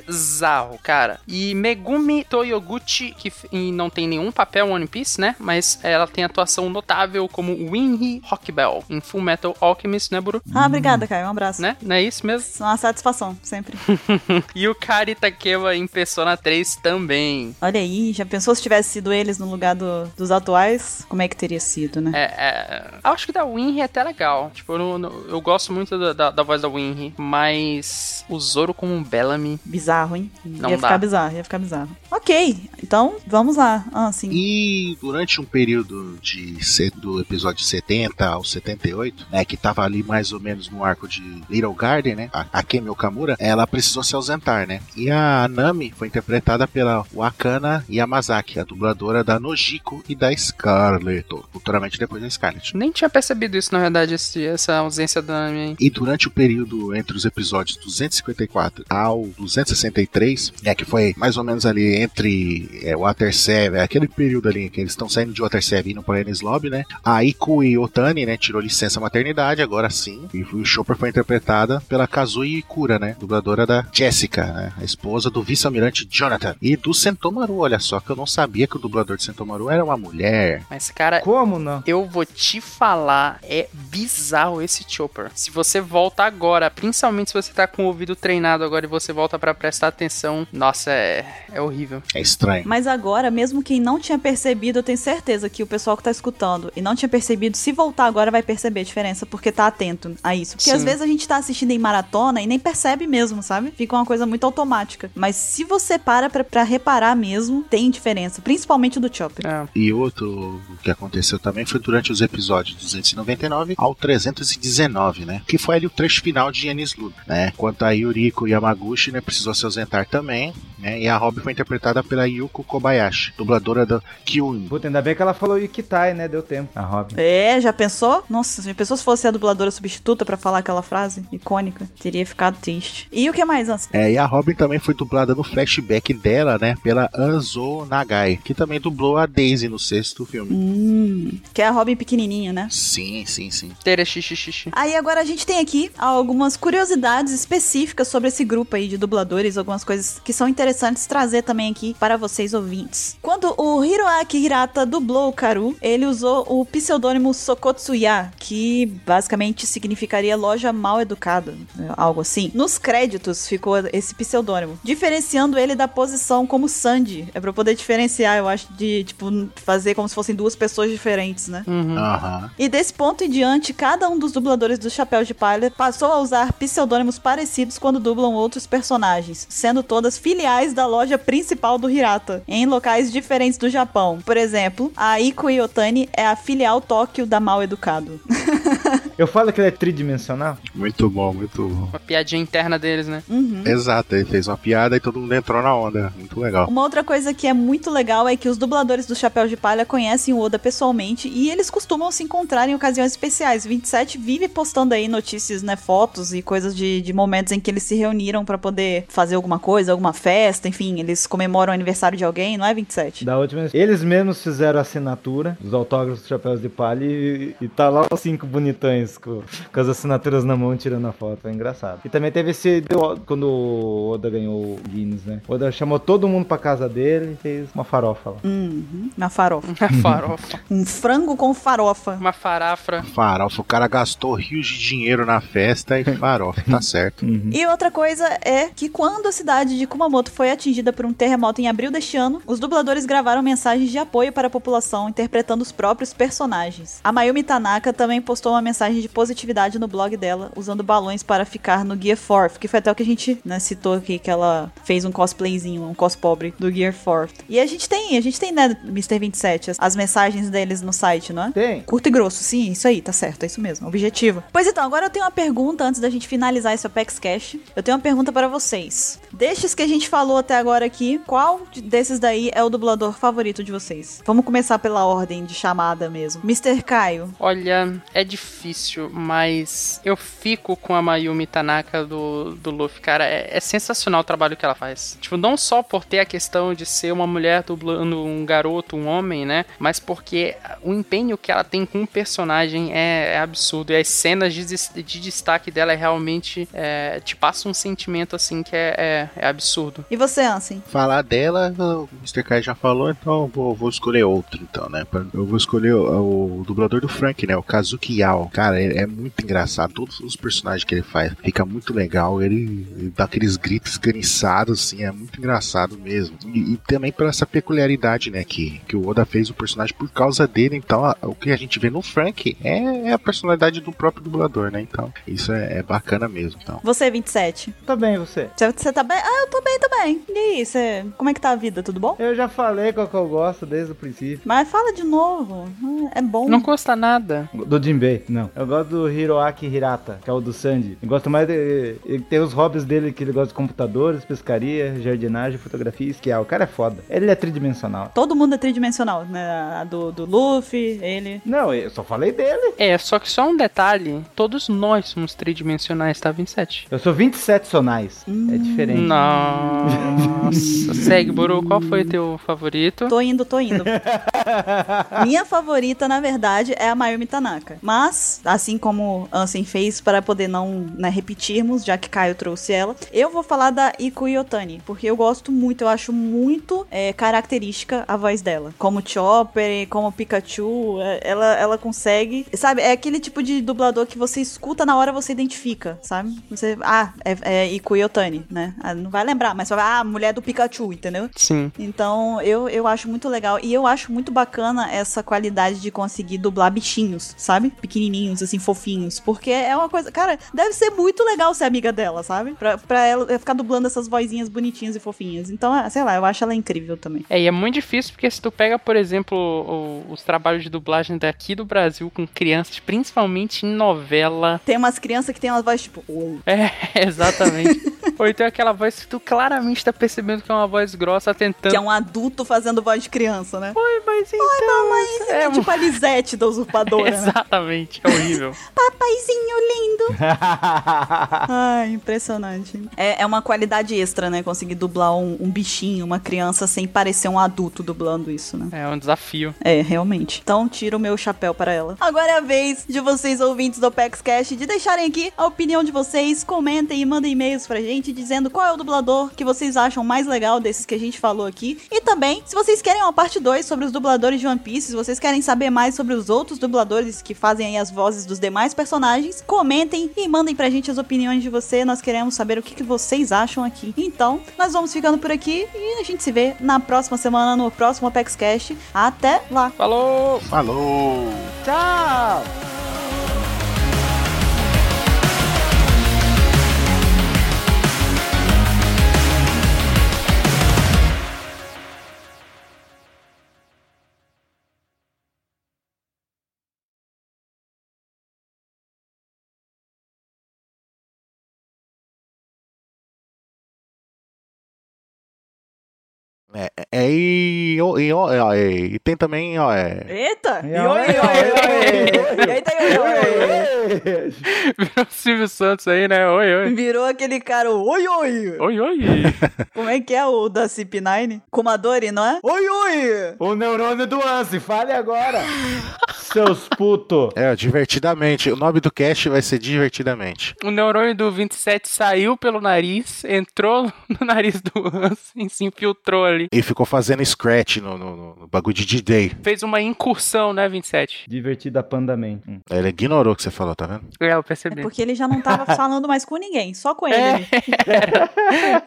Speaker 8: bizarro, cara. E Megumi Toyoguchi, que f- e não tem nenhum papel em One Piece, né? Mas ela tem atuação notável como Winry Rockbell em Full Metal Alchemist, né, Buru?
Speaker 1: Ah, obrigada, Caio. Um abraço.
Speaker 8: Né? Não é isso mesmo? *laughs*
Speaker 1: Isso é uma satisfação, sempre.
Speaker 8: E o Kari Takeba em Persona 3 também.
Speaker 1: Olha aí, já pensou se tivesse sido eles no lugar do- dos atuais? Como é que teria sido, né?
Speaker 8: É, é, acho que da Winry é até legal. Tipo, eu, não- não- eu gosto muito da, da, da voz da Winry, mas o Zoro como um Bellamy.
Speaker 1: Bizarro, hein?
Speaker 8: Não
Speaker 1: ia
Speaker 8: dá.
Speaker 1: ficar bizarro, ia ficar bizarro. Ok, então vamos lá. Ah, sim.
Speaker 3: E durante um período de se- do episódio 70 ao 78, né, que tava ali mais ou menos no arco de Little Garden, né, a, a Kemi Okamura, ela precisou se ausentar, né? E a Nami foi interpretada pela Wakana Yamazaki, a dubladora da Nojiko e da Scarlet, futuramente depois da Scarlet.
Speaker 8: Nem tinha percebido isso, na verdade, esse- essa ausência da Nami aí.
Speaker 3: E durante o período entre os episódios 254 ao 263, né, que foi mais ou menos ali entre é, Water 7, aquele período ali que eles estão saindo de Water 7 e indo para Enies Lobby, né? A Iku e Otani, né, tirou licença maternidade, agora sim. E o Chopper foi interpretada pela Kazuyi Ikura, né? Dubladora da Jessica, né? A esposa do vice-almirante Jonathan. E do Sentomaru, olha só, que eu não sabia que o dublador de Sentomaru era uma mulher.
Speaker 8: Mas, cara,
Speaker 4: Como não?
Speaker 8: Eu vou te falar, é bizarro esse Chopper. Se você volta agora, principalmente se você tá com o ouvido treinado agora e você volta pra prestar atenção, nossa, é, é horrível.
Speaker 3: É estranho.
Speaker 1: Mas agora, mesmo quem não tinha percebido, eu tenho certeza que o pessoal que tá escutando e não tinha percebido, se voltar agora vai perceber a diferença, porque tá atento a isso. Porque às
Speaker 8: Sim.
Speaker 1: vezes a gente tá assistindo em maratona e nem percebe mesmo, sabe? Fica uma coisa muito automática. Mas se você para pra, pra reparar mesmo, tem diferença, principalmente do Chopper.
Speaker 8: É.
Speaker 3: E outro que aconteceu também foi durante os episódios 299 ao 319, né? Que foi ali o trecho final de Enis Lube, né? Quanto a Yuriko Yamaguchi, né? Precisou se ausentar também, né? E a Robin foi interpretada pela Yuko Kobayashi, dubladora da Kyun.
Speaker 4: Puta, ainda bem que ela falou Ikitai, né? Deu tempo. A Robin.
Speaker 1: É, já pensou? Nossa, já pensou se fosse a dubladora substituta pra falar aquela frase icônica? Teria ficado triste. E o que mais, Anson?
Speaker 3: É, e a Robin também foi dublada no flashback dela, né? Pela Anzo Nagai, que também dublou a Daisy no sexto filme.
Speaker 1: Hum, que é a Robin pequenininha, né?
Speaker 3: Sim, sim, sim.
Speaker 8: Tere, xixi, xixi.
Speaker 1: Aí agora a gente tem aqui algumas curiosidades específicas sobre esse grupo aí de dubladores, algumas coisas que são interessantes trazer também aqui para vocês ouvintes. Quando o Hiroaki Hirata dublou o Karu, ele usou o pseudônimo Sokotsuya, que basicamente significaria loja mal educada, né, algo assim. Nos créditos ficou esse pseudônimo, diferenciando ele da posição como Sandy. É pra poder diferenciar, eu acho, de tipo fazer como se fossem duas pessoas diferentes, né?
Speaker 8: Uhum.
Speaker 3: Aham.
Speaker 1: E desse ponto em diante, cada um dos dubladores dos Chapéus de Palha passou a usar pseudônimos parecidos quando dublam outros personagens, sendo todas filiais da loja principal do Hirata, em locais diferentes do Japão. Por exemplo, a Iko Yotani é a filial Tóquio da Mal Educado.
Speaker 4: Eu falo que ele é tridimensional?
Speaker 3: Muito bom, muito bom.
Speaker 8: Uma piadinha interna deles, né?
Speaker 1: Uhum.
Speaker 3: Exato, ele fez uma piada e todo mundo entrou na onda. Muito legal.
Speaker 1: Uma outra coisa que é muito legal é que os dubladores do Chapéu de Palha conhecem o Oda pessoalmente e eles costumam se encontrar em ocasiões especiais. 27 vive postando aí notícias, né, fotos e coisas de, de momentos em que eles se reuniram pra poder fazer alguma coisa, alguma festa, enfim, eles comemoram o aniversário de alguém, não é 27?
Speaker 4: Da última vez. Eles mesmos fizeram a assinatura, os autógrafos dos chapéus de palha e, e tá lá os cinco bonitões com, com as assinaturas na mão tirando a foto. É engraçado. E também teve esse. do- Quando o Oda ganhou o Guinness, né? O Oda chamou todo mundo pra casa dele e fez uma farofa lá.
Speaker 1: Uhum, na farofa.
Speaker 8: Uma farofa.
Speaker 1: Um frango com farofa.
Speaker 8: Uma farafra.
Speaker 3: Farofa, o cara gastou rios de dinheiro na festa e farofa, tá certo.
Speaker 1: E outra coisa é que quando a cidade de Kumamoto foi atingida por um terremoto em abril deste ano, os dubladores gravaram mensagens de apoio para a população, interpretando os próprios personagens. A Mayumi Tanaka também postou uma mensagem de positividade no blog dela, usando balões para ficar no Gear 4, que foi até o que a gente né, citou aqui, que ela fez um cosplayzinho, um cospobre do Gear 4. E a gente tem, a gente tem, né, Mr. 27, as- as mensagens deles no site, não é?
Speaker 4: Tem.
Speaker 1: Curto e grosso, sim, isso aí, tá certo, é isso mesmo, objetivo. Pois então, agora eu tenho uma pergunta antes da gente finalizar esse Apex Cash. Eu tenho uma pergunta para vocês. Destes que a gente falou até agora aqui, qual de- desses daí é o dublador favorito de vocês? Vamos começar pela ordem de chamada mesmo. Mr. Caio.
Speaker 8: Olha, é difícil.
Speaker 2: difícil, mas eu fico com a Mayumi Tanaka do, do Luffy, cara. É, é sensacional o trabalho que ela faz. Tipo, não só por ter a questão de ser uma mulher dublando um garoto, um homem, né? Mas porque o empenho que ela tem com o personagem é, é absurdo. E as cenas de, des- de destaque dela é realmente é, te passa um sentimento assim que é, é- é absurdo.
Speaker 1: E você, Ansem?
Speaker 3: Falar dela, o Mr. Kai já falou, então eu vou, vou escolher outro, então, né? Pra- Eu vou escolher o, o dublador do Frank, né? O Kazuki Yao. Cara, ele é muito engraçado. Todos os personagens que ele faz fica muito legal. Ele, ele dá aqueles gritos esganiçados, assim, é muito engraçado mesmo. E, e também por essa peculiaridade, né? Que, que o Oda fez o personagem por causa dele. Então, a- o que a gente vê no Frank é, é a personalidade do próprio dublador, né? Então, isso é, é bacana mesmo. Então,
Speaker 1: Você, 27.
Speaker 4: Tá bem, você.
Speaker 1: Você- Você tá bem? Ah, eu tô bem também. E aí, você... como é que tá a vida? Tudo bom?
Speaker 4: Eu já falei qual que eu gosto desde o princípio.
Speaker 1: Mas fala de novo. Hum, É bom.
Speaker 2: Não custa nada.
Speaker 4: Do Jinbei, não. Eu gosto do Hiroaki Hirata, que é o do Sandy. Eu gosto mais de. Ele tem os hobbies dele que ele gosta de computadores, pescaria, jardinagem, fotografia e esquiar. O cara é foda. Ele é tridimensional.
Speaker 1: Todo mundo é tridimensional, né? A do, do Luffy, ele.
Speaker 4: Não, eu só falei dele.
Speaker 2: É, só que só um detalhe: todos nós somos tridimensionais, tá? 27.
Speaker 4: Eu sou 27 sonais. É diferente.
Speaker 2: Nossa, segue, Buru. Qual foi teu favorito?
Speaker 1: Tô indo, tô indo. Minha favorita, na verdade, é a Mayumi Tanaka. Mas, assim como Ansem fez, para poder não né, repetirmos, já que Caio trouxe ela, eu vou falar da Iku Yotani, porque eu gosto muito, eu acho muito é, característica a voz dela. Como Chopper, como Pikachu, é, ela, ela consegue. Sabe, é aquele tipo de dublador que você escuta na hora você identifica, sabe? Você. Ah, é, é Iku Yotani, né? Ah, não vai lembrar, mas você vai, ah, mulher do Pikachu, entendeu?
Speaker 2: Sim.
Speaker 1: Então, eu, eu acho muito legal. E eu acho muito bacana essa qualidade de conseguir dublar bichinhos, sabe? Pequenininhos, assim, fofinhos. Porque é uma coisa. Cara, deve ser muito legal ser amiga dela, sabe? Pra, pra ela ficar dublando essas vozinhas bonitinhas e fofinhas. Então, é, sei lá, eu acho ela incrível também.
Speaker 2: É, e é muito difícil porque se tu pega, por exemplo, o- os trabalhos de dublagem daqui do Brasil com crianças, principalmente em novela. *laughs*
Speaker 1: Tem umas crianças que tem umas vozes tipo. "Oh".
Speaker 2: É, exatamente. Ou então é aquela voz que tu claramente tá percebendo que é uma voz grossa tentando.
Speaker 1: Que é um adulto fazendo voz de criança, né?
Speaker 2: Oi, mas então.
Speaker 1: É,
Speaker 2: é,
Speaker 1: tipo a Lisette da usurpadora, né?
Speaker 2: Exatamente, *laughs* é horrível.
Speaker 1: Paizinho lindo! Ai, impressionante. É, é uma qualidade extra, né? Conseguir dublar um, um bichinho, uma criança, sem parecer um adulto dublando isso, né?
Speaker 2: É um desafio.
Speaker 1: É, realmente. Então, tiro o meu chapéu para ela. Agora é a vez de vocês, ouvintes do Opex Cash, de deixarem aqui a opinião de vocês. Comentem e mandem e-mails pra gente dizendo qual é o dublador que vocês acham mais legal desses que a gente falou aqui. E também, se vocês querem uma parte 2 sobre os dubladores de One Piece, se vocês querem saber mais sobre os outros dubladores que fazem aí as vozes dos demais personagens, comentem e mandem pra gente as opiniões de você. Nós queremos saber o que, que vocês acham aqui. Então, nós vamos ficando por aqui e a gente se vê na próxima semana, no próximo Apex Cash. Até lá!
Speaker 2: Falou! *laughs*
Speaker 3: falou!
Speaker 2: Tchau!
Speaker 3: É, é, e, ó, e, ó, é, ó, é, e tem também, ó, é,
Speaker 1: Eita!
Speaker 4: E
Speaker 1: E oi,
Speaker 4: aí,
Speaker 1: oi, oi. Eita, tá oi, oi,
Speaker 2: Virou o Silvio Santos aí, né? Oi,
Speaker 1: oi.
Speaker 2: oi.
Speaker 1: Virou aquele cara, oi, oi.
Speaker 2: Oi, oi.
Speaker 1: Como é que é o da CP9? Kumadori, não é? Oi, oi.
Speaker 4: O neurônio do Anse, fale agora! Seus puto!
Speaker 3: é, ó, divertidamente. O nome do cast vai ser divertidamente.
Speaker 2: O neurônio do 27 saiu pelo nariz, entrou *laughs* no nariz do Ansem, se infiltrou ali.
Speaker 3: E ficou fazendo scratch no, no- no- no bagulho de D-Day.
Speaker 2: Fez uma incursão, né, 27?
Speaker 4: Divertida pandamente. Hum.
Speaker 3: Ele ignorou o que você falou, tá vendo?
Speaker 2: É, eu
Speaker 1: É
Speaker 2: percebi.
Speaker 1: porque ele já não tava falando mais com ninguém, só com ele.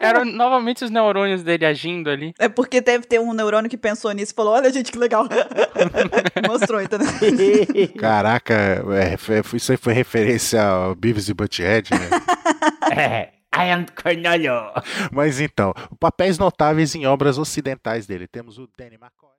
Speaker 2: Eram novamente os neurônios dele agindo ali.
Speaker 1: É, porque deve ter um neurônio que pensou nisso e falou, olha gente, que legal. *laughs* Mostrou, entendeu?
Speaker 3: Caraca, é, foi- foi- isso aí foi referência ao Beavis e Butthead, né?
Speaker 4: É, I am Cornelio!
Speaker 3: Mas então, papéis notáveis em obras ocidentais dele. Temos o Danny McCoy.